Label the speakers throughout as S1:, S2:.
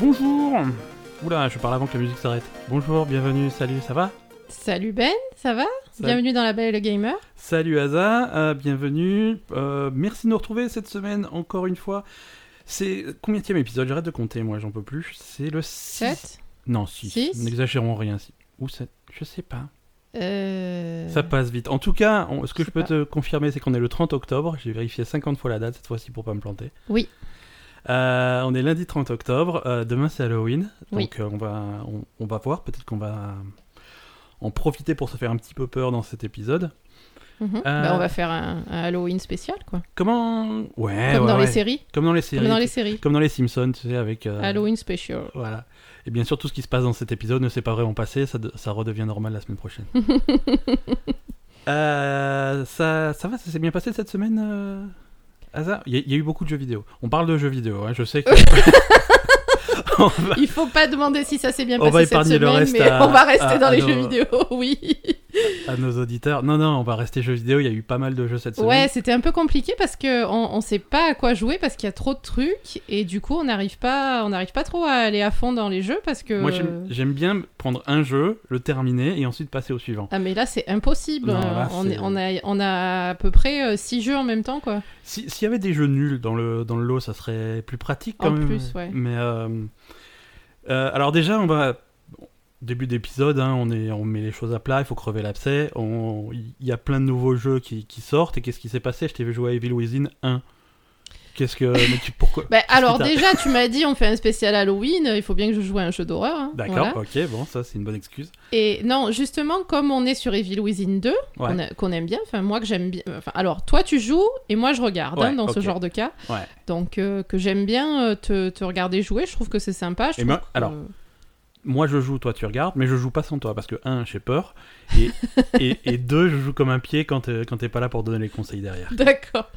S1: Bonjour Oula, je parle avant que la musique s'arrête. Bonjour, bienvenue, salut, ça va
S2: Salut Ben, ça va
S1: Salut.
S2: Bienvenue dans La Belle et le Gamer.
S1: Salut Aza, euh, bienvenue. Euh, merci de nous retrouver cette semaine encore une fois. C'est combien de épisode J'arrête de compter, moi, j'en peux plus. C'est le 7
S2: 7
S1: Non, 6.
S2: Six
S1: N'exagérons rien. six. Ou 7, je sais pas.
S2: euh...
S1: Ça passe vite. En tout cas, on- ce que je
S2: je sais
S1: peux
S2: pas.
S1: te confirmer, c'est qu'on est le 30 octobre. J'ai vérifié 50 fois la date cette fois-ci pour pas me planter.
S2: Oui.
S1: Euh, on est lundi 30 octobre. Euh, demain, c'est Halloween. Donc,
S2: Oui.
S1: euh, on, va, on, on va voir. Peut-être qu'on va en profiter pour se faire un petit peu peur dans cet épisode. Euh.
S2: Mhm. Bah, on va faire un, un Halloween spécial, quoi.
S1: Comment Ouais,
S2: Comme
S1: Eh ouais,
S2: dans les
S1: ouais.
S2: séries.
S1: Comme dans les
S2: Comme
S1: séries.
S2: dans les séries.
S1: Comme dans les Simpsons, tu sais, avec. euh,
S2: Halloween Special.
S1: Voilà. Et bien sûr, tout ce qui se passe dans cet épisode ne s'est pas vraiment passé, ça, de- ça redevient normal la semaine prochaine. Euh, ça, ça va, ça s'est bien passé cette semaine euh, Asa Il y, a- il y a eu beaucoup de jeux vidéo. On parle de jeux vidéo, hein, je sais que. on va,
S2: Il faut pas demander si ça s'est bien
S1: On va
S2: passé cette
S1: épargner
S2: semaine,
S1: le reste
S2: mais
S1: à-
S2: on va rester
S1: à-
S2: dans
S1: à
S2: les
S1: nos-
S2: jeux vidéo, oui.
S1: à nos auditeurs. Non, non, on va rester jeux vidéo, il y a eu pas mal de jeux cette semaine.
S2: Ouais, c'était un peu compliqué parce que on, on sait pas à quoi jouer parce qu'il y a trop de trucs et du coup on n'arrive pas, on n'arrive pas trop à aller à fond dans les jeux parce que.
S1: Moi, j'aime j'aime bien prendre un jeu, le terminer et ensuite passer au suivant.
S2: Ah mais là c'est impossible.
S1: Non, là,
S2: on,
S1: c'est-
S2: est- on a, on a à peu près 6 jeux en même temps quoi.
S1: Si- S'il y avait des jeux nuls dans le, dans le lot, ça serait plus pratique quand
S2: En
S1: même.
S2: plus, ouais.
S1: Mais euh, euh, alors déjà, on va début d'épisode, hein, on est, on met les choses à plat. Il faut crever l'abcès. On- Il y a plein de nouveaux jeux qui, qui sortent. Et qu'est-ce qui s'est passé Je t'ai vu jouer à Evil Within 1. Qu'est-ce que mais tu- pourquoi
S2: Bah, alors
S1: que t'as
S2: déjà, tu m'as dit on fait un spécial Halloween, il faut bien que je joue à un jeu d'horreur. hein.
S1: D'accord,
S2: Voilà.
S1: ok, bon, ça c'est une bonne excuse.
S2: Et non, justement, comme on est sur Evil Within 2, qu'on a- qu'on aime bien, enfin moi que j'aime bien, enfin alors toi tu joues et moi je regarde hein,
S1: Ouais,
S2: dans
S1: ok.
S2: ce genre de cas,
S1: Ouais.
S2: donc euh, que j'aime bien euh, te, te regarder jouer, je trouve que c'est sympa. Je
S1: Eh
S2: trouve
S1: ben,
S2: que-
S1: alors, Moi je joue, toi tu regardes, mais je joue pas sans toi parce que un, j'ai peur, et, et, et deux, je joue comme un pied quand t'es quand t'es pas là pour donner les conseils derrière.
S2: D'accord.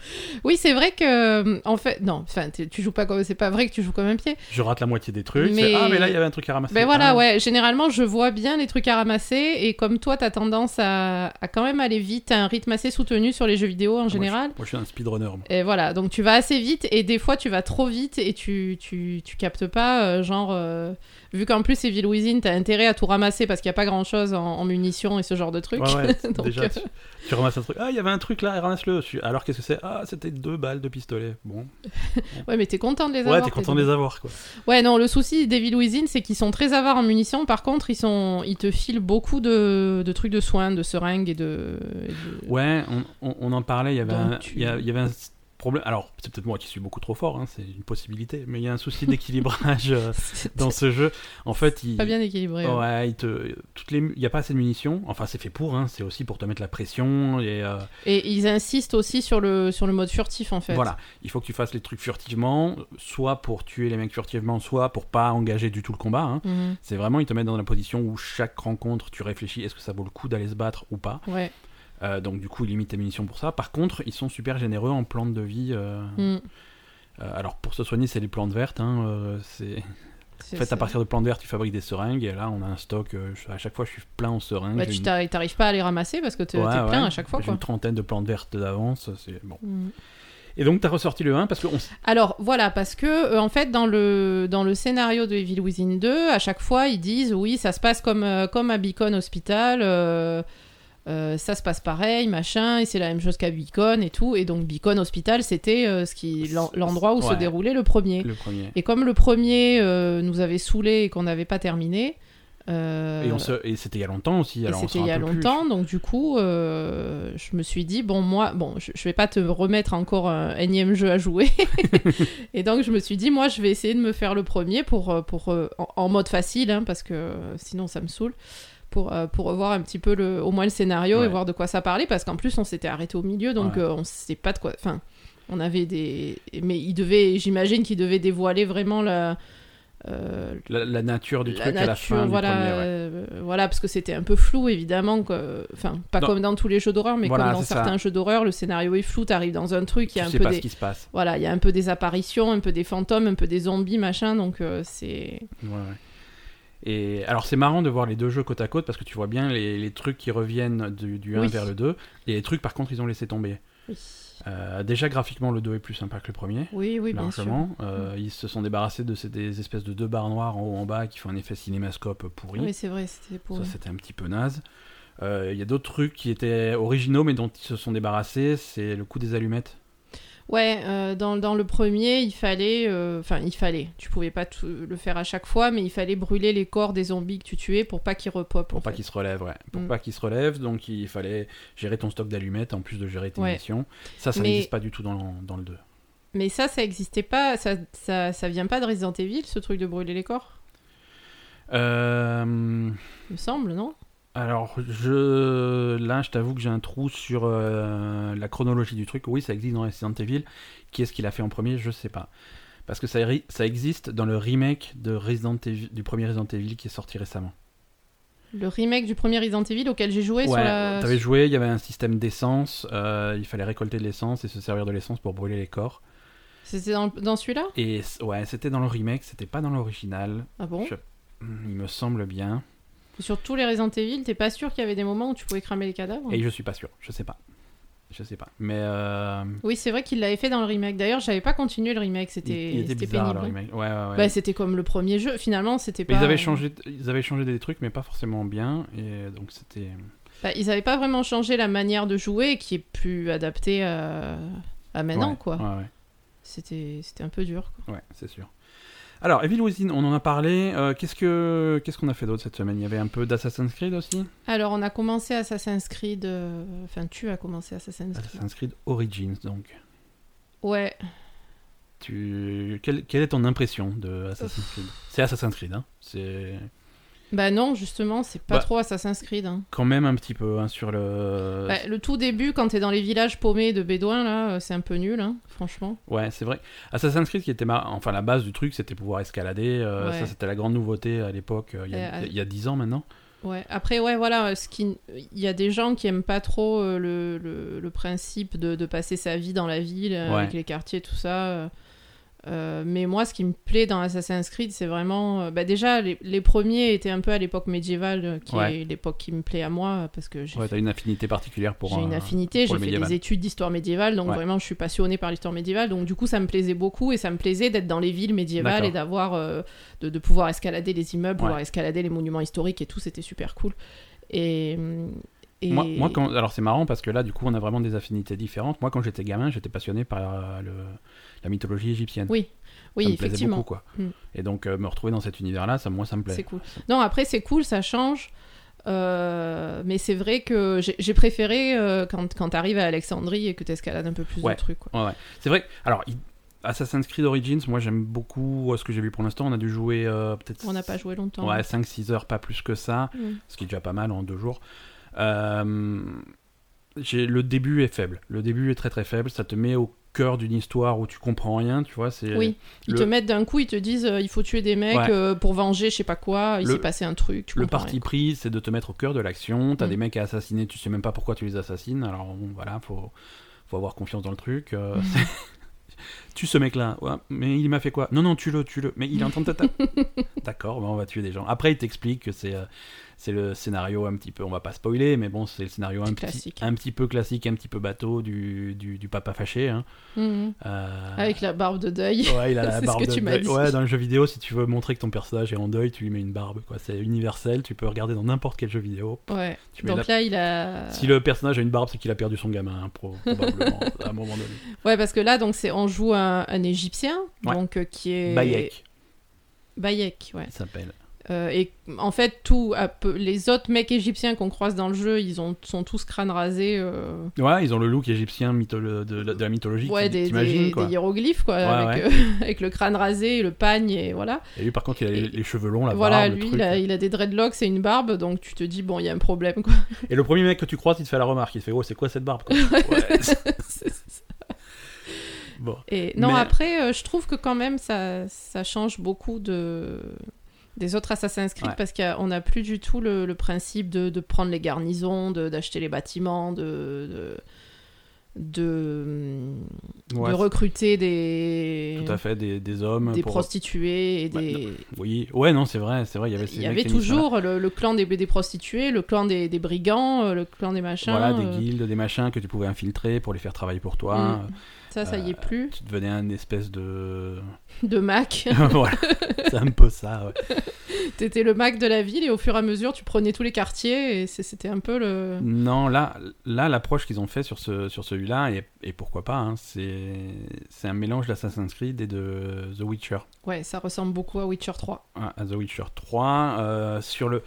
S2: Oui, c'est vrai que euh, en fait, non, enfin tu tu joues pas comme, c'est pas vrai que tu joues comme un pied.
S1: Je rate la moitié des trucs.
S2: Mais-
S1: c'est, Ah, mais là, il y avait un truc à ramasser.
S2: Ben voilà,
S1: Ah.
S2: ouais, généralement je vois bien les trucs à ramasser et comme toi t'as tendance à, à quand même aller vite, à un rythme assez soutenu sur les jeux vidéo en
S1: Ah, Moi, je-
S2: général.
S1: Moi, je, suis un speedrunner. moi.
S2: Et voilà, donc tu vas assez vite et des fois tu vas trop vite et tu, tu, tu captes pas, euh, genre, euh, vu qu'en plus Evil Within, t'as intérêt à tout ramasser parce qu'il n'y a pas grand chose en, en munitions et ce genre de trucs.
S1: Ouais, ouais,
S2: Donc,
S1: déjà,
S2: euh,
S1: tu, tu ramasses un truc. Ah, il y avait un truc là, et ramasse-le. Je suis- Alors, qu'est-ce que c'est Ah, c'était deux balles de pistolet. Bon.
S2: Ouais, mais t'es content de les avoir.
S1: Ouais, t'es content de les avoir, quoi.
S2: Ouais, non, le souci d'Evil Within, c'est qu'ils sont très avares en munitions, par contre, ils, sont... ils te filent beaucoup de, de trucs de soins, de seringues et de. et de-
S1: Ouais, on, on- on en parlait. Il y avait,
S2: Donc,
S1: un,
S2: tu-
S1: il y a- il y avait un s- problème. Alors, c'est peut-être moi qui suis beaucoup trop fort, hein, c'est une possibilité. Mais il y a un souci d'équilibrage euh,
S2: C'est
S1: dans ce jeu. En fait, il.
S2: pas bien équilibré. hein. ouais.
S1: Ouais, il te, toutes les, il n'y a pas assez de munitions. Enfin, c'est fait pour, hein, c'est aussi pour te mettre la pression. Et, euh,
S2: Et ils insistent aussi sur le, sur le mode furtif en fait.
S1: Voilà, il faut que tu fasses les trucs furtivement, soit pour tuer les mecs furtivement, soit pour pas engager du tout le combat. hein.
S2: Mhm.
S1: C'est vraiment, ils te mettent dans la position où chaque rencontre, tu réfléchis est-ce que ça vaut le coup d'aller se battre ou pas.
S2: Ouais.
S1: Euh, donc, du coup, ils limitent tes munitions pour ça. Par contre, ils sont super généreux en plantes de vie. euh,
S2: Mhm.
S1: euh, alors, pour se soigner, c'est les plantes vertes. hein, euh, c'est... En
S2: C'est-
S1: fait,
S2: c'est-
S1: à partir de plantes vertes, tu fabriques des seringues. Et là, on a un stock. euh, je- à chaque fois, je suis plein en seringues.
S2: Bah,
S1: j'ai
S2: tu
S1: une-
S2: t'arri- t'arrives pas à les ramasser parce que t'es
S1: Ouais,
S2: t'es plein
S1: ouais.
S2: à chaque fois.
S1: J'ai
S2: Quoi.
S1: une trentaine de plantes vertes d'avance. C'est... Bon.
S2: Mm.
S1: Et donc, t'as ressorti le 1 parce qu'on
S2: Alors voilà, parce que euh, en fait, dans le, dans le scénario de Evil Within 2, à chaque fois ils disent oui, ça se passe comme, euh, comme à Beacon Hospital, euh, euh, ça se passe pareil, machin, et c'est la même chose qu'à Beacon et tout. Et donc Beacon Hospital, c'était euh, ce qui l'en-
S1: C'est-
S2: l'endroit où se
S1: ouais.
S2: déroulait le premier.
S1: le premier.
S2: Et comme le premier euh, nous avait saoulé et qu'on n'avait pas terminé. euh,
S1: Et, on se- et c'était il y a longtemps aussi.
S2: Et
S1: Alors on
S2: c'était
S1: sera
S2: il y
S1: un
S2: a
S1: peu plus.
S2: longtemps, donc du coup, euh, je me suis dit, bon, moi, bon, je, je vais pas te remettre encore un énième jeu à jouer. et donc, je me suis dit, moi, je vais essayer de me faire le premier pour, euh, pour, euh, en, en mode facile, hein, parce que euh, sinon, ça me saoule, pour, euh, pour revoir un petit peu le, au moins le scénario
S1: Ouais.
S2: et voir de quoi ça parlait, parce qu'en plus, on s'était arrêté au milieu, donc
S1: Ouais.
S2: euh, on sait pas de quoi. Enfin, on avait des. Mais il devait, j'imagine qu'il devait dévoiler vraiment la. euh,
S1: La, la nature du
S2: la
S1: truc à la
S2: nature,
S1: fin
S2: voilà,
S1: du premier. ouais.
S2: euh, voilà, parce que c'était un peu flou, évidemment. quoi. Enfin, pas
S1: Dans-
S2: comme dans tous les jeux d'horreur, mais
S1: Voilà,
S2: comme dans
S1: c'est
S2: certains jeux d'horreur, le scénario est flou. T'arrives dans un truc, il y euh,
S1: tu
S2: a un
S1: sais
S2: peu
S1: pas
S2: des,
S1: ce qui se passe.
S2: voilà, il y a un peu des apparitions, un peu des fantômes, un peu des zombies, machin. Donc euh, c'est
S1: Ouais, ouais. Et alors c'est marrant de voir les deux jeux côte à côte parce que tu vois bien les, les trucs qui reviennent du, du 1
S2: Oui.
S1: vers le 2 et les trucs par contre ils ont laissé tomber.
S2: oui.
S1: Euh, déjà graphiquement, le 2 est plus sympa que le premier.
S2: Oui, oui, bien sûr.
S1: largement. Euh, Ils se sont débarrassés de ces des espèces de deux barres noires en haut en bas qui font un effet cinémascope pourri.
S2: Oui, c'est vrai, c'était pour.
S1: Ça, c'était un petit peu naze. Euh, Il y a d'autres trucs qui étaient originaux mais dont ils se sont débarrassés. C'est le coup des allumettes.
S2: Ouais, euh, dans, dans le premier, il fallait. euh, Enfin, il fallait. Tu pouvais pas tout- le faire à chaque fois, mais il fallait brûler les corps des zombies que tu tuais pour pas qu'ils repopent. en
S1: Pour pas
S2: fait.
S1: qu'ils se relèvent, ouais. Pour
S2: Mm.
S1: pas qu'ils se relèvent, donc il fallait gérer ton stock d'allumettes en plus de gérer tes
S2: Ouais.
S1: missions. Ça, ça
S2: Mais-
S1: n'existe pas du tout dans le, dans le 2.
S2: Mais ça, ça existait pas. Ça, ça, ça vient pas de Resident Evil, ce truc de brûler les corps
S1: Euh,
S2: Il me semble, non
S1: alors, je... là, je t'avoue que j'ai un trou sur euh, la chronologie du truc. Oui, ça existe dans Resident Evil. Qui est-ce qui l'a fait en premier Je sais pas. Parce que ça, ri- ça existe dans le remake de Resident Evil, du premier Resident Evil qui est sorti récemment.
S2: Le remake du premier Resident Evil auquel j'ai joué sur
S1: ouais, euh,
S2: la.
S1: t'avais joué, il y avait un système d'essence, euh, il fallait récolter de l'essence et se servir de l'essence pour brûler les corps.
S2: C'était dans, dans celui-là
S1: Et c- ouais, c'était dans le remake, c'était pas dans l'original,
S2: Ah bon
S1: Je- il me semble bien.
S2: Sur tous les Resident Evil, t'es pas sûr qu'il y avait des moments où tu pouvais cramer les cadavres
S1: Et je suis pas sûr, je sais pas. Je sais pas. Mais euh,
S2: Oui, c'est vrai qu'il l'avait fait dans le remake. D'ailleurs, j'avais pas continué le remake,
S1: il,
S2: c'était
S1: il était
S2: c'était
S1: bizarre
S2: pénible.
S1: le remake. Ouais, ouais, ouais.
S2: Bah, c'était comme le premier jeu, finalement, c'était
S1: mais
S2: pas.
S1: ils avaient, changé, ils avaient changé des trucs, mais pas forcément bien. Et donc c'était.
S2: Bah, ils avaient pas vraiment changé la manière de jouer qui est plus adaptée à, à maintenant,
S1: Ouais,
S2: Bah quoi.
S1: Ouais, ouais,
S2: C'était c'était un peu dur. quoi.
S1: ouais, c'est sûr. Alors, Evil Within, on en a parlé. Euh, Qu'est-ce que qu'est-ce qu'on a fait d'autre cette semaine Il y avait un peu d'Assassin's Creed aussi
S2: Alors, on a commencé Assassin's Creed. euh, Enfin, tu as commencé Assassin's Creed.
S1: Assassin's Creed Origins, donc.
S2: Ouais.
S1: Tu... Quelle, quelle est ton impression de Assassin's Creed C'est Assassin's Creed, hein C'est
S2: Bah, non, justement, c'est pas
S1: Bah-
S2: trop Assassin's Creed. hein.
S1: quand même un petit peu hein, sur le.
S2: Bah, le tout début, quand t'es dans les villages paumés de Bédouins, là, euh, c'est un peu nul, hein, franchement.
S1: Ouais, c'est vrai. Assassin's Creed qui était marrant. Enfin, la base du truc, c'était pouvoir escalader. euh,
S2: Ouais.
S1: Ça, c'était la grande nouveauté à l'époque, euh, il y, a-
S2: Euh,
S1: il y a 10 ans maintenant.
S2: Ouais. Après, ouais, voilà, euh, ce qui... il y a des gens qui aiment pas trop euh, le, le- le principe de, de passer sa vie dans la ville, euh,
S1: Ouais.
S2: avec les quartiers, tout ça. euh. Euh, mais moi, ce qui me plaît dans Assassin's Creed, c'est vraiment. euh, bah, déjà, les, les premiers étaient un peu à l'époque médiévale, euh, qui
S1: Ouais.
S2: est l'époque qui me plaît à moi, parce que j'ai
S1: Ouais,
S2: fait-
S1: t'as une affinité particulière pour.
S2: j'ai une
S1: euh,
S2: affinité,
S1: pour le
S2: j'ai fait
S1: médiéval.
S2: des études d'histoire médiévale, donc
S1: Ouais.
S2: vraiment je suis passionnée par l'histoire médiévale, donc du coup ça me plaisait beaucoup et ça me plaisait d'être dans les villes médiévales
S1: D'accord.
S2: et d'avoir euh, de, de pouvoir escalader les immeubles,
S1: Ouais.
S2: pouvoir escalader les monuments historiques et tout, c'était super cool. Et, et-
S1: Moi, moi, quand... alors c'est marrant parce que là, du coup, on a vraiment des affinités différentes. Moi, quand j'étais gamin, j'étais passionné par euh, le... la mythologie égyptienne.
S2: oui,
S1: ça
S2: oui
S1: me plaisait beaucoup,
S2: effectivement,
S1: quoi.
S2: Mm.
S1: Et donc, euh, me retrouver dans cet univers-là, ça, moi, ça me plaît.
S2: c'est cool. Non après c'est cool, ça change. euh, mais c'est vrai que j'ai j'ai préféré euh, quand, quand t'arrives à Alexandrie et que t'escalades un peu plus
S1: Ouais.
S2: de trucs. quoi.
S1: Ouais, ouais. C'est vrai. que- Alors, il- Assassin's Creed Origins, moi j'aime beaucoup euh, ce que j'ai vu pour l'instant. On a dû jouer euh, peut-être.
S2: On n'a pas joué longtemps.
S1: Ouais, 5-6 heures, pas plus que ça.
S2: Mm.
S1: Ce qui est déjà pas mal en deux jours. Euh, j'ai- Le début est faible. Le début est très très faible. Ça te met au cœur d'une histoire où tu comprends rien, tu vois. C'est
S2: Oui, ils
S1: le-
S2: te mettent d'un coup, ils te disent euh, il faut tuer des mecs
S1: Ouais.
S2: euh, pour venger, je sais pas quoi, il
S1: Le-
S2: s'est passé un truc. tu
S1: Le
S2: comprends
S1: parti pris, c'est de te mettre au cœur de l'action. T'as
S2: Mm.
S1: des mecs à assassiner, tu sais même pas pourquoi tu les assassines. Alors bon, voilà, faut, faut avoir confiance dans le truc. euh,
S2: Mm.
S1: tu ce mec-là, ouais, mais il m'a fait quoi Non, non, tue-le, tue-le. Mais il est en train de t'attaquer. D'accord, ben on va tuer des gens. Après, il t'explique que c'est euh, c'est le scénario un petit peu, on va pas spoiler, mais bon, c'est le scénario un
S2: C'est
S1: petit,
S2: classique.
S1: un petit peu classique, un petit peu bateau du, du, du papa fâché. hein.
S2: rien. Mhm.
S1: Euh,
S2: Avec la barbe de deuil.
S1: Ouais, il a la
S2: C'est ce
S1: barbe
S2: que
S1: de
S2: tu m'as
S1: deuil.
S2: dit.
S1: Ouais, dans le jeu vidéo, si tu veux montrer que ton personnage est en deuil, tu lui mets une barbe. quoi. C'est universel, tu peux regarder dans n'importe quel jeu vidéo.
S2: Ouais.
S1: Tu mets
S2: Donc là, il a.
S1: Si le personnage a une barbe, c'est qu'il a perdu son gamin, hein, pro- probablement, à un moment donné.
S2: Ouais, parce que là, donc c'est on joue un, un Égyptien,
S1: Ouais.
S2: donc euh, qui est
S1: Bayek,
S2: Bayek, ouais.
S1: il s'appelle.
S2: Euh, et en fait, tout à peu- les autres mecs égyptiens qu'on croise dans le jeu, ils ont sont tous crâne rasé. euh,
S1: Ouais, ils ont le look égyptien mytholo- de, la- de la mythologie,
S2: Ouais,
S1: tu-
S2: des,
S1: t'imagines,
S2: des-
S1: quoi.
S2: des hiéroglyphes quoi, avec, euh, avec le crâne rasé, et le pagne et voilà.
S1: Et lui, par contre, il a les,
S2: Et-
S1: les cheveux longs, la
S2: voilà,
S1: barbe, le
S2: lui,
S1: truc.
S2: il, a, il a des dreadlocks et une barbe, donc tu te dis bon, il y a un problème quoi.
S1: Et le premier mec que tu croises, il te fait la remarque. Il te fait, oh, c'est quoi cette barbe quoi Ouais, c'est-
S2: C'est- c'est-
S1: bon.
S2: Et non,
S1: Mais-
S2: après, euh, je trouve que quand même ça, ça change beaucoup de des autres Assassin's Creed
S1: Ouais.
S2: parce qu'on n'a plus du tout le, le principe de, de prendre les garnisons, de- d'acheter les bâtiments, de de, de, de recruter des,
S1: Tout à fait, des, des hommes.
S2: des
S1: pour-
S2: prostituées et des...
S1: Oui, ouais, non, c'est vrai, c'est vrai, il y avait, ces
S2: Il y avait
S1: mécanismes-là.
S2: toujours le, le clan des, des prostituées, le clan des, des brigands, euh, le clan des machins.
S1: Voilà, des
S2: euh,
S1: guildes, des machins que tu pouvais infiltrer pour les faire travailler pour toi.
S2: Mm. Ça, ça
S1: euh,
S2: y est plus.
S1: Tu devenais un espèce de.
S2: De Mac.
S1: voilà, c'est un peu ça, ouais.
S2: T'étais le Mac de la ville et au fur et à mesure, tu prenais tous les quartiers et c'est- c'était un peu le.
S1: Non, là, là, l'approche qu'ils ont fait sur ce, sur celui-là, et, et pourquoi pas, hein, c'est, c'est un mélange d'Assassin's Creed et de The Witcher. hein,
S2: Ouais, ça ressemble beaucoup à Witcher 3.
S1: à à The Witcher 3 euh, sur le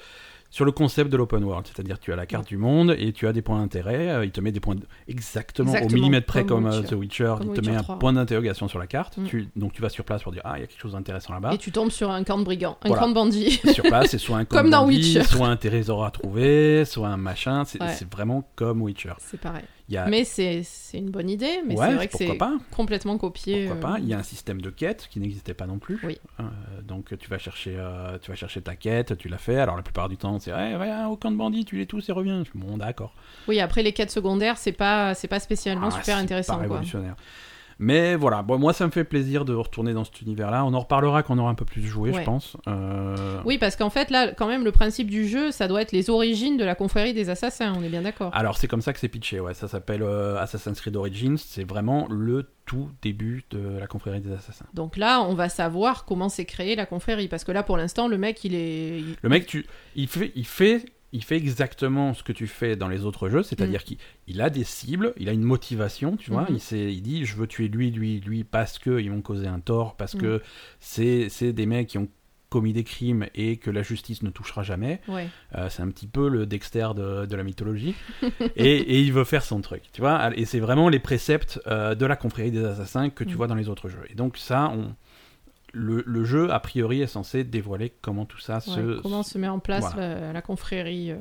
S1: sur le concept de l'open world, c'est-à-dire tu as la
S2: Mm.
S1: carte du monde et tu as des points d'intérêt, euh, il te met des points d- exactement,
S2: Exactement,
S1: au millimètre près
S2: comme
S1: comme, euh,
S2: Witcher.
S1: The Witcher,
S2: Comme
S1: il te
S2: Witcher
S1: met un
S2: 3,
S1: point d'interrogation sur la carte,
S2: Mm.
S1: tu, donc tu vas sur place pour dire ah il y a quelque chose d'intéressant là-bas.
S2: Et tu tombes sur un camp de brigands, un
S1: Voilà.
S2: camp de bandits.
S1: Sur place, c'est soit un
S2: Comme dans
S1: bandit,
S2: Witcher.
S1: soit un trésor à trouver, soit un machin, c'est
S2: Ouais.
S1: c'est vraiment comme Witcher.
S2: c'est pareil.
S1: Il y a
S2: Mais c'est c'est une bonne idée, mais
S1: ouais,
S2: c'est vrai que
S1: pourquoi
S2: c'est
S1: pas
S2: complètement copié.
S1: Pourquoi
S2: euh,
S1: pas Il y a un système de quêtes qui n'existait pas non plus.
S2: Oui.
S1: Euh, donc tu vas chercher, euh, tu vas chercher ta quête, tu la fais. Alors la plupart du temps, c'est ouais, ouais, au camp de bandits, tu les tous et reviens. Je fais, Bon, d'accord.
S2: Oui, après les quêtes secondaires, c'est pas, c'est pas spécialement
S1: Ah, c'est
S2: super intéressant.
S1: Pas
S2: quoi.
S1: révolutionnaire. Mais voilà, bon, moi ça me fait plaisir de retourner dans cet univers-là. On en reparlera quand on aura un peu plus joué,
S2: Ouais.
S1: je pense. Euh,
S2: Oui, parce qu'en fait, là, quand même, le principe du jeu, ça doit être les origines de la confrérie des assassins, on est bien d'accord.
S1: Alors c'est comme ça que c'est pitché, ouais. Ça s'appelle euh, Assassin's Creed Origins. C'est vraiment le tout début de la confrérie des assassins.
S2: Donc là, on va savoir comment s'est créée la confrérie, parce que là, pour l'instant, le mec, il est... il-
S1: Le mec, tu, il fait, il fait, il fait exactement ce que tu fais dans les autres jeux, c'est-à-dire qu'il il a des cibles, il a une motivation, tu vois.
S2: Mhm.
S1: Il s'est- il dit, je veux tuer lui, lui, lui parce que ils m'ont causé un tort, parce
S2: Mhm.
S1: que c'est, c'est des mecs qui ont commis des crimes et que la justice ne touchera jamais.
S2: Ouais.
S1: Euh, c'est un petit peu le Dexter de, de la mythologie. et, et il veut faire son truc, tu vois. Et c'est vraiment les préceptes euh, de la confrérie des assassins que tu
S2: Mhm.
S1: vois dans les autres jeux. Et donc ça, on, le, le jeu, a priori, est censé dévoiler comment tout ça
S2: Ouais,
S1: se,
S2: Comment se met en place la, la confrérie euh,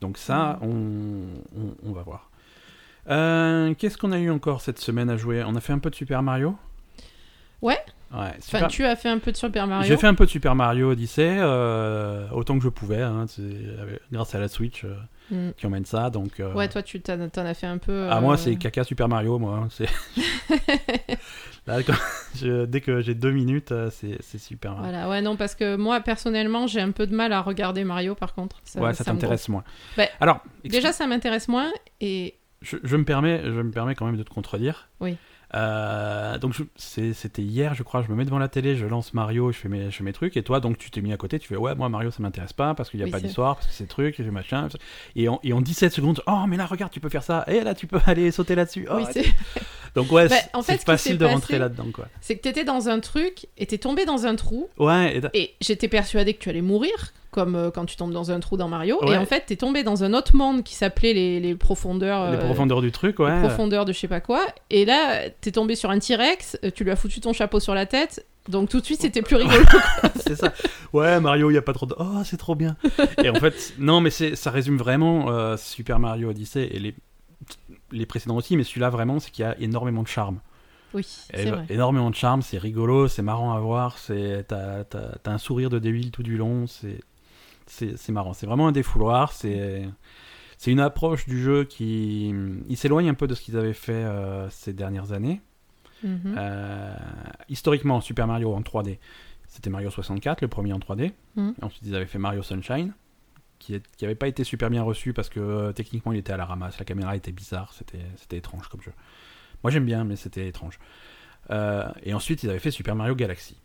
S1: Donc ça, on, on- on va voir. Euh, Qu'est-ce qu'on a eu encore cette semaine à jouer On a fait un peu de Super Mario
S2: Ouais.
S1: Ouais,
S2: Enfin,
S1: Super-
S2: tu as fait un peu de Super Mario.
S1: J'ai fait un peu de Super Mario Odyssey, euh, autant que je pouvais, hein, c'est- euh, grâce à la Switch euh,
S2: Mm.
S1: qui emmène ça. Donc, euh,
S2: Ouais, toi, tu t'en, t'en as fait un peu...
S1: à Ah, moi,
S2: euh,
S1: c'est caca Super Mario, moi. hein, c'est- Là, quand je- dès que j'ai deux minutes, euh, c'est c'est Super Mario.
S2: Voilà, ouais, non, parce que moi, personnellement, j'ai un peu de mal à regarder Mario, par contre. Ça,
S1: ouais, ça,
S2: me
S1: t'intéresse moins.
S2: Ben,
S1: Alors,
S2: gonfle. Déjà, ça m'intéresse moins, et...
S1: je, je me permets, je me permets quand même de te contredire.
S2: Oui.
S1: Euh, donc je- c'est- c'était hier, je crois. Je me mets devant la télé, je lance Mario, je fais mes, je fais mes trucs. Et toi, donc tu t'es mis à côté, tu fais ouais, moi Mario, ça m'intéresse pas parce qu'il n'y a
S2: Oui,
S1: pas
S2: c'est-
S1: d'histoire, parce que c'est truc, et machin. Et en, et en 17 secondes, oh mais là regarde, tu peux faire ça. Et là, tu peux aller sauter là-dessus. Oh,
S2: oui,
S1: et-
S2: c'est...
S1: donc ouais,
S2: Ben,
S1: c'est-
S2: en fait,
S1: c'est
S2: ce qui
S1: facile
S2: s'est
S1: de rentrer
S2: passé-
S1: là-dedans quoi.
S2: c'est que t'étais dans un truc, et t'es tombé dans un trou,
S1: Ouais. et t'as-
S2: Et j'étais persuadée que tu allais mourir, comme euh, quand tu tombes dans un trou dans Mario.
S1: Ouais.
S2: Et en fait, t'es tombé dans un autre monde qui s'appelait les, les profondeurs.
S1: les
S2: euh,
S1: profondeurs du truc,
S2: les
S1: ouais.
S2: profondeurs de je sais pas quoi. Et là, t'es tombé sur un T-Rex, euh, tu lui as foutu ton chapeau sur la tête. Donc tout de suite, c'était plus rigolo.
S1: c'est ça. Ouais, Mario, il y a pas trop de. Oh, c'est trop bien. Et en fait, non, mais c'est, ça résume vraiment euh, Super Mario Odyssey et les, les précédents aussi, mais celui-là vraiment, c'est qu'il y a énormément de charme.
S2: oui,
S1: Et-
S2: c'est vrai.
S1: Énormément de charme, c'est rigolo, c'est marrant à voir, c'est t'as, t'as- t'as un sourire de débile tout du long, c'est, c'est, c'est marrant. C'est vraiment un défouloir, c'est. C'est une approche du jeu qui il s'éloigne un peu de ce qu'ils avaient fait euh, ces dernières années.
S2: Mhm,
S1: Euh, historiquement, Super Mario en 3D, c'était Mario 64, le premier en 3D.
S2: Mhm.
S1: Ensuite, ils avaient fait Mario Sunshine, qui n'avait pas été super bien reçu parce que euh, techniquement, il était à la ramasse. La caméra était bizarre, c'était c'était étrange comme jeu. Moi, j'aime bien, mais c'était étrange. Euh, et ensuite, ils avaient fait Super Mario Galaxy.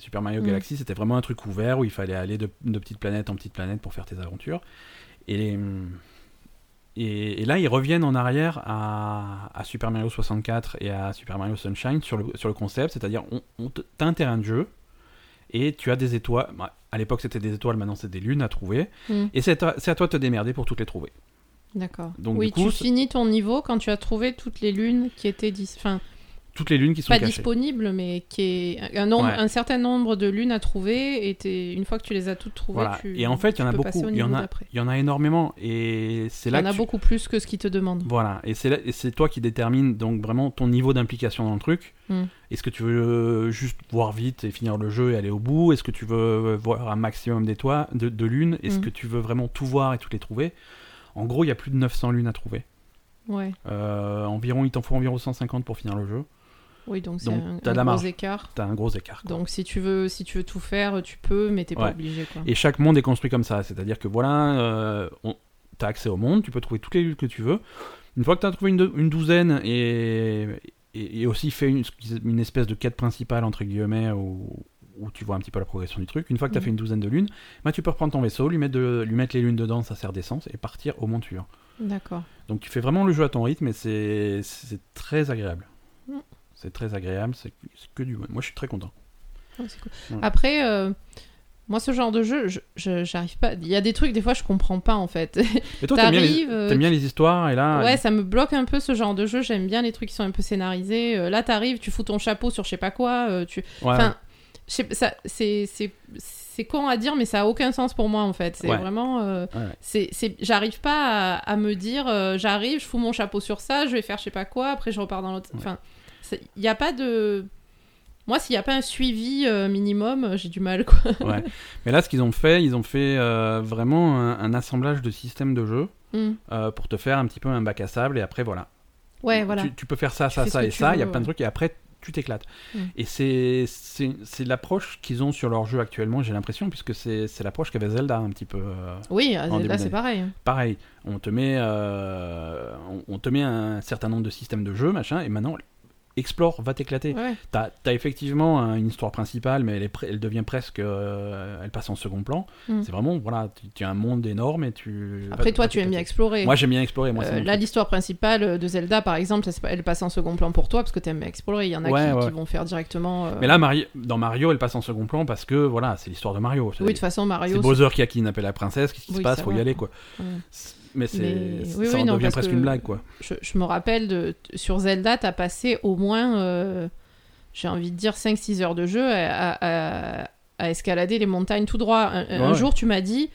S1: Super Mario
S2: Mhm.
S1: Galaxy, c'était vraiment un truc ouvert où il fallait aller de, de petite planète en petite planète pour faire tes aventures. Et les- et, et là, ils reviennent en arrière à, à Super Mario 64 et à Super Mario Sunshine sur le, sur le concept, c'est-à-dire on, on te- t'as un terrain de jeu et tu as des étoiles. bah, à l'époque, c'était des étoiles, maintenant c'est des lunes à trouver.
S2: Mhm,
S1: Et c'est à, toi- c'est à toi de te démerder pour toutes les trouver.
S2: D'accord.
S1: Donc,
S2: oui,
S1: du coup,
S2: tu
S1: c'est-
S2: finis ton niveau quand tu as trouvé toutes les lunes qui étaient dis- enfin,
S1: Toutes les lunes qui sont
S2: pas
S1: cachées.
S2: disponibles, mais qui est un, nombre,
S1: Ouais.
S2: un certain nombre de lunes à trouver. Et t'es- une fois que tu les as toutes trouvées,
S1: Voilà.
S2: tu,
S1: Et en fait, il y en a
S2: peux
S1: beaucoup.
S2: passer au
S1: Il y en
S2: niveau
S1: a-
S2: d'après.
S1: Il y en a énormément et c'est
S2: Il
S1: là
S2: y en a
S1: que tu-
S2: beaucoup plus que ce qu'ils te demandent.
S1: Voilà, et c'est là- et c'est toi qui détermine donc vraiment ton niveau d'implication dans le truc.
S2: Mm.
S1: Est-ce que tu veux euh, juste voir vite et finir le jeu et aller au bout Est-ce que tu veux euh, voir un maximum d'étoiles, de, de lunes Est-ce
S2: Mm.
S1: que tu veux vraiment tout voir et toutes les trouver En gros, il y a plus de 900 lunes à trouver.
S2: Ouais.
S1: Euh, environ, il t'en faut environ 150 pour finir le jeu.
S2: Oui, donc c'est
S1: Donc,
S2: un,
S1: t'as
S2: un
S1: de la
S2: gros
S1: marge.
S2: écart.
S1: T'as un gros écart. quoi.
S2: Donc si tu veux, si tu veux tout faire, tu peux, mais t'es pas
S1: Ouais.
S2: obligé quoi.
S1: Et chaque monde est construit comme ça. C'est-à-dire que voilà, euh, on- t'as accès au monde, tu peux trouver toutes les luttes que tu veux. Une fois que t'as trouvé une, dou- une douzaine et, et, et aussi fait une, ce qu'ils- une espèce de quête principale, entre guillemets, où, où tu vois un petit peu la progression du truc, une fois que t'as
S2: Mhm.
S1: fait une douzaine de lunes, bah, tu peux reprendre ton vaisseau, lui mettre, de- lui mettre les lunes dedans, ça sert d'essence, et partir au monde suivant.
S2: D'accord.
S1: Donc tu fais vraiment le jeu à ton rythme et c'est c'est très agréable.
S2: Mhm.
S1: C'est très agréable, c'est c'est que du... Moi je suis très content.
S2: Ouais, c'est cool.
S1: Ouais.
S2: Après, euh, moi ce genre de jeu, je- je- j'arrive pas. Il y a des trucs des fois je comprends pas en fait.
S1: Et toi t'aimes bien, les-
S2: T'arrives, euh,
S1: t'aimes bien les histoires et là...
S2: ouais, ça me bloque un peu ce genre de jeu. J'aime bien les trucs qui sont un peu scénarisés. Euh, là, t'arrives, tu fous ton chapeau sur je sais pas quoi. euh, tu...
S1: ouais,
S2: Enfin, je sais pas, ça, c'est, c'est, c'est con à dire, mais ça a aucun sens pour moi en fait. C'est
S1: Ouais.
S2: vraiment. euh,
S1: Ouais.
S2: c'est, c'est- j'arrive pas à, à me dire, euh, j'arrive, je fous mon chapeau sur ça, je vais faire je sais pas quoi, après je repars dans l'autre.
S1: Ouais.
S2: Enfin, il n'y a pas de. Moi, s'il n'y a pas un suivi euh, minimum, euh, j'ai du mal quoi.
S1: Ouais. Mais là, ce qu'ils ont fait, ils ont fait euh, vraiment un, un assemblage de systèmes de jeu
S2: Hmm.
S1: euh, pour te faire un petit peu un bac à sable et après voilà.
S2: Ouais, voilà.
S1: Tu, tu peux faire ça,
S2: Tu
S1: ça,
S2: fais ce
S1: ça
S2: que
S1: et
S2: tu
S1: ça.
S2: veux,
S1: Il y a plein de
S2: ouais.
S1: trucs et après tu t'éclates.
S2: Mm.
S1: Et c'est c'est c'est l'approche qu'ils ont sur leur jeu actuellement, j'ai l'impression, puisque c'est c'est l'approche qu'avait Zelda un petit peu. euh,
S2: Oui,
S1: début
S2: là
S1: d'année.
S2: c'est pareil.
S1: pareil, on te met euh, on, on te met un certain nombre de systèmes de jeu, machin, et maintenant explore, va t'éclater.
S2: Ouais.
S1: T'as as effectivement hein, une histoire principale, mais elle, est pre- elle devient presque. euh, elle passe en second plan.
S2: Mm.
S1: C'est vraiment, voilà, tu, tu as un monde énorme et tu.
S2: Après,
S1: va-
S2: toi,
S1: va
S2: tu aimes bien
S1: t'éclater.
S2: explorer.
S1: Moi, j'aime bien explorer. Moi,
S2: Euh,
S1: c'est mon
S2: là,
S1: truc.
S2: l'histoire principale euh, de Zelda, par exemple, ça, c'est pas- elle passe en second plan pour toi parce que t'aimes explorer. Il y en a
S1: Ouais,
S2: qui,
S1: ouais.
S2: qui vont faire directement. euh,
S1: Mais là, Mario, dans Mario, elle passe en second plan parce que, voilà, c'est l'histoire de Mario.
S2: oui, de toute façon,
S1: C'est
S2: Mario.
S1: Bowser qui a kidnappé la princesse, qu'est-ce qui se
S2: Oui,
S1: passe,
S2: ça
S1: faut y
S2: va.
S1: aller, quoi.
S2: Ouais.
S1: C'est- Mais c'est.
S2: Mais-
S1: ça
S2: oui,
S1: en
S2: oui, non,
S1: devient
S2: parce
S1: presque
S2: que-
S1: une blague, quoi.
S2: Je, je me rappelle de, sur Zelda, t'as passé au moins, euh, j'ai envie de dire, 5-6 heures de jeu à, à- à- à escalader les montagnes tout droit. Un, un
S1: Ouais.
S2: jour, tu m'as dit,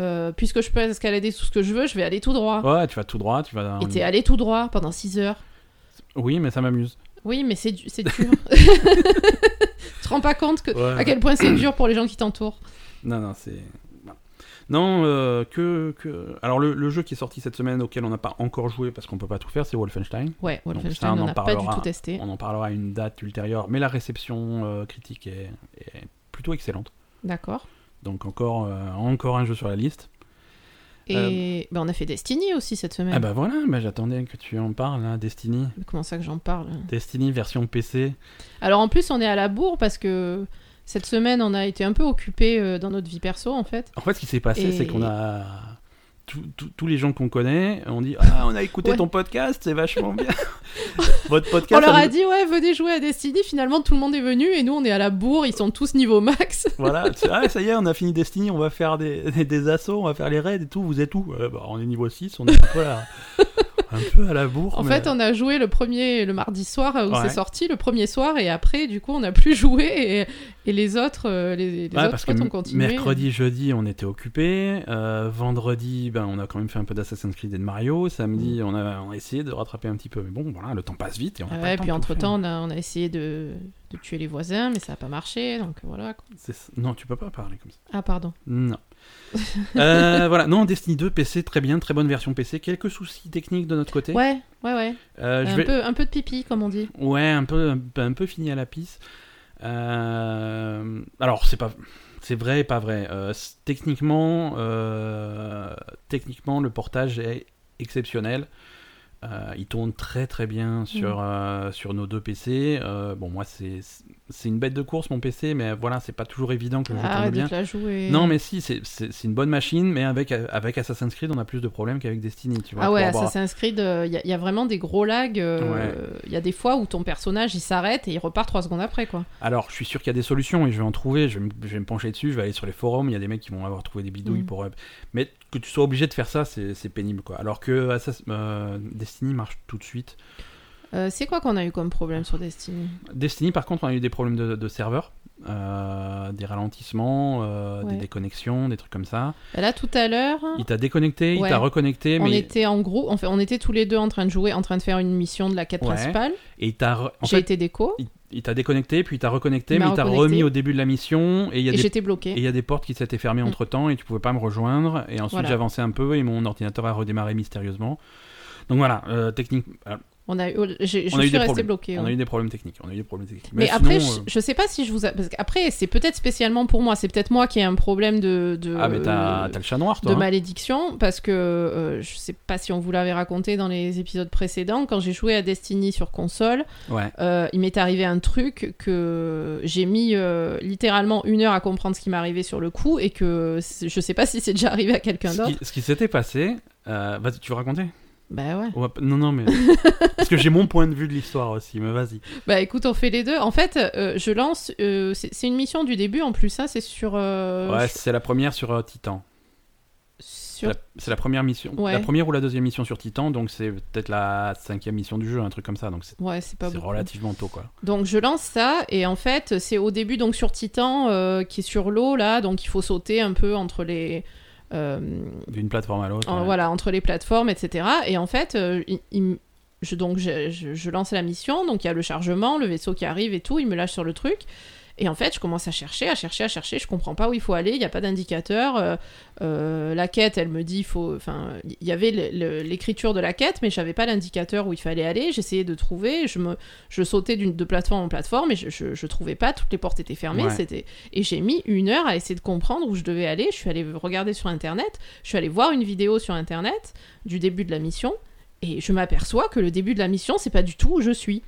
S2: euh, puisque je peux escalader tout ce que je veux, je vais aller tout droit.
S1: Ouais, tu vas tout droit, tu vas.
S2: Ah. Et t'es allé tout droit pendant 6 heures.
S1: Oui, mais ça m'amuse.
S2: Oui, mais c'est du- c'est dur. tu te rends pas compte que,
S1: Ouais.
S2: à quel point c'est dur pour les gens qui t'entourent.
S1: Non, non, c'est. Non, euh, que, que. Alors, le, le jeu qui est sorti cette semaine, auquel on n'a pas encore joué parce qu'on peut pas tout faire, c'est Wolfenstein.
S2: Ouais,
S1: ça,
S2: Wolfenstein,
S1: on
S2: on
S1: en
S2: n'a pas du
S1: parlera.
S2: tout testé.
S1: On en parlera à une date ultérieure, mais la réception euh, critique est, est plutôt excellente.
S2: D'accord.
S1: Donc encore, euh, encore un jeu sur la liste.
S2: Et ben, on a fait Destiny aussi cette semaine.
S1: Euh, Ah bah voilà, bah j'attendais que tu en parles, hein, Destiny.
S2: Mais Comment ça que j'en parle hein
S1: Destiny version PC.
S2: Alors en plus, on est à la bourre parce que cette semaine, on a été un peu occupé dans notre vie perso en fait.
S1: En fait, ce qui s'est passé,
S2: Et-
S1: c'est qu'on a... tous- tous- tous les gens qu'on connaît, on dit Ah, on a écouté
S2: Ouais.
S1: ton podcast, c'est vachement bien. Votre
S2: On
S1: podcast.
S2: leur
S1: ça
S2: a
S1: nous-
S2: dit ouais, venez jouer à Destiny. Finalement, tout le monde est venu et nous, on est à la bourre. Ils sont tous niveau max.
S1: Voilà, tu- ah, ça y est, on a fini Destiny, on va faire des, des, des assauts, on va faire les raids et tout. Vous êtes où Ouais, bah, On est niveau 6, on est un peu à la, un peu à la bourre.
S2: En
S1: Oh, mais-
S2: fait, on a joué le premier, le mardi soir euh, où
S1: Ouais.
S2: c'est sorti, le premier soir, et après, du coup, on n'a plus joué. Et, et les autres, euh, les, les
S1: Ouais,
S2: autres
S1: parce que
S2: potes ont
S1: m-
S2: continué.
S1: mercredi, jeudi, on était occupés. Euh, vendredi, ben, on a quand même fait un peu d'Assassin's Creed et de Mario. Samedi, on, a, on a essayé de rattraper un petit peu. Mais bon, voilà, le temps passe vite. Et on a
S2: Mm. Ah
S1: pas
S2: ouais,
S1: le temps
S2: puis
S1: de tout
S2: entre temps, on a, on a essayé de, de tuer les voisins, mais ça n'a pas marché, donc voilà. quoi.
S1: faire. C'est ça. Non, tu peux pas parler comme ça.
S2: Ah, pardon.
S1: Non. Euh, voilà, non, Destiny 2, PC, très bien, très bonne version PC. Quelques soucis techniques de notre côté.
S2: Ouais, ouais, ouais.
S1: Euh, je
S2: un,
S1: vais-
S2: peu, un peu de pipi, comme on dit.
S1: Ouais, un peu, un, peu- un peu fini à la pisse. Euh, alors, c'est pas. C'est vrai et pas vrai. Euh, c- techniquement, euh, techniquement, le portage est exceptionnel. Euh, il tourne très très
S2: Mm.
S1: bien sur, euh, sur nos deux PC. Euh, bon, moi, c'est c'est une bête de course mon PC, mais voilà, c'est pas toujours évident que le jeu tourne
S2: Arrête de
S1: bien.
S2: te Ah la jouer.
S1: Non, mais si, c'est- c'est c'est une bonne machine, mais avec, avec Assassin's Creed, on a plus de problèmes qu'avec Destiny. Tu vois,
S2: Ah
S1: pour
S2: ouais,
S1: avoir-
S2: Assassin's Creed, il y, a- y a vraiment des gros lags. euh, Il y a des fois où ton personnage il s'arrête et il repart trois secondes après quoi.
S1: Alors, je suis sûr qu'il y a des solutions et je vais en trouver. Je vais, me, je vais me pencher dessus, je vais aller sur les forums. Il y a des mecs qui vont avoir trouvé des bidouilles
S2: Mm.
S1: pour. euh, Mais que tu sois obligé de faire ça, c'est c'est pénible quoi. Alors que Assassin- euh, Destiny marche tout de suite.
S2: Euh, c'est quoi qu'on a eu comme problème sur Destiny
S1: Destiny, par contre, on a eu des problèmes de, de serveur, euh, des ralentissements, euh,
S2: Ouais.
S1: des déconnexions, des trucs comme ça.
S2: Là tout à l'heure,
S1: Il t'a déconnecté, il
S2: Ouais.
S1: t'a reconnecté,
S2: on
S1: mais
S2: était en gros, enfin, on était tous les deux en train de jouer, en train de faire une mission de la quête
S1: Ouais.
S2: principale.
S1: et il t'a re- en
S2: J'ai
S1: fait,
S2: été déco
S1: il, il t'a déconnecté, puis il t'a reconnecté,
S2: Il
S1: mais
S2: m'a
S1: il t'a
S2: reconnecté.
S1: remis au début de la mission et il y a
S2: et
S1: des
S2: j'étais bloqué.
S1: Et il y a des portes qui s'étaient fermées
S2: Mm.
S1: entre temps et tu pouvais pas me rejoindre. Et ensuite
S2: Voilà.
S1: j'avançais un peu et mon ordinateur a redémarré mystérieusement. Donc voilà, euh, technique. euh,
S2: On a, eu- oh, j'ai- je
S1: On a eu
S2: suis
S1: des
S2: restée
S1: problèmes.
S2: bloquée.
S1: On
S2: ouais.
S1: a eu des problèmes techniques. On a eu des problèmes techniques.
S2: Mais,
S1: sinon,
S2: après,
S1: euh,
S2: je, je sais pas si je vous. a- Parce qu'après, c'est peut-être spécialement pour moi. C'est peut-être moi qui ai un problème de. de
S1: ah mais
S2: euh,
S1: t'as t'as le chat noir, toi.
S2: de
S1: hein.
S2: malédiction parce que euh, je sais pas si on vous l'avait raconté dans les épisodes précédents quand j'ai joué à Destiny sur console
S1: hein. Ouais.
S2: euh, il m'est arrivé un truc que j'ai mis euh, littéralement une heure à comprendre ce qui m'est arrivé sur le coup et que c'est- je sais pas si c'est déjà arrivé à quelqu'un
S1: Ce
S2: d'autre
S1: qui, ce qui s'était passé, euh, vas-y, tu veux raconter
S2: bah ouais
S1: Ouais, p- Non, non, mais parce que j'ai mon point de vue de l'histoire aussi. Mais vas-y.
S2: bah écoute on fait les deux en fait euh, je lance euh, c'est c'est une mission du début en plus ça c'est sur euh,
S1: ouais, c'est la première sur euh, Titan. C'est
S2: sur
S1: la, c'est la première mission.
S2: Ouais.
S1: La première ou la deuxième mission sur Titan, donc c'est peut-être la cinquième mission du jeu, un truc comme ça. Donc c'est
S2: ouais c'est pas
S1: c'est
S2: beaucoup
S1: relativement tôt, quoi.
S2: Donc je lance ça et en fait c'est au début donc sur Titan euh, qui est sur l'eau là donc il faut sauter un peu entre les euh,
S1: D'une plateforme à l'autre. euh,
S2: en-
S1: ouais.
S2: voilà entre les plateformes etc et en fait euh, il- il m- je donc je, je- je lance la mission donc il y a le chargement le vaisseau qui arrive et tout il me lâche sur le truc et en fait je commence à chercher à chercher à chercher je comprends pas où il faut aller il n'y a pas d'indicateur euh, euh, la quête elle me dit il faut enfin il y avait le- le- l'écriture de la quête mais j'avais pas l'indicateur où il fallait aller j'essayais de trouver je me je sautais d'une de plateforme en plateforme et je, je, je trouvais pas, toutes les portes étaient fermées.
S1: Ouais.
S2: C'était et j'ai mis une heure à essayer de comprendre où je devais aller. Je suis allée regarder sur internet, je suis allée voir une vidéo sur internet du début de la mission et je m'aperçois que le début de la mission c'est pas du tout où je suis.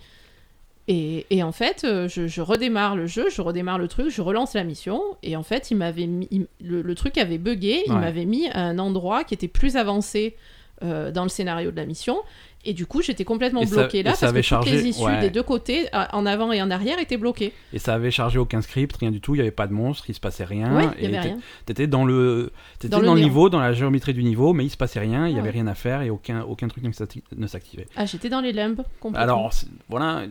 S2: Et, et en fait, euh, je, je redémarre le jeu, je redémarre le truc, je relance la mission. Et en fait, il m'avait mis, il- le, le truc avait bugué, il
S1: Ouais.
S2: m'avait mis à un endroit qui était plus avancé euh, dans le scénario de la mission. Et du coup, j'étais complètement
S1: Et ça-
S2: bloquée
S1: et
S2: là
S1: ça
S2: parce
S1: avait
S2: que toutes les
S1: chargé,
S2: issues
S1: ouais.
S2: des deux côtés, à- en avant et en arrière, étaient bloquées.
S1: Et ça avait chargé aucun script, rien du tout. Il n'y avait pas de monstre, il se passait rien.
S2: ouais, il
S1: Ah, et
S2: y avait
S1: t'é-
S2: rien.
S1: T'étais dans le, t'étais
S2: Dans
S1: dans,
S2: le
S1: le,
S2: néant.
S1: niveau, dans la géométrie du niveau, mais il se passait rien, il y
S2: Ouais.
S1: avait rien à faire et aucun, aucun truc ne s'acti- ne s'activait.
S2: Ah, j'étais dans les limbes complètement.
S1: Alors c'est- voilà,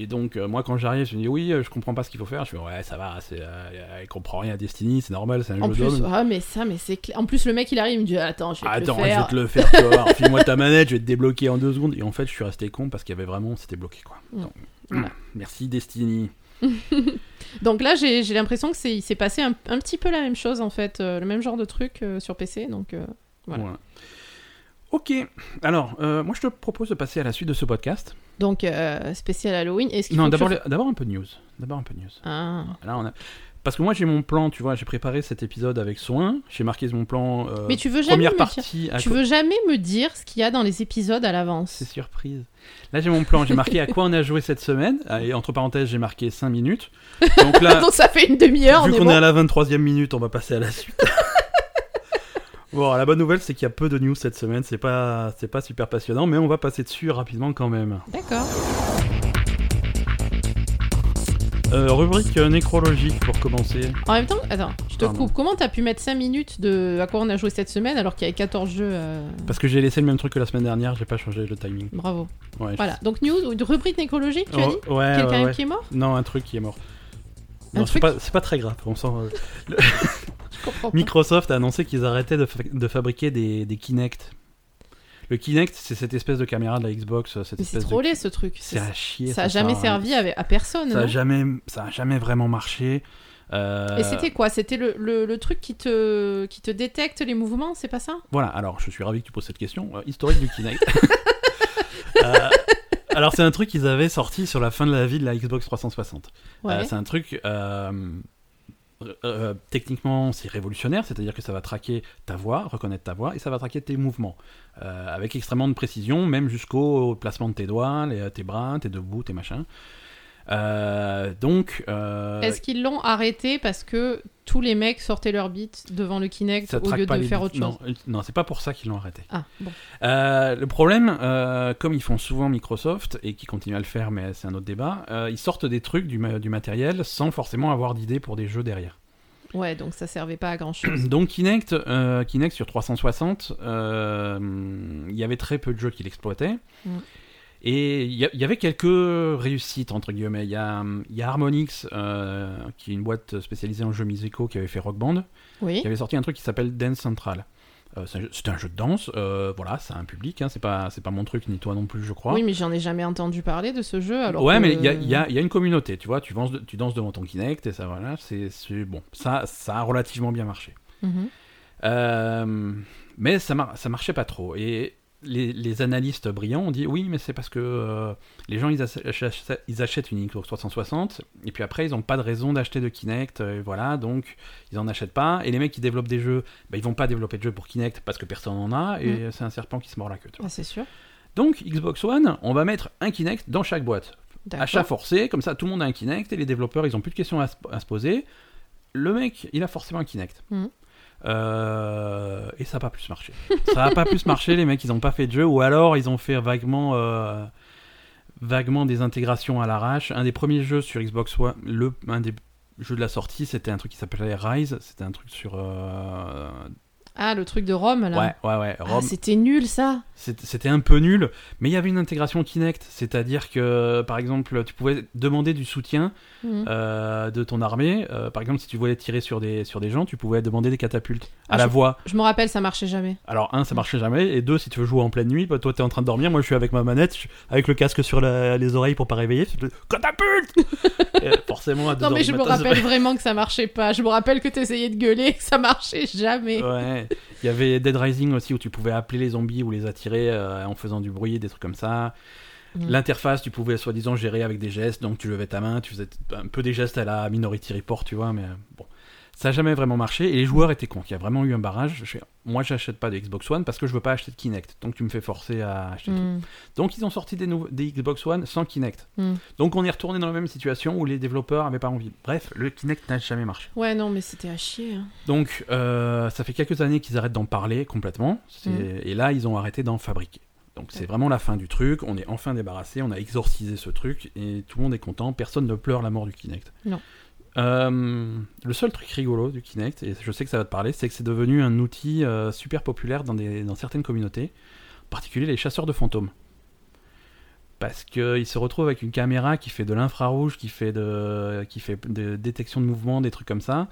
S1: et donc euh, moi quand j'arrive, je me dis oui, euh, je comprends pas ce qu'il faut faire. Je fais ouais, ça va, c'est, euh, elle comprend rien à Destiny, c'est normal, c'est un
S2: en
S1: jeu
S2: plus,
S1: d'homme.
S2: ah mais ça, mais c'est cla- En plus, le mec il arrive, il me dit attends, je vais te
S1: Attends,
S2: le
S1: je vais
S2: faire.
S1: te le faire, tu vas voir. File-moi ta manette, je vais te débloquer en deux secondes. Et en fait, je suis resté con parce qu'il y avait vraiment, c'était bloqué quoi.
S2: Mm.
S1: Donc,
S2: Voilà.
S1: Merci Destiny.
S2: Donc là, j'ai j'ai l'impression que c'est il s'est passé un, un petit peu la même chose en fait, euh, le même genre de truc euh, sur PC. Donc euh, Voilà.
S1: Voilà. Ok, alors euh, moi je te propose de passer à la suite de ce podcast.
S2: donc euh, spécial Halloween. Est-ce qu'il
S1: Non,
S2: faut que
S1: d'abord Euh,
S2: je-
S1: les- d'abord un peu de news. D'abord un peu de news.
S2: Ah.
S1: Là, on a- Parce que moi j'ai mon plan, tu vois, j'ai préparé cet épisode avec soin, j'ai marqué mon plan euh,
S2: Mais tu veux jamais
S1: première
S2: me dire...
S1: partie à
S2: Tu
S1: co-
S2: veux jamais me dire ce qu'il y a dans les épisodes à l'avance.
S1: C'est surprise. Là j'ai mon plan, j'ai marqué à quoi on a joué cette semaine, Ah, et entre parenthèses j'ai marqué 5 minutes. Donc là,
S2: Donc ça fait une demi-heure, on
S1: vu
S2: est
S1: qu'on
S2: bon.
S1: est à la 23e minute, on va passer à la suite. bon, la bonne nouvelle c'est qu'il y a peu de news cette semaine, c'est pas, c'est pas super passionnant, mais on va passer dessus rapidement quand même.
S2: D'accord.
S1: Euh, rubrique euh, nécrologique pour commencer.
S2: En même temps, attends, je te
S1: Pardon.
S2: coupe. Comment t'as pu mettre 5 minutes de à quoi on a joué cette semaine alors qu'il y avait 14 jeux euh,
S1: Parce que j'ai laissé le même truc que la semaine dernière, j'ai pas changé le timing.
S2: Bravo.
S1: Ouais, je-
S2: Voilà. Donc news, une rubrique nécologique, tu as
S1: Oh,
S2: dit
S1: ouais,
S2: Quelqu'un
S1: ouais, ouais.
S2: qui est mort
S1: Non, un truc qui est mort.
S2: Un
S1: Non, c'est
S2: truc
S1: pas, c'est pas très grave. On sent, euh,
S2: Je comprends pas.
S1: Microsoft a annoncé qu'ils arrêtaient de, fa- de fabriquer des, des Kinect. Le Kinect, c'est cette espèce de caméra de la Xbox, euh, cette
S2: Mais c'est
S1: espèce
S2: trop
S1: de.
S2: laid ce truc.
S1: C'est
S2: Ça
S1: à chier.
S2: ça a jamais
S1: sert à-
S2: servi à, à personne.
S1: Ça a
S2: non
S1: jamais, ça a jamais vraiment marché. Euh,
S2: Et c'était quoi C'était le, le- le truc qui te, qui te détecte les mouvements, c'est pas ça
S1: Voilà. Alors, je suis ravi que tu poses cette question. Euh, historique du Kinect. Euh, alors, c'est un truc qu'ils avaient sorti sur la fin de la vie de la Xbox 360.
S2: Ouais.
S1: Euh, c'est un truc. euh, euh, techniquement, c'est révolutionnaire, c'est-à-dire que ça va traquer ta voix, reconnaître ta voix, et ça va traquer tes mouvements euh, avec extrêmement de précision, même jusqu'au placement de tes doigts, les- tes bras, tes deux bouts, tes machins. Euh, donc, euh,
S2: Est-ce qu'ils l'ont arrêté parce que tous les mecs sortaient leur beat devant le Kinect
S1: ça
S2: au
S1: traque
S2: lieu
S1: pas
S2: de
S1: les
S2: faire
S1: bits.
S2: autre chose
S1: Non, euh, non, c'est pas pour ça qu'ils l'ont arrêté.
S2: Ah, bon.
S1: Euh, le problème, euh, comme ils font souvent Microsoft et qui continuent à le faire, mais c'est un autre débat, euh, ils sortent des trucs du, ma- du matériel sans forcément avoir d'idée pour des jeux derrière.
S2: Ouais, donc ça servait pas à grand chose.
S1: Donc Kinect, euh, Kinect sur 360, euh, il y avait très peu de jeux qui l'exploitaient.
S2: Mm.
S1: Et il y, a- il y avait quelques réussites, entre guillemets. Il y a, hum, il y a Harmonix, euh, qui est une boîte spécialisée en jeux musicaux, qui avait fait Rock Band,
S2: Oui.
S1: qui avait sorti un truc qui s'appelle Dance Central. Euh, c'est un jeu- c'est un jeu de danse, euh, voilà, c'est un public, hein, c'est pas, c'est pas mon truc, ni toi non plus, je crois.
S2: Oui, mais j'en ai jamais entendu parler de ce jeu. Alors
S1: ouais,
S2: que-
S1: mais il y a, il y a- il y a une communauté, tu vois, tu danses, tu danses devant ton Kinect, et ça, voilà, c'est c'est- bon. Ça, ça a relativement bien marché.
S2: Mhm.
S1: Euh, mais ça, mar- ça marchait pas trop. Et les, les analystes brillants ont dit oui, mais c'est parce que euh, les gens ils, ach- ach- ach- ils achètent une Xbox 360 et puis après ils n'ont pas de raison d'acheter de Kinect, euh, voilà, donc ils en achètent pas. Et les mecs qui développent des jeux, bah, ils vont pas développer de jeux pour Kinect parce que personne n'en a et c'est un serpent qui se mord la queue. tu vois.
S2: Ah, c'est sûr.
S1: Donc Xbox One, on va mettre un Kinect dans chaque boîte.
S2: D'accord.
S1: Achat forcé, comme ça tout le monde a un Kinect et les développeurs ils ont plus de questions à, se- à se poser. Le mec, il a forcément un Kinect.
S2: Mhm.
S1: Euh, et ça n'a pas plus marché. ça n'a pas plus marché, les mecs ils n'ont pas fait de jeu ou alors ils ont fait vaguement, euh, vaguement des intégrations à l'arrache. Un des premiers jeux sur Xbox One, le, un des jeux de la sortie, c'était un truc qui s'appelait Rise. C'était un truc sur. euh,
S2: Ah, le truc de Rome, là.
S1: Ouais, ouais, ouais.
S2: Ah,
S1: Rome.
S2: c'était nul, ça.
S1: C'est- C'était un peu nul, mais il y avait une intégration Kinect, c'est-à-dire que, par exemple, tu pouvais demander du soutien
S2: Mhm.
S1: euh, de ton armée. Euh, par exemple, si tu voulais tirer sur des, sur des gens, tu pouvais demander des catapultes à
S2: Ah,
S1: la voix.
S2: Je me rappelle, ça marchait jamais.
S1: Alors, un, ça marchait jamais, et deux, si tu veux jouer en pleine nuit, bah, toi, t'es en train de dormir, moi, je suis avec ma manette, je suis avec le casque sur la- les oreilles pour pas réveiller, je te- catapulte Et Forcément, à deux
S2: Non,
S1: heures
S2: mais
S1: du
S2: je me
S1: matin, c'est-
S2: rappelle vraiment que ça marchait pas. Je me rappelle que t'essayais de gueuler et que ça marchait jamais.
S1: Ouais, il y avait Dead Rising aussi où tu pouvais appeler les zombies ou les attirer euh, en faisant du bruit, des trucs comme ça.
S2: Mm.
S1: L'interface, tu pouvais soi-disant gérer avec des gestes, donc tu levais ta main, tu faisais un peu des gestes à la Minority Report, tu vois, mais euh, bon. Ça n'a jamais vraiment marché et les joueurs étaient cons. Il y a vraiment eu un barrage. Je fais, moi, j'achète pas de Xbox One parce que je veux pas acheter de Kinect, donc tu me fais forcer à acheter. le truc.
S2: Mm.
S1: Donc ils ont sorti des, nouveaux- des Xbox One sans Kinect.
S2: Mm.
S1: Donc on est retourné dans la même situation où les développeurs avaient pas envie. Bref, le Kinect n'a jamais marché.
S2: Ouais, non, mais c'était à chier. hein.
S1: Donc, euh, ça fait quelques années qu'ils arrêtent d'en parler complètement. C'est-
S2: Mhm.
S1: Et là, ils ont arrêté d'en fabriquer. Donc, c'est
S2: Ouais.
S1: vraiment la fin du truc. On est enfin débarrassé. On a exorcisé ce truc. Et tout le monde est content. Personne ne pleure la mort du Kinect.
S2: Non.
S1: Euh, le seul truc rigolo du Kinect, et je sais que ça va te parler, c'est que c'est devenu un outil euh, super populaire dans, des- dans certaines communautés, en particulier les chasseurs de fantômes. Parce qu'ils se retrouvent avec une caméra qui fait de l'infrarouge, qui fait de, qui fait de détection de mouvement, des trucs comme ça.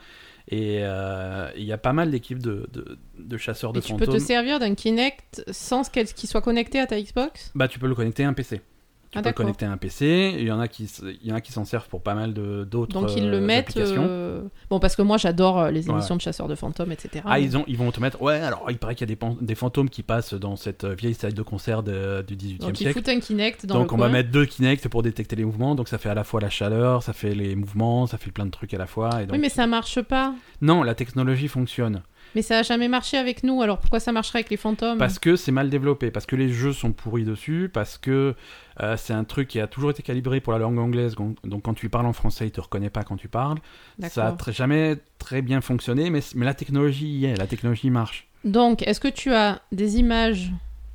S1: Et euh, il y a pas mal d'équipes de, de- de chasseurs de
S2: Et tu peux te
S1: fantômes.
S2: servir d'un Kinect sans qu'elle- qu'il soit connecté à ta Xbox
S1: Bah, tu peux le connecter à un PC. Tu
S2: Ah,
S1: peux le
S2: d'accord.
S1: connecter à un PC. Il y en a qui, s- il y en a qui s'en servent pour pas mal de- d'autres
S2: Donc ils le
S1: euh,
S2: mettent.
S1: applications.
S2: euh, Bon, parce que moi j'adore euh, les
S1: Ouais.
S2: émissions de chasseurs de fantômes, etc.
S1: Ah, ils, ont, ils vont te mettre. Ouais, alors il paraît qu'il y a des, pan- des fantômes qui passent dans cette euh, vieille salle de concert de- du 18 e
S2: Donc ils
S1: siècle.
S2: foutent un Kinect dans
S1: Donc
S2: le
S1: on
S2: coin.
S1: va mettre deux Kinect pour détecter les mouvements. Donc ça fait à la fois la chaleur, ça fait les mouvements, ça fait plein de trucs à la fois. Et donc...
S2: Oui, mais ça marche pas.
S1: Non, la technologie fonctionne.
S2: Mais ça a jamais marché avec nous, alors pourquoi ça marcherait avec les fantômes
S1: Parce que c'est mal développé, parce que les jeux sont pourris dessus, parce que euh, c'est un truc qui a toujours été calibré pour la langue anglaise. Donc donc quand tu parles en français, il te reconnaît pas quand tu parles. Ça a
S2: D'accord.
S1: très- jamais très bien fonctionné, mais, mais la technologie y est, la technologie marche.
S2: Donc, est-ce que tu as des images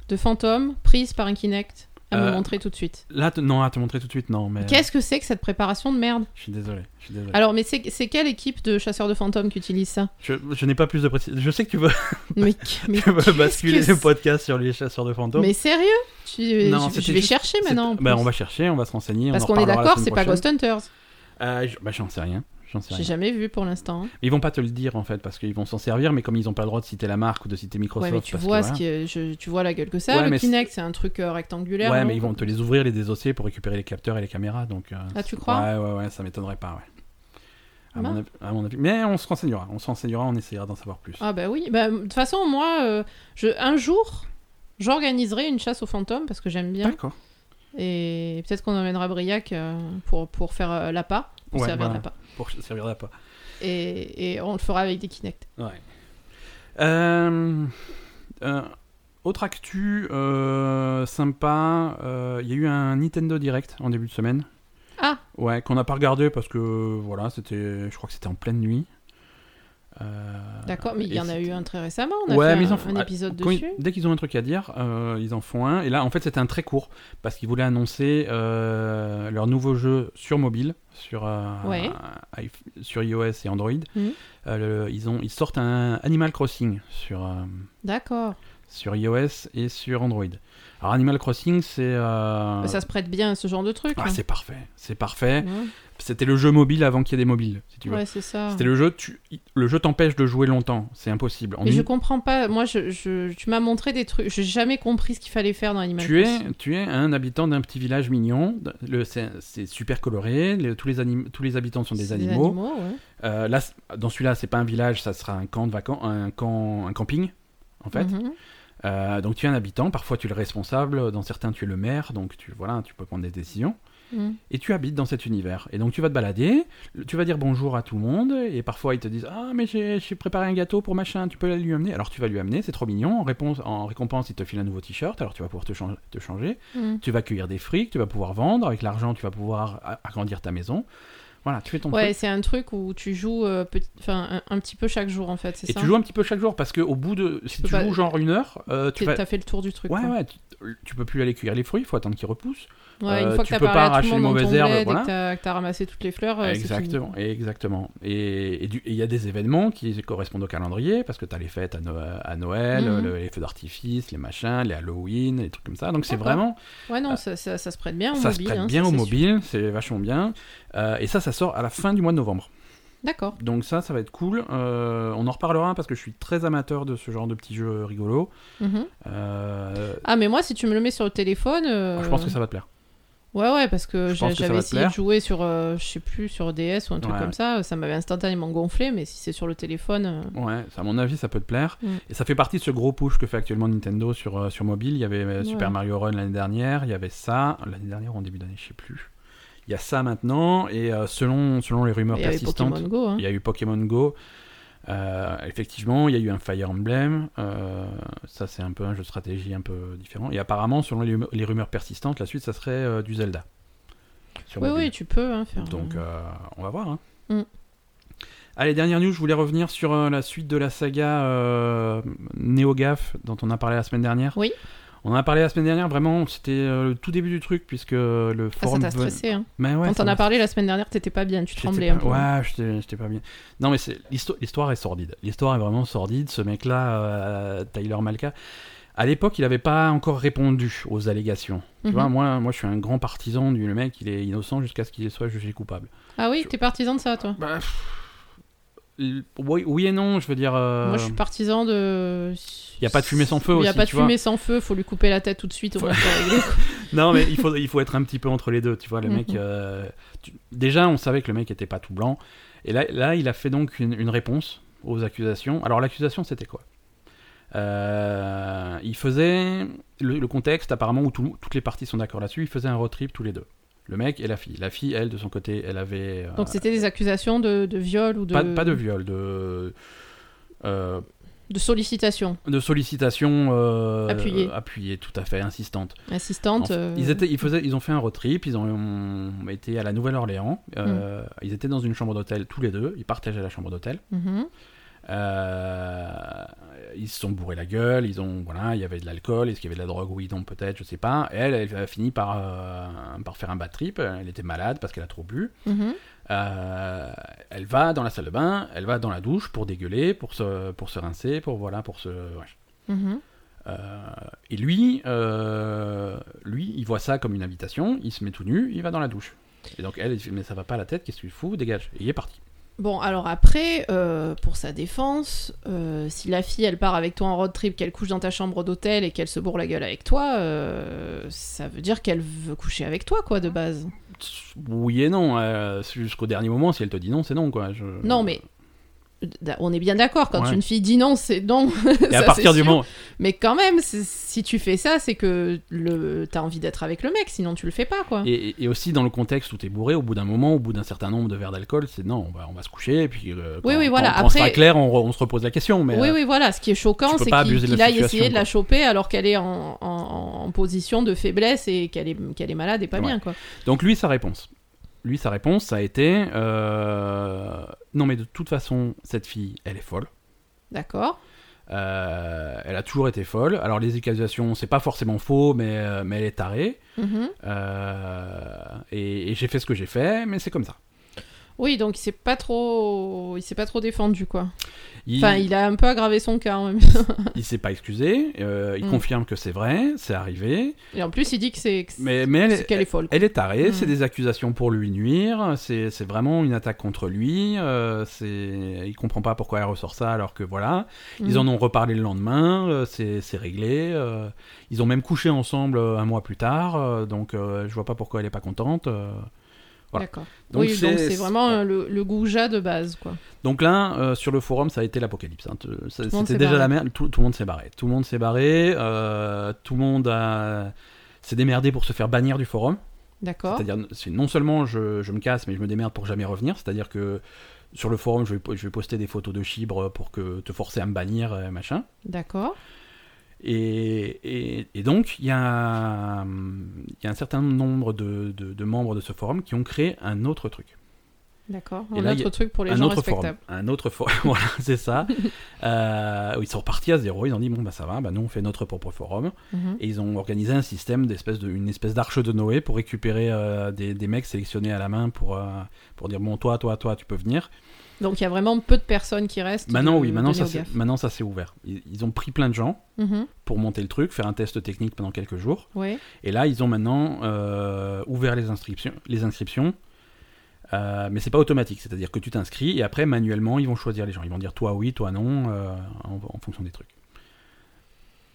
S2: de fantômes prises par un Kinect à me
S1: Euh,
S2: montrer tout de suite
S1: Là, te- non, à te montrer tout de suite, non, mais
S2: Qu'est-ce que c'est que cette préparation de merde
S1: je suis désolé. Je, suis désolé.
S2: Alors, mais c'est c'est quelle équipe de chasseurs de fantômes qui utilise ça
S1: je, je n'ai pas plus de précision. Je sais que tu veux,
S2: Mais, mais
S1: tu veux
S2: qu'est-ce
S1: basculer
S2: que
S1: le
S2: c'est
S1: podcast sur les chasseurs de fantômes.
S2: Mais sérieux Tu-
S1: Non,
S2: Je,
S1: c'était
S2: je vais
S1: juste-
S2: chercher
S1: C'est-
S2: maintenant. en
S1: ben,
S2: plus.
S1: on va chercher, on va se renseigner. on
S2: Parce
S1: en
S2: qu'on est
S1: reparlera la
S2: d'accord,
S1: semaine
S2: c'est pas
S1: prochaine.
S2: Ghost Hunters.
S1: Euh, je- bah, j'en sais rien. J'en sais
S2: J'ai
S1: rien.
S2: jamais vu pour l'instant.
S1: Ils vont pas te le dire en fait parce qu'ils vont s'en servir, mais comme ils ont pas le droit de citer la marque ou de citer
S2: Ouais,
S1: Microsoft,
S2: mais tu
S1: parce
S2: vois,
S1: que,
S2: ce
S1: voilà.
S2: qui est- je- tu vois la gueule que ça.
S1: Ouais,
S2: le
S1: mais c'est-
S2: Kinect, c'est un truc euh, rectangulaire.
S1: Ouais,
S2: non
S1: mais ils vont te les ouvrir, les désosser pour récupérer les capteurs et les caméras. Donc, euh,
S2: Ah, tu crois
S1: Ouais, ouais, ouais, ça m'étonnerait pas. Ouais. À,
S2: Bah.
S1: mon avis, à mon avis. Mais on se renseignera, on se renseignera, on essayera d'en savoir plus.
S2: Ah bah oui. Bah, De toute façon, moi, euh, je... un jour, j'organiserai une chasse aux fantômes parce que j'aime bien.
S1: D'accord.
S2: Et peut-être qu'on emmènera Briac euh, pour, pour faire euh, l'appât. Pour
S1: Ouais,
S2: servir
S1: voilà.
S2: l'appât.
S1: Pour ça servira pas.
S2: Et... et on le fera avec des Kinect.
S1: Ouais. Euh, euh, autre actu euh, sympa, euh, il y a eu un Nintendo Direct en début de semaine.
S2: Ah.
S1: Ouais, qu'on n'a pas regardé parce que voilà, c'était, je crois que c'était en pleine nuit. Euh,
S2: D'accord, mais il
S1: et
S2: y en a
S1: c'était-
S2: eu un très récemment. On a
S1: Ouais,
S2: fait
S1: mais ils
S2: un,
S1: en font- ah,
S2: un épisode
S1: Quand ils-
S2: dessus.
S1: dès qu'ils ont un truc à dire, euh, ils en font un. Et là, en fait, c'était un très court parce qu'ils voulaient annoncer euh, leur nouveau jeu sur mobile, sur, euh,
S2: Ouais.
S1: iPh- sur iOS et Android.
S2: Mhm.
S1: Euh, le- ils, ont, ils sortent un Animal Crossing sur, euh,
S2: D'accord.
S1: sur iOS et sur Android. Alors, Animal Crossing, c'est. euh,
S2: Bah, Ça se prête bien à ce genre de truc.
S1: ah,
S2: hein.
S1: c'est parfait. C'est parfait.
S2: Ouais.
S1: C'était le jeu mobile avant qu'il y ait des mobiles, si tu veux.
S2: Ouais, c'est ça.
S1: C'était le jeu, tu, le jeu t'empêche de jouer longtemps. C'est impossible. En
S2: Mais
S1: une-
S2: je comprends pas. Moi, je, je- tu m'as montré des trucs. J'ai jamais compris ce qu'il fallait faire dans Animal
S1: Tu
S2: Crossing.
S1: es, tu es un habitant d'un petit village mignon. Le- c'est, c'est super coloré. le- tous, les anim- tous les habitants sont des
S2: C'est
S1: animaux.
S2: ouais.
S1: Euh, là, c- dans celui-là, c'est pas un village, ça sera un camp de vacances, un camp, un camping, en fait.
S2: Mhm.
S1: Euh, donc tu es un habitant, parfois tu es le responsable, dans certains tu es le maire, donc tu, voilà, tu peux prendre des décisions.
S2: Mm.
S1: Et tu habites dans cet univers. Et donc tu vas te balader, tu vas dire bonjour à tout le monde, et parfois ils te disent Ah, mais j'ai j'ai préparé un gâteau pour machin, tu peux lui amener. Alors tu vas lui amener, c'est trop mignon. En, réponse, en récompense, il te file un nouveau t-shirt, alors tu vas pouvoir te, chan- te changer.
S2: Mm.
S1: Tu vas cueillir des frics, tu vas pouvoir vendre, avec l'argent, tu vas pouvoir a- agrandir ta maison. Voilà, tu fais ton
S2: Ouais,
S1: truc.
S2: c'est un truc où tu joues euh, petit- enfin, un, un petit peu chaque jour en fait, c'est
S1: Et
S2: ça
S1: tu joues un petit peu chaque jour, parce que au bout de. Si
S2: peux
S1: tu
S2: pas-
S1: joues genre une heure, euh, tu
S2: T'es-
S1: vas.
S2: T'as fait le tour du truc.
S1: Ouais,
S2: quoi.
S1: ouais, tu, tu peux plus aller cueillir les fruits, il faut attendre qu'ils repoussent.
S2: Ouais,
S1: Euh,
S2: une fois
S1: tu
S2: que t'as
S1: peux
S2: parlé
S1: pas
S2: à tout
S1: arracher
S2: le monde
S1: les
S2: dans ton
S1: mauvaises herbes,
S2: bled et
S1: voilà.
S2: que t'as- que t'as ramassé toutes les fleurs, euh, c'est fini.
S1: exactement, exactement. Et, et du- et il y a des événements qui correspondent au calendrier, parce que tu as les fêtes à, Noë- à Noël,
S2: Mhm.
S1: le- les feux d'artifice, les machins, les Halloween, les trucs comme ça. Donc c'est
S2: D'accord.
S1: vraiment,
S2: Ouais, non, ça, ça, ça se prête bien au
S1: ça
S2: mobile.
S1: se prête
S2: hein,
S1: bien
S2: ça,
S1: au
S2: c'est
S1: mobile, c'est vachement bien. Euh, et ça, ça sort à la fin du mois de novembre.
S2: sûr. D'accord.
S1: Donc ça, ça va être cool. Euh, on en reparlera parce que je suis très amateur de ce genre de petits jeux rigolos.
S2: Mhm.
S1: Euh,
S2: Ah, mais moi, si tu me le mets sur le téléphone. euh,
S1: Je pense que ça va te plaire.
S2: Ouais, ouais, parce que
S1: Je pense
S2: j'a-
S1: que ça
S2: j'avais
S1: va te
S2: essayé
S1: plaire.
S2: de jouer sur, euh, je sais plus, sur DS ou un truc
S1: Ouais,
S2: comme
S1: ouais.
S2: ça, ça m'avait instantanément gonflé, mais si c'est sur le téléphone. euh,
S1: Ouais, ça, à mon avis, ça peut te plaire.
S2: Mm.
S1: Et ça fait partie de ce gros push que fait actuellement Nintendo sur, euh, sur mobile. Il y avait euh, Super
S2: Ouais.
S1: Mario Run l'année dernière, il y avait ça, l'année dernière ou en début d'année, je sais plus. Il y a ça maintenant, et euh, selon, selon les rumeurs
S2: Il y avait
S1: persistantes,
S2: Pokémon Go. hein.
S1: il y a eu Pokémon Go. Euh, effectivement, il y a eu un Fire Emblem. euh, ça, c'est un peu un jeu de stratégie un peu différent. Et apparemment, selon les, hume- les rumeurs persistantes, la suite, ça serait euh, du Zelda. Sur
S2: Oui,
S1: mobile.
S2: oui, tu peux hein, faire.
S1: Donc, euh, on va voir. hein.
S2: Mm.
S1: Allez, dernière news, je voulais revenir sur euh, la suite de la saga euh, NeoGAF dont on a parlé la semaine dernière.
S2: Oui. ah,
S1: On en a parlé la semaine dernière, vraiment, c'était euh, le tout début du truc, puisque le
S2: Ah, ça
S1: forum...
S2: t'a
S1: ven-
S2: stressé. Hein.
S1: Mais ouais,
S2: Quand
S1: ça
S2: on
S1: m'a-
S2: a parlé la semaine dernière, t'étais pas bien, tu hein.
S1: j'étais
S2: tremblais
S1: pas-
S2: un peu.
S1: Ouais, j'étais j'étais pas bien. Non, mais c'est- l'histo- l'histoire est sordide. L'histoire est vraiment sordide. Ce mec-là, euh, Tyler Malka, à l'époque, il n'avait pas encore répondu aux allégations. Tu
S2: Mhm.
S1: vois, moi, moi, je suis un grand partisan du le mec, il est innocent jusqu'à ce qu'il soit jugé coupable.
S2: Ah oui, t'es partisan de ça, toi
S1: Bah, pff, l- oui, oui et non, je veux dire. euh,
S2: Moi, je suis partisan de.
S1: Y a pas de fumée sans feu
S2: Il a
S1: aussi,
S2: pas de
S1: tu vois.
S2: fumée sans feu, faut lui couper la tête tout de suite. au moins, c'est réglé.
S1: Non, mais il faut, il faut être un petit peu entre les deux, tu vois. Le mec.
S2: Mhm.
S1: euh, tu- Déjà, on savait que le mec était pas tout blanc. Et là, là il a fait donc une, une réponse aux accusations. Alors, l'accusation, c'était quoi Euh, Il faisait. Le, le contexte, apparemment, où tout- toutes les parties sont d'accord là-dessus, il faisait un road trip tous les deux. Le mec et la fille. La fille, elle, de son côté, elle avait. euh,
S2: Donc, c'était des accusations de, de viol ou de.
S1: pas, pas de viol, de. euh,
S2: de sollicitation
S1: de sollicitation euh,
S2: Appuyée.
S1: appuyée, tout à fait insistante. En
S2: assistante.
S1: fait,
S2: euh,
S1: ils, étaient, ils, faisaient, ils ont fait un road trip, ils ont été à la Nouvelle-Orléans, euh, ils étaient dans une chambre d'hôtel tous les deux, ils partageaient la chambre d'hôtel,
S2: mhm.
S1: Euh, ils se sont bourrés la gueule, ils ont, voilà, il y avait de l'alcool, est-ce qu'il y avait de la drogue, oui, non, peut-être, je sais pas. Et elle, elle a fini par, euh, par faire un bad trip, elle était malade parce qu'elle a trop bu,
S2: Mhm.
S1: euh, elle va dans la salle de bain, elle va dans la douche pour dégueuler, pour se, pour se rincer, pour voilà, pour se. ouais.
S2: Mhm.
S1: Euh, et lui, euh, lui, il voit ça comme une invitation. Il se met tout nu, il va dans la douche. Et donc elle, elle dit mais ça va pas à la tête, qu'est-ce que tu fous, dégage. Et il est parti.
S2: Bon, alors après, euh, pour sa défense, euh, si la fille elle part avec toi en road trip, qu'elle couche dans ta chambre d'hôtel et qu'elle se bourre la gueule avec toi, euh, ça veut dire qu'elle veut coucher avec toi, quoi, de base.
S1: Oui et non. euh, Jusqu'au dernier moment, si elle te dit non, c'est non quoi. Je-
S2: Non, mais d- on est bien d'accord, quand
S1: Ouais.
S2: une fille dit non, c'est non.
S1: Et à partir du moment,
S2: Mais quand même, c'est- si tu fais ça, c'est que le... t'as envie d'être avec le mec, sinon tu le fais pas, quoi.
S1: et, et aussi dans le contexte où t'es bourré, au bout d'un moment, au bout d'un certain nombre de verres d'alcool, c'est non, on va, on va se coucher. Et puis euh, quand,
S2: Oui, oui, voilà,
S1: quand- quand on sera
S2: après-
S1: clair, on, re- on se repose la question. Mais
S2: oui,
S1: euh,
S2: oui, voilà. Ce qui est
S1: tu
S2: choquant,
S1: peux
S2: c'est
S1: pas
S2: qu'il
S1: abuser de la
S2: qu'il aille
S1: situation,
S2: essayer de la
S1: quoi.
S2: choper alors qu'elle est en, en- en position de faiblesse et qu'elle est, qu'elle est malade et pas
S1: Ouais.
S2: bien, quoi.
S1: Donc lui, sa réponse. Lui, sa réponse, ça a été euh, Non, mais de toute façon, cette fille, elle est folle.
S2: D'accord.
S1: Euh, elle a toujours été folle. Alors, les accusations, c'est pas forcément faux, mais, euh, mais elle est tarée.
S2: Mhm.
S1: Euh, et et j'ai fait ce que j'ai fait, mais c'est comme ça.
S2: Oui, donc il s'est pas trop, il s'est pas trop défendu, quoi.
S1: Il,
S2: Enfin, il a un peu aggravé son cas. en même
S1: il s'est pas excusé. euh, il
S2: Mm.
S1: confirme que c'est vrai, c'est arrivé.
S2: Et en plus, il dit que c'est que c'est-
S1: Mais, mais elle,
S2: c'est qu'elle est folle. quoi.
S1: Elle est tarée,
S2: Mm.
S1: c'est des accusations pour lui nuire, c'est c'est vraiment une attaque contre lui, euh, c'est- il comprend pas pourquoi elle ressort ça alors que voilà, ils
S2: Mhm.
S1: en ont reparlé le lendemain, euh, c'est c'est réglé, euh, ils ont même couché ensemble euh, un mois plus tard, euh, donc euh, je vois pas pourquoi elle est pas contente. euh, Voilà.
S2: D'accord.
S1: Donc
S2: oui,
S1: c'est-
S2: donc c'est vraiment euh, le, le goujat de base, quoi.
S1: Donc là, euh, sur le forum, ça a été l'apocalypse. hein. Te- ça-
S2: le monde
S1: C'était
S2: s'est
S1: déjà
S2: barré.
S1: la merde. Tout, tout le monde s'est barré. Tout le monde s'est barré. euh, tout le monde a- s'est démerdé pour se faire bannir du forum.
S2: D'accord.
S1: C'est-à-dire, c'est non seulement je, je me casse, mais je me démerde pour jamais revenir. C'est-à-dire que sur le forum, je vais, po- je vais poster des photos de chibre pour que te forcer à me bannir, euh, machin.
S2: D'accord.
S1: Et, et- et donc, il y, a, hum, il y a un certain nombre de, de- de membres de ce forum qui ont créé un autre truc.
S2: D'accord.
S1: Et
S2: Un
S1: là, il y a
S2: autre truc pour les
S1: un
S2: gens
S1: autre forum.
S2: respectables.
S1: Un autre forum. voilà, c'est ça. Euh, ils sont repartis à zéro. Ils ont dit bon, bah ça va, bah, nous on fait notre propre forum.
S2: Mhm.
S1: Et ils ont organisé un système d'espèce de, une espèce d'arche de Noé pour récupérer euh, des, des mecs sélectionnés à la main pour, euh, pour dire bon, toi, toi, toi, tu peux venir.
S2: Donc il y a vraiment peu de personnes qui restent.
S1: Maintenant,
S2: de-
S1: Bah oui, maintenant
S2: de
S1: ça,
S2: néo-gaffes.
S1: s'est- maintenant ça s'est ouvert. Ils, ils ont pris plein de gens
S2: Mhm.
S1: pour monter le truc, faire un test technique pendant quelques jours.
S2: Oui.
S1: Et là, ils ont maintenant euh, ouvert les inscriptions. Les inscriptions euh, mais c'est pas automatique, c'est-à-dire que tu t'inscris et après, manuellement, ils vont choisir les gens. Ils vont dire toi oui, toi non, euh, en, en fonction des trucs.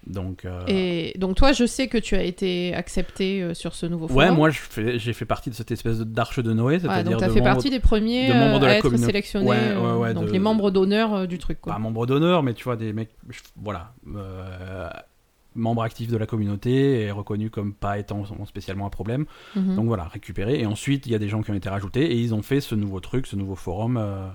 S1: Donc. euh,
S2: Et donc toi, je sais que tu as été accepté euh, sur ce nouveau
S1: Ouais,
S2: forum.
S1: moi je fais- j'ai fait partie de cette espèce de- d'arche de Noé,
S2: Ah,
S1: c'est-à-dire
S2: donc t'as
S1: de
S2: fait
S1: membres-
S2: partie des premiers
S1: de membres de
S2: euh, à
S1: la
S2: être
S1: communauté.
S2: sélectionnés,
S1: Ouais,
S2: euh,
S1: ouais, ouais,
S2: donc
S1: de-
S2: les membres d'honneur euh, du truc quoi.
S1: pas membre d'honneur, mais tu vois, des mecs, je- voilà, euh, membre actif de la communauté et reconnu comme pas étant spécialement un problème.
S2: Mhm.
S1: Donc voilà, récupéré. Et ensuite, il y a des gens qui ont été rajoutés et ils ont fait ce nouveau truc, ce nouveau forum. euh.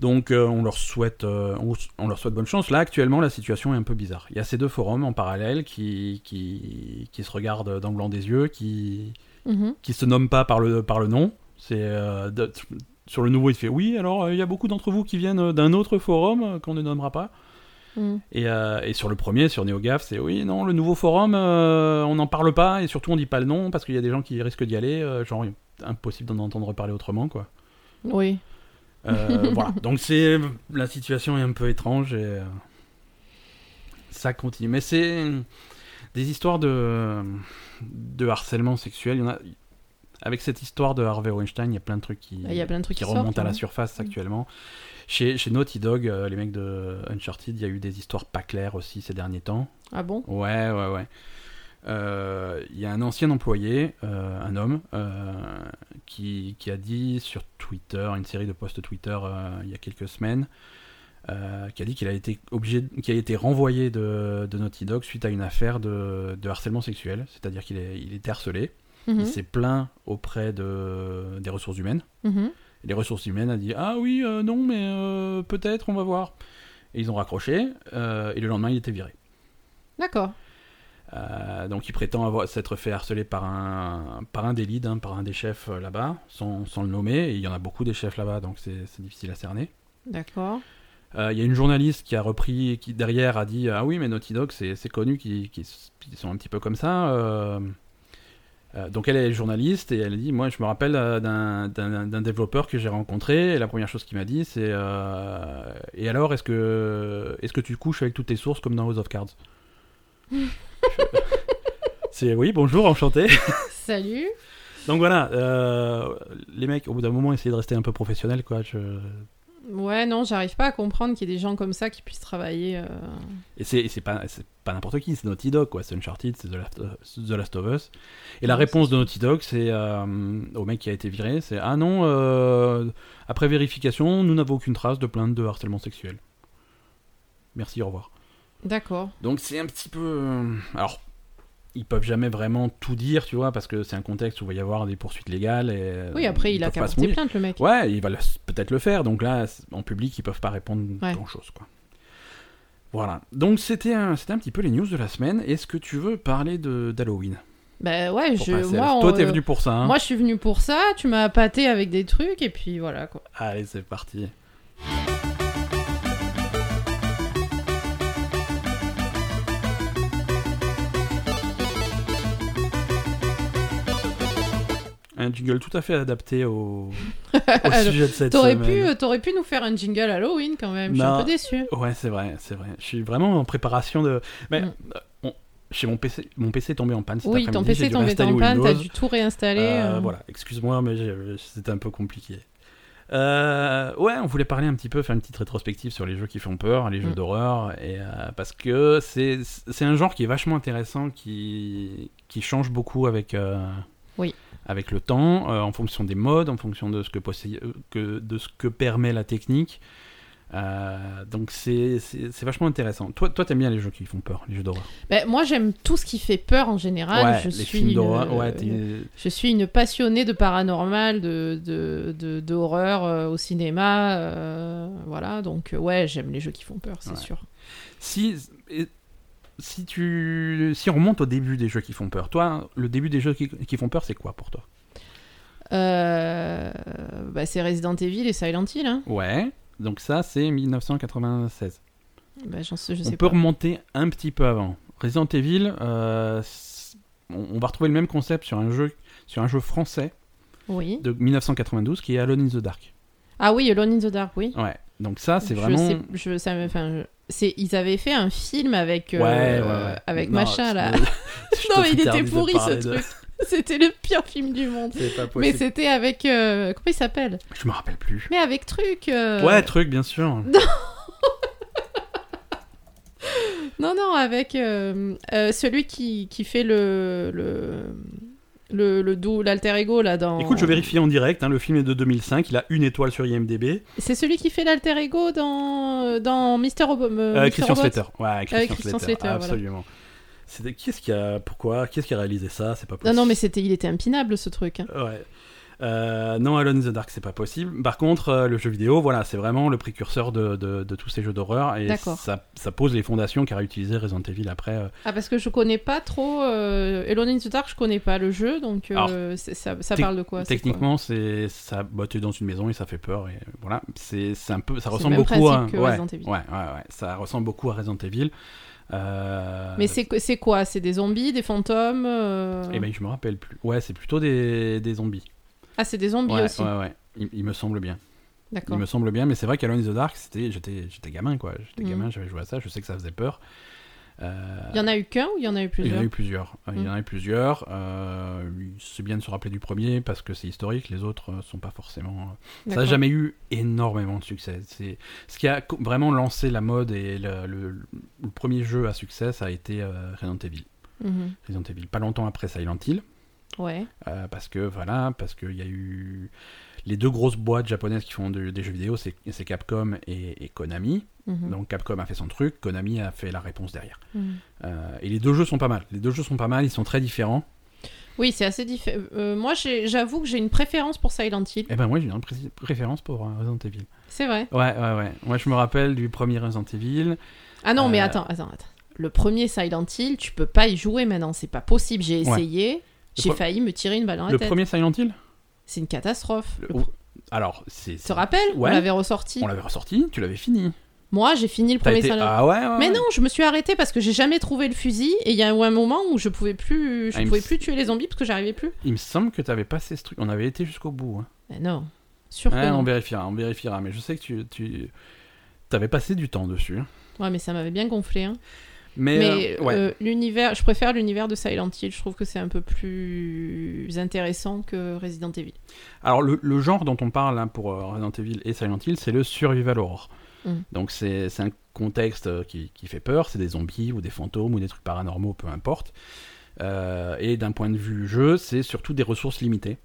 S1: Donc euh, on, leur souhaite, euh, on, on leur souhaite bonne chance. Là, actuellement, la situation est un peu bizarre. Il y a ces deux forums en parallèle qui, qui, qui se regardent dans le blanc des yeux, qui,
S2: Mhm.
S1: qui se nomme pas par le, par le nom. C'est euh, de- sur le nouveau, il fait oui. Alors euh, il y a beaucoup d'entre vous qui viennent euh, d'un autre forum euh, qu'on ne nommera pas.
S2: Mhm.
S1: Et, euh, et sur le premier, sur NeoGaf, c'est oui, non, le nouveau forum, euh, on n'en parle pas et surtout on dit pas le nom parce qu'il y a des gens qui risquent d'y aller. euh, genre impossible d'en entendre parler autrement, quoi.
S2: Oui.
S1: Euh, voilà. Donc c'est la situation est un peu étrange et euh, ça continue. Mais c'est des histoires de de harcèlement sexuel. Il y en a avec cette histoire de Harvey Weinstein, il y a plein de trucs qui
S2: Il y a plein de trucs
S1: qui
S2: qui, sortent,
S1: remontent à la
S2: hein.
S1: surface actuellement. Chez, chez Naughty Dog, euh, les mecs de Uncharted, il y a eu des histoires pas claires aussi ces derniers temps.
S2: Ah bon
S1: Ouais, ouais, ouais. Euh, Il y a un ancien employé, euh, un homme, euh, qui, qui a dit sur Twitter, une série de posts Twitter euh, il y a quelques semaines, euh, qui a dit qu'il a été obligé, qu'il a été renvoyé de, de Naughty Dog suite à une affaire de, de harcèlement sexuel, c'est-à-dire qu'il est, il était harcelé,
S2: Mhm.
S1: il s'est plaint auprès de, des ressources humaines.
S2: Mhm.
S1: Et les ressources humaines a dit Ah oui, euh, non, mais euh, peut-être, on va voir. Et ils ont raccroché, euh, et le lendemain, il était viré.
S2: D'accord.
S1: Euh, donc il prétend avoir s'être fait harceler par un, par un des leads, hein, par un des chefs euh, là-bas, sans, sans le nommer, et il y en a beaucoup des chefs là-bas, donc c'est c'est difficile à cerner.
S2: D'accord.
S1: Euh, Il y a une journaliste qui a repris, qui derrière a dit Ah oui, mais Naughty Dog, c'est c'est connu qu'ils qu'ils- qu'ils sont un petit peu comme ça. euh. Euh, donc elle est journaliste et elle dit Moi, je me rappelle euh, d'un- d'un d'un développeur que j'ai rencontré, et la première chose qu'il m'a dit, c'est euh, Et alors, est-ce que, est que tu couches avec toutes tes sources comme dans House of Cards C'est oui, bonjour, enchanté.
S2: Salut.
S1: Donc voilà, euh, les mecs, au bout d'un moment, essayez de rester un peu professionnel, quoi. Je...
S2: Ouais, non, j'arrive pas à comprendre qu'il y ait des gens comme ça qui puissent travailler. euh,
S1: Et c'est, et c'est pas, c'est pas n'importe qui, c'est Naughty Dog, quoi. C'est Uncharted, c'est The Last, euh, The Last of Us. Et la
S2: Ouais,
S1: réponse de Naughty Dog, c'est euh, au mec qui a été viré, c'est Ah non, euh, après vérification, nous n'avons aucune trace de plainte de harcèlement sexuel. Merci, au revoir.
S2: D'accord.
S1: Donc c'est un petit peu. euh, Alors, ils peuvent jamais vraiment tout dire, tu vois, parce que c'est un contexte où il va y avoir des poursuites légales. Et, euh,
S2: Oui, après,
S1: ils
S2: il a
S1: peuvent
S2: qu'à
S1: pas se
S2: porter
S1: mouiller.
S2: plainte, le mec.
S1: Ouais, il va le- peut-être le faire. Donc là, c- en public, ils peuvent pas répondre
S2: Ouais.
S1: grand chose, quoi. Voilà. Donc c'était un, c'était un petit peu les news de la semaine. Est-ce que tu veux parler de d'Halloween
S2: Bah ouais,
S1: pour
S2: je,
S1: passer à
S2: moi,
S1: la-
S2: on-
S1: Toi, t'es venu pour ça. Hein
S2: moi, je suis venu pour ça. Tu m'as pâté avec des trucs, et puis voilà, quoi.
S1: Allez, c'est parti. Un jingle tout à fait adapté au, au
S2: Alors,
S1: sujet de cette
S2: T'aurais
S1: semaine.
S2: pu, euh, t'aurais pu nous faire un jingle Halloween quand même. Je suis
S1: Non.
S2: un peu déçu.
S1: Ouais, c'est vrai, c'est vrai. Je suis vraiment en préparation de. Mais
S2: Mm.
S1: euh, on- chez mon PC, mon PC est tombé en panne. Cet
S2: Oui, ton
S1: après-midi,
S2: PC
S1: j'ai
S2: est
S1: dû
S2: tombé
S1: réinstaller
S2: en panne, t'as
S1: Windows.
S2: dû tout réinstaller.
S1: Euh,
S2: euh.
S1: Voilà, excuse-moi, mais j'ai- euh, c'était un peu compliqué. Euh, ouais, on voulait parler un petit peu, faire une petite rétrospective sur les jeux qui font peur, les jeux
S2: Mm.
S1: d'horreur, et euh, parce que c'est c'est un genre qui est vachement intéressant, qui qui change beaucoup avec euh,
S2: Oui.
S1: avec le temps, euh, en fonction des modes, en fonction de ce que, possé- euh, que- de ce que permet la technique. Euh, donc c'est c'est- c'est vachement intéressant. Toi, toi, t'aimes bien les jeux qui font peur, les jeux d'horreur.
S2: Ben, moi, j'aime tout ce qui fait peur en général. Ah, je,
S1: les
S2: suis
S1: films
S2: une,
S1: d'horreur. Ouais,
S2: euh,
S1: t'es-
S2: je suis une passionnée de paranormal, de, de, de- d'horreur euh, au cinéma. euh, voilà, donc euh, ouais, j'aime les jeux qui font peur, c'est
S1: Ouais.
S2: sûr.
S1: si, et- si tu, si on remonte au début des jeux qui font peur, toi, le début des jeux qui, qui font peur, c'est quoi pour toi
S2: Euh, bah, c'est Resident Evil et Silent Hill. Hein.
S1: Ouais. Donc ça, c'est 1996.
S2: Bah, j'en sais, je
S1: On
S2: sais
S1: peut
S2: pas.
S1: remonter un petit peu avant. Resident Evil, euh, s- on on va retrouver le même concept sur un jeu, sur un jeu français
S2: Oui.
S1: de 1992 qui est Alone in the Dark.
S2: Ah oui, Alone in the Dark, oui.
S1: Ouais. Donc ça, Ah, c'est
S2: Je
S1: vraiment.
S2: sais- je- ça me- enfin, je- c'est- ils avaient fait un film avec, euh,
S1: ouais, ouais,
S2: euh,
S1: ouais.
S2: avec
S1: Non,
S2: machin là.
S1: je- je
S2: non, mais il était
S1: t'interdis de
S2: pourri ce
S1: parler de-
S2: truc. C'était le pire film du monde.
S1: C'est pas
S2: Mais
S1: possible.
S2: c'était avec. euh, comment il s'appelle
S1: Je me rappelle plus.
S2: Mais avec truc. euh,
S1: Ouais, truc, bien sûr.
S2: Non, non, avec euh, euh, celui qui, qui fait le. le... Le, le dou- l'alter ego là dans.
S1: Écoute, je vérifie en direct. hein, le film est de 2005. Il a une étoile sur
S2: Euh,
S1: IMDb.
S2: C'est celui qui fait l'alter ego dans dans Mister, Robo- euh,
S1: Euh,
S2: Mr.
S1: Christian
S2: Robot.
S1: Slater. Ouais, Christian,
S2: Christian
S1: Slater.
S2: Slater, voilà.
S1: Absolument. C'était qui est-ce qui a pourquoi qui est-ce qui a réalisé ça C'est pas
S2: Non,
S1: possible.
S2: non, mais c'était, il était impinable ce truc. hein.
S1: Ouais. Euh, non, Alone in the Dark, c'est pas possible. Par contre, euh, le jeu vidéo, voilà, c'est vraiment le précurseur de, de- de tous ces jeux d'horreur et
S2: D'accord.
S1: ça, ça pose les fondations qu'a réutilisé Resident Evil après. euh.
S2: Ah, parce que je connais pas trop. Euh, Alone in the Dark, je connais pas le jeu, donc euh, c'est- ça, ça
S1: tec-
S2: parle de quoi c'est quoi
S1: Techniquement, c'est ça, bah, t'es dans une maison et ça fait peur et voilà, c'est c'est un peu, ça
S2: C'est le
S1: ressemble
S2: même
S1: beaucoup à,
S2: principe que
S1: ouais,
S2: Resident Evil.
S1: ouais, ouais, ouais, ça ressemble beaucoup à Resident Evil. Euh,
S2: Mais c'est, c'est quoi C'est des zombies, des fantômes euh,
S1: eh ben, je me rappelle plus. Ouais, c'est plutôt des, des zombies.
S2: Ah, c'est des zombies
S1: Ouais,
S2: aussi.
S1: ouais, ouais. Il- il me semble bien. Il
S2: D'accord.
S1: me semble bien, mais c'est vrai qu'Alone in the Dark, c'était, j'étais, j'étais gamin, quoi. J'étais
S2: Mhm.
S1: gamin, j'avais joué à ça, je sais que ça faisait peur. Euh,
S2: Il y en a eu qu'un ou il y en a eu
S1: il y en a
S2: plusieurs Mhm.
S1: eu plusieurs. Euh, Il y en a eu plusieurs. Euh, c'est bien de se rappeler du premier parce que c'est historique, les autres euh, sont pas forcément. Ça n'a
S2: D'accord.
S1: jamais eu énormément de succès. C'est ce qui a co- vraiment lancé la mode et le, le- le premier jeu à succès, ça a été euh, Resident Evil.
S2: Mhm.
S1: Resident Evil. Pas longtemps après Silent Hill.
S2: Ouais.
S1: Euh, parce que voilà, parce qu'il y a eu les deux grosses boîtes japonaises qui font de- des jeux vidéo, c'est c'est Capcom et, et Konami.
S2: Mhm.
S1: Donc Capcom a fait son truc, Konami a fait la réponse derrière.
S2: Mhm.
S1: Euh, et les deux jeux sont pas mal. Les deux jeux sont pas mal, ils sont très différents.
S2: Oui, c'est assez différent. moi, j'ai- j'avoue que j'ai une préférence pour Silent Hill.
S1: Et ben moi j'ai une pré- préférence pour euh, Resident Evil.
S2: C'est vrai.
S1: Ouais ouais ouais. Moi je me rappelle du premier Resident Evil.
S2: Ah non, mais
S1: Euh,
S2: attends, attends, attends. Le premier Silent Hill, tu peux pas y jouer maintenant, c'est pas possible. J'ai
S1: Ouais.
S2: essayé, j'ai
S1: pre-
S2: failli me tirer une balle dans la
S1: le
S2: tête.
S1: premier Silent Hill.
S2: C'est une catastrophe.
S1: Le-
S2: Le
S1: ou- Alors c'est.
S2: Tu te
S1: c'est-
S2: rappelles
S1: Ouais.
S2: On l'avait ressorti.
S1: On l'avait ressorti, tu l'avais fini.
S2: Moi, j'ai fini le
S1: T'as
S2: premier
S1: été-
S2: Silent
S1: Ah ouais, ouais,
S2: Mais
S1: ouais.
S2: non, je me suis arrêtée parce que j'ai jamais trouvé le fusil et il y a eu un moment où je pouvais plus, je
S1: Ah, il me
S2: pouvais
S1: s-
S2: plus tuer les zombies parce que j'arrivais plus.
S1: Il me semble que t'avais passé ce truc. On avait été jusqu'au bout. hein.
S2: Mais non, sûr que
S1: Ouais,
S2: non.
S1: on vérifiera, on vérifiera. Mais je sais que tu, tu avais passé du temps dessus. hein.
S2: Ouais, mais ça m'avait bien gonflé. hein.
S1: Mais,
S2: Mais
S1: euh, ouais.
S2: euh, l'univers, je préfère l'univers de Silent Hill. Je trouve que c'est un peu plus intéressant que Resident Evil.
S1: Alors le, le genre dont on parle hein, pour euh, Resident Evil et Silent Hill, c'est le survival horror.
S2: Mm.
S1: Donc c'est c'est un contexte euh, qui, qui fait peur, c'est des zombies ou des fantômes ou des trucs paranormaux, peu importe. Euh, et d'un point de vue jeu, c'est surtout des ressources limitées.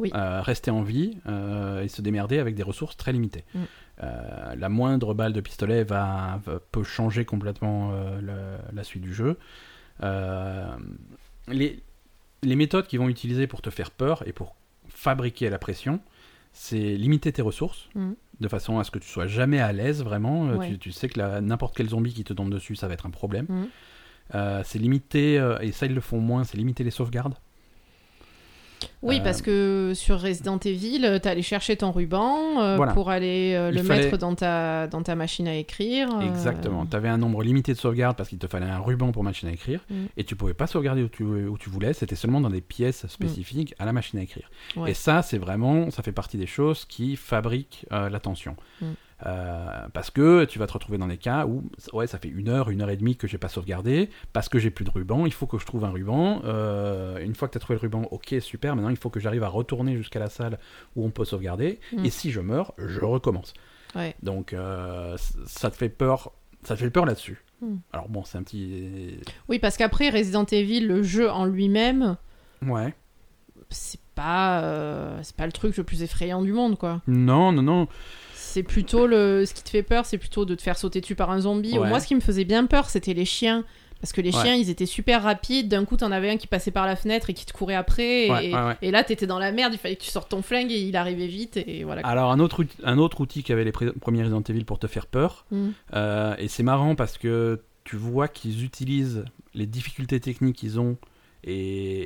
S2: Oui.
S1: Euh, rester en vie euh, et se démerder avec des ressources très limitées.
S2: Mm.
S1: Euh, la moindre balle de pistolet va, va- peut changer complètement euh, le- la suite du jeu. Euh, les, les méthodes qu'ils vont utiliser pour te faire peur et pour fabriquer la pression, c'est limiter tes ressources
S2: Mm.
S1: de façon à ce que tu sois jamais à l'aise vraiment. Euh,
S2: Ouais.
S1: Tu, tu sais que la- n'importe quel zombie qui te tombe dessus, ça va être un problème.
S2: Mm.
S1: Euh, c'est limiter, euh, et ça ils le font moins, c'est limiter les sauvegardes.
S2: Oui,
S1: Euh,
S2: parce que sur Resident Evil, t'allais chercher ton ruban euh,
S1: Voilà.
S2: pour aller euh,
S1: Il
S2: le
S1: fallait-
S2: mettre dans ta, dans ta machine à écrire. euh,
S1: Exactement. Tu avais un nombre limité de sauvegardes parce qu'il te fallait un ruban pour machine à écrire,
S2: Mm.
S1: et tu pouvais pas sauvegarder où tu, où tu voulais, c'était seulement dans des pièces spécifiques à la machine à écrire.
S2: Ouais.
S1: Et ça, c'est vraiment, ça fait partie des choses qui fabriquent euh, la tension.
S2: Mm.
S1: Euh, parce que tu vas te retrouver dans des cas où ouais ça fait une heure une heure et demie que j'ai pas sauvegardé parce que j'ai plus de ruban il faut que je trouve un ruban Euh, une fois que tu as trouvé le ruban ok super maintenant il faut que j'arrive à retourner jusqu'à la salle où on peut sauvegarder
S2: Mm.
S1: et si je meurs je recommence
S2: Ouais.
S1: donc euh, c- ça te fait peur ça te fait peur là-dessus
S2: Mm.
S1: alors bon c'est un petit
S2: Oui, parce qu'après Resident Evil, le jeu en lui-même,
S1: ouais
S2: c'est pas, euh, c'est pas le truc le plus effrayant du monde, quoi.
S1: Non, non, non.
S2: C'est plutôt le, ce qui te fait peur, c'est plutôt de te faire sauter dessus par un zombie.
S1: Ouais.
S2: Moi, ce qui me faisait bien peur, c'était les chiens. Parce que les
S1: Ouais.
S2: chiens, ils étaient super rapides. D'un coup, t'en avais un qui passait par la fenêtre et qui te courait après.
S1: Ouais,
S2: et,
S1: ouais, ouais.
S2: et là, t'étais dans la merde. Il fallait que tu sortes ton flingue et il arrivait vite. Et voilà.
S1: Alors, un autre, outil- un autre outil qu'avaient les pré- premiers Resident Evil pour te faire peur,
S2: Mm.
S1: euh, et c'est marrant parce que tu vois qu'ils utilisent les difficultés techniques qu'ils ont et,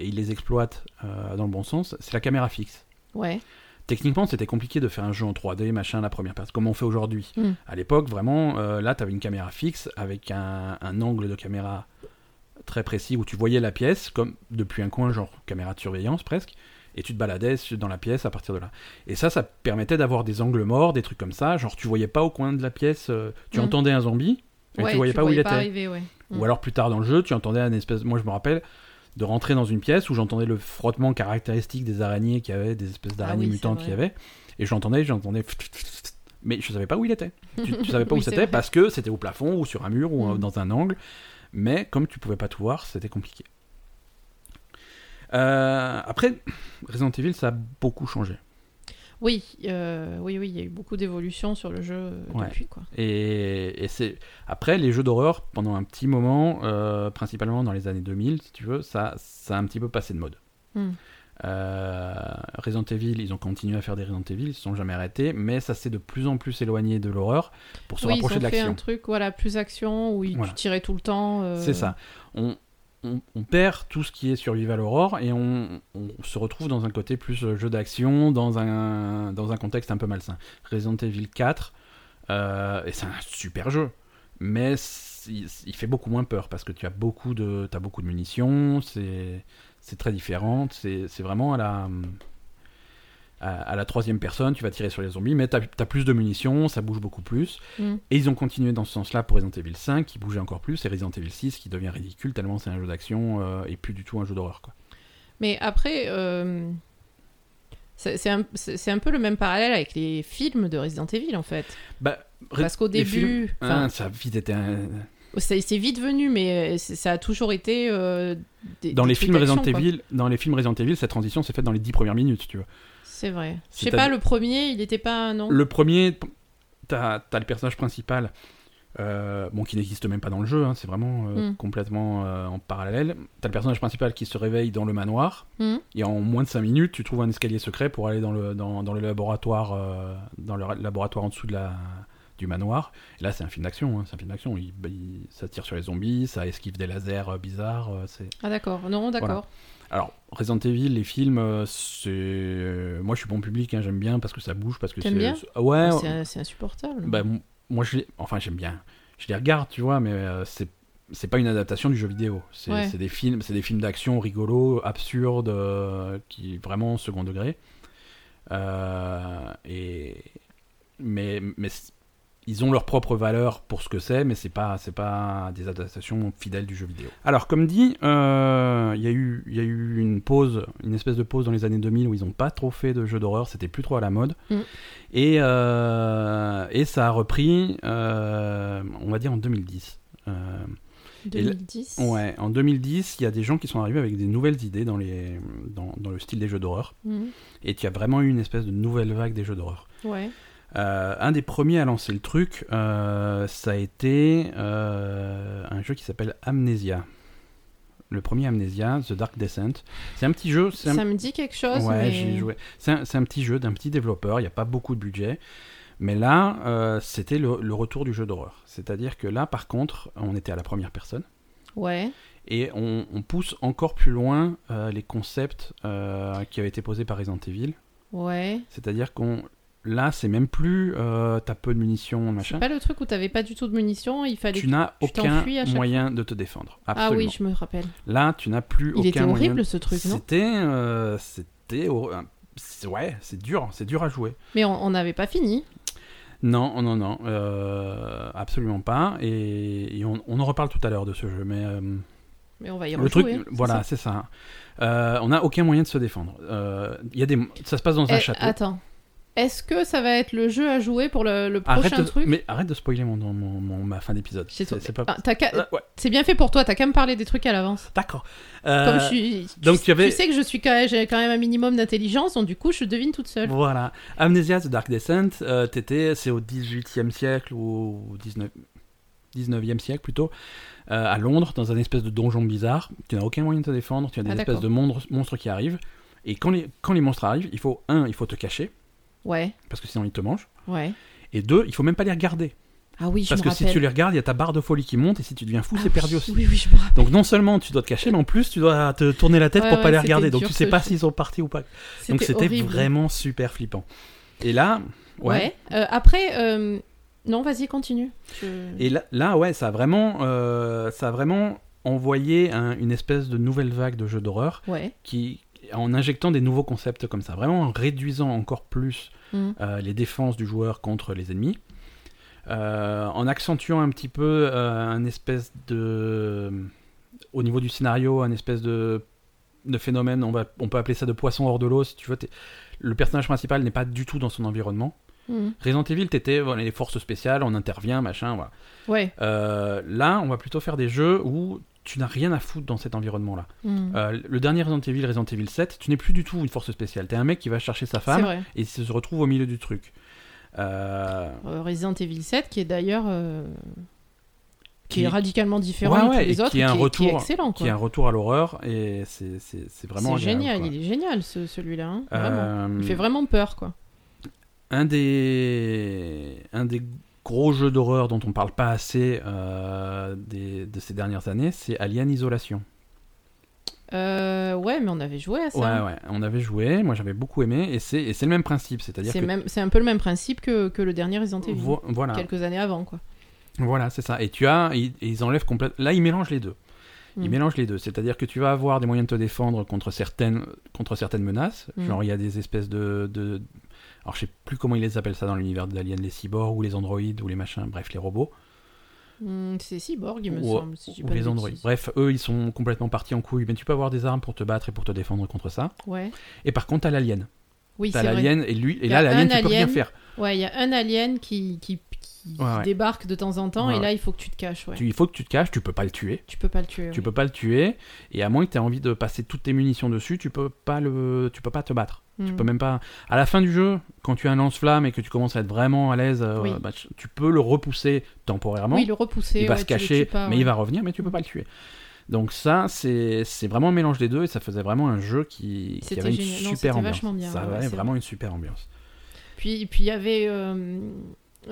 S1: et ils les exploitent euh, dans le bon sens, c'est la caméra fixe.
S2: Ouais.
S1: Techniquement, c'était compliqué de faire un jeu en 3D, machin, la première personne, comme on fait aujourd'hui.
S2: Mm.
S1: À l'époque, vraiment, euh, là, tu avais une caméra fixe avec un, un angle de caméra très précis où tu voyais la pièce, comme depuis un coin, genre caméra de surveillance presque, et tu te baladais su- dans la pièce à partir de là. Et ça, ça permettait d'avoir des angles morts, des trucs comme ça, genre tu voyais pas au coin de la pièce, euh, tu
S2: Mm.
S1: entendais un zombie, mais
S2: Ouais,
S1: tu voyais pas où il était.
S2: arriver, ouais. Mm.
S1: Ou alors plus tard dans le jeu, tu entendais un espèce. Moi, je me rappelle de rentrer dans une pièce où j'entendais le frottement caractéristique des araignées qu'il y avait, des espèces d'araignées
S2: Ah oui, c'est
S1: mutantes qu'il y
S2: vrai.
S1: avait, et j'entendais, j'entendais. Mais je savais pas où il était. Tu, tu savais pas où
S2: Oui, c'est
S1: c'était
S2: vrai.
S1: parce que c'était au plafond ou sur un mur ou euh,
S2: Mm.
S1: dans un angle. Mais comme tu pouvais pas tout voir, c'était compliqué. Euh, après, Resident Evil, ça a beaucoup changé.
S2: Oui, euh, oui, oui, il y a eu beaucoup d'évolutions sur le jeu euh,
S1: Ouais.
S2: depuis, quoi.
S1: Et, et c'est après les jeux d'horreur pendant un petit moment, euh, principalement dans les années 2000, si tu veux, ça, ça a un petit peu passé de mode.
S2: Hmm.
S1: Euh, Resident Evil, ils ont continué à faire des Resident Evil, ils se sont jamais arrêtés, mais ça s'est de plus en plus éloigné de l'horreur pour se
S2: oui, ils ont
S1: rapprocher de
S2: fait
S1: l'action.
S2: un truc, voilà, plus action, où il-
S1: Voilà.
S2: tu tirais tout le temps. euh,
S1: C'est ça. On, on- on perd tout ce qui est survival horror et on, on se retrouve dans un côté plus euh, jeu d'action, dans un, dans un contexte un peu malsain. Resident Evil 4, euh, et c'est un super jeu, mais c- il, il fait beaucoup moins peur parce que tu as beaucoup de, as beaucoup de munitions, c'est c'est très différent, c'est c'est vraiment à la. À, à la troisième personne, tu vas tirer sur les zombies, mais tu as, plus de munitions, ça bouge beaucoup plus.
S2: Mm.
S1: Et ils ont continué dans ce sens-là pour Resident Evil 5, qui bougeait encore plus, et Resident Evil 6, qui devient ridicule tellement c'est un jeu d'action euh, et plus du tout un jeu d'horreur. quoi.
S2: Mais après, euh, c'est c'est un, c'est- c'est un peu le même parallèle avec les films de Resident Evil, en fait.
S1: Bah, Re-
S2: Parce qu'au
S1: les films,
S2: début, enfin, oh,
S1: hein, ça a vite été un-
S2: c'est c'est vite venu, mais euh, c'est- ça a toujours été. euh, des-
S1: Dans
S2: des
S1: les
S2: trucs
S1: films Resident
S2: d'action, quoi.
S1: Evil, dans les films Resident Evil, cette transition s'est faite dans les 10 premières minutes, tu vois.
S2: C'est vrai. Je sais
S1: C'est-à-dire-
S2: pas, le premier, il était pas. Non.
S1: Le premier, p- t'as as le personnage principal, euh, bon, qui n'existe même pas dans le jeu, hein, c'est vraiment euh,
S2: Mm.
S1: complètement euh, en parallèle. T'as le personnage principal qui se réveille dans le manoir,
S2: Hmm
S1: Et en moins de 5 minutes, tu trouves un escalier secret pour aller dans le, dans, dans le laboratoire euh, dans le ra- laboratoire en dessous de la, du manoir. Et là, c'est un film d'action. hein, c'est un film d'action. Il- il- ça tire sur les zombies, ça esquive des lasers euh, bizarres. euh, c'est...
S2: Ah, d'accord. Non, d'accord.
S1: Alors, Resident Evil, les films, euh, c'est... euh, Moi, je suis bon public, hein, j'aime bien parce que ça bouge, parce que
S2: T'aimes
S1: c'est...
S2: bien
S1: c'est- Ouais,
S2: Ah, C'est c'est insupportable.
S1: bah, m- moi, je les- enfin, j'aime bien. Je les regarde, tu vois, mais euh, c'est c'est pas une adaptation du jeu vidéo. C'est
S2: Ouais.
S1: c'est des films, c'est des films d'action rigolos, absurdes, euh, qui vraiment second degré. Euh, et mais mais c- ils ont leur propre valeur pour ce que c'est, mais c'est pas c'est pas des adaptations fidèles du jeu vidéo. Alors comme dit, euh, il y a eu il y a eu une pause, une espèce de pause dans les années 2000 où ils ont pas trop fait de jeux d'horreur, c'était plus trop à la mode.
S2: Mm.
S1: Et euh, et ça a repris, euh, on va dire en 2010. Euh,
S2: 2010.
S1: ouais, en 2010, il y a des gens qui sont arrivés avec des nouvelles idées dans les dans, dans le style des jeux d'horreur.
S2: Mhm.
S1: Et tu as vraiment eu une espèce de nouvelle vague des jeux d'horreur.
S2: Ouais.
S1: Euh, un des premiers à lancer le truc, euh, ça a été euh, un jeu qui s'appelle Amnesia. Le premier Amnesia, The Dark Descent. C'est un petit jeu. c'est un-
S2: Ça me dit quelque chose.
S1: Ouais,
S2: mais...
S1: j'y ai joué. C'est un, c'est un petit jeu d'un petit développeur, il n'y a pas beaucoup de budget. Mais là, euh, c'était le, le retour du jeu d'horreur. C'est-à-dire que là, par contre, on était à la première personne.
S2: Ouais.
S1: Et on, on pousse encore plus loin euh, les concepts euh, qui avaient été posés par Resident Evil.
S2: Ouais.
S1: C'est-à-dire qu'on. Là, c'est même plus euh, t'as peu de munitions, machin.
S2: C'est pas le truc où t'avais pas du tout de munitions, il fallait.
S1: Tu n'as
S2: tu
S1: aucun
S2: t'enfuis à chaque
S1: moyen de te défendre.
S2: Ah
S1: Absolument.
S2: oui, je me rappelle.
S1: Là, tu n'as plus
S2: Il
S1: aucun
S2: était
S1: moyen.
S2: horrible ce truc, non
S1: C'était. euh, C'était. hor- un- c'est- Ouais, c'est dur. C'est dur à jouer.
S2: Mais on on n'avait pas fini.
S1: Non, non, non. euh, absolument pas. Et, et on, on en reparle tout à l'heure de ce jeu. Mais. euh,
S2: Mais on va y
S1: le truc,
S2: rejouer. c'est
S1: voilà,
S2: ça.
S1: c'est ça. Euh, on n'a aucun moyen de se défendre. Euh, Il y a des, ça se passe dans un
S2: Eh,
S1: château.
S2: Attends. Est-ce que ça va être le jeu à jouer pour le, le prochain
S1: Arrête de,
S2: truc
S1: mais arrête de spoiler mon, mon, mon- ma fin d'épisode.
S2: J'ai sauté.
S1: C'est pas.
S2: Ah, t'as qu'à-
S1: Ah, ouais,
S2: C'est bien fait pour toi, t'as qu'à me parler des trucs à l'avance.
S1: d'accord.
S2: Comme
S1: Euh,
S2: je suis, tu,
S1: donc, il y avait-
S2: tu sais que je suis quand même, j'ai quand même un minimum d'intelligence, donc du coup je devine toute seule.
S1: Voilà. Amnesia The Dark Descent, euh, t'étais- c'est au 18e siècle ou au 19... 19e siècle plutôt, euh, à Londres, dans un espèce de donjon bizarre. Tu n'as aucun moyen de te défendre, tu as des
S2: Ah,
S1: espèces
S2: d'accord.
S1: de monstres, monstres qui arrivent. Et quand les, quand les monstres arrivent, il faut, un, il faut te cacher,
S2: Ouais,
S1: parce que sinon ils te mangent.
S2: ouais.
S1: Et deux, il faut même pas les regarder.
S2: Ah oui, je
S1: Parce
S2: me
S1: que
S2: rappelle.
S1: si tu les regardes, il y a ta barre de folie qui monte, et si tu deviens fou,
S2: Ah
S1: c'est perdu
S2: oui,
S1: aussi.
S2: Oui, oui, je me rappelle.
S1: Donc non seulement tu dois te cacher, mais en plus tu dois te tourner la tête
S2: Ouais,
S1: pour pas
S2: ouais,
S1: les
S2: c'était
S1: regarder. Donc
S2: dur,
S1: tu sais
S2: ce
S1: pas
S2: jeu.
S1: s'ils sont partis ou pas. Donc c'était
S2: horrible.
S1: vraiment super flippant. Et là,
S2: Ouais.
S1: ouais.
S2: Euh, après, euh, non, vas-y, continue. Je-
S1: Et là, là, ouais, ça a vraiment, euh, ça a vraiment envoyé un- une espèce de nouvelle vague de jeux d'horreur
S2: Ouais.
S1: qui, en injectant des nouveaux concepts comme ça, vraiment en réduisant encore plus
S2: Mhm.
S1: euh, les défenses du joueur contre les ennemis, euh, en accentuant un petit peu euh, un espèce de, au niveau du scénario, un espèce de de phénomène, on, va, on peut appeler ça de poisson hors de l'eau si tu veux. T'es- Le personnage principal n'est pas du tout dans son environnement.
S2: Mhm.
S1: Resident Evil, t'étais voilà, les forces spéciales, on intervient, machin, voilà.
S2: Ouais.
S1: Euh, là, on va plutôt faire des jeux où tu n'as rien à foutre dans cet environnement-là.
S2: Mhm.
S1: Euh, le dernier Resident Evil, Resident Evil 7, tu n'es plus du tout une force spéciale. T'es un mec qui va chercher sa
S2: c'est
S1: femme
S2: vrai.
S1: et se se retrouve au milieu du truc. Euh,
S2: Euh, Resident Evil 7, qui est d'ailleurs euh, qui,
S1: Qui-
S2: est radicalement différent
S1: Ouais,
S2: de tous
S1: ouais, et
S2: les autres,
S1: qui est un
S2: et qui est
S1: retour-
S2: excellent.
S1: qui est
S2: quoi.
S1: un retour à l'horreur et c'est c'est- c'est vraiment
S2: C'est
S1: agréable,
S2: génial,
S1: quoi.
S2: il est génial ce- celui-là. hein. Vraiment.
S1: Euh,
S2: Il fait vraiment peur, quoi.
S1: un des un des gros jeux d'horreur dont on parle pas assez euh, des- de ces dernières années, c'est Alien Isolation.
S2: Euh, ouais, mais on avait joué à ça. hein.
S1: Ouais, ouais, on avait joué, moi j'avais beaucoup aimé et c'est et c'est le même principe, c'est-à-dire
S2: c'est
S1: que
S2: même- c'est un peu le même principe que, que le dernier Resident Evil,
S1: Vo- voilà,
S2: quelques années avant, quoi.
S1: Voilà, c'est ça. Et tu as, ils, ils enlèvent complètement. Là, ils mélangent les deux. Ils
S2: Mm.
S1: mélangent les deux. C'est-à-dire que tu vas avoir des moyens de te défendre contre certaines, contre certaines menaces.
S2: Mm.
S1: Genre, il y a des espèces de, de- Alors, je sais plus comment ils les appellent ça dans l'univers d'Alien, les cyborgs ou les androïdes ou les machins, bref, les robots.
S2: Hmm, c'est Cyborg, il me
S1: Ou-
S2: semble. si je dis
S1: Ou
S2: pas de
S1: les androïdes.
S2: bêtises.
S1: Bref, eux, ils sont complètement partis en couille. Mais tu peux avoir des armes pour te battre et pour te défendre contre ça.
S2: Ouais.
S1: Et par contre, t'as l'alien.
S2: Oui,
S1: T'as
S2: c'est vrai.
S1: l'alien et lui. Et
S2: Y a
S1: là, l'alien,
S2: un
S1: tu peux rien
S2: alien.
S1: faire.
S2: Ouais, il y a un alien qui, qui, qui
S1: Ouais, ouais.
S2: débarque de temps en temps,
S1: Ouais,
S2: et là, il faut que tu te caches, ouais. Tu,
S1: Tu- il faut que tu te caches, tu peux pas le tuer.
S2: peux pas le tuer.
S1: Tu
S2: ouais.
S1: peux pas le tuer, et à moins que tu aies envie de passer toutes tes munitions dessus, tu peux pas le, tu peux pas te battre. Tu
S2: Hmm.
S1: peux même pas. À la fin du jeu, quand tu as un lance-flamme et que tu commences à être vraiment à l'aise, euh,
S2: Oui.
S1: bah, tu- tu peux le repousser temporairement.
S2: Oui, le repousser.
S1: il va
S2: ouais,
S1: se
S2: tu le
S1: cacher,
S2: tues pas,
S1: mais
S2: ouais.
S1: il va revenir, mais tu peux pas le tuer. Donc ça, c'est c'est vraiment un mélange des deux, et ça faisait vraiment un jeu qui, qui
S2: C'était
S1: avait une
S2: génial. Non,
S1: super
S2: c'était
S1: ambiance.
S2: vachement bien,
S1: ça
S2: ouais,
S1: avait
S2: ouais, c'est
S1: vraiment une super ambiance.
S2: Puis puis il y avait. euh,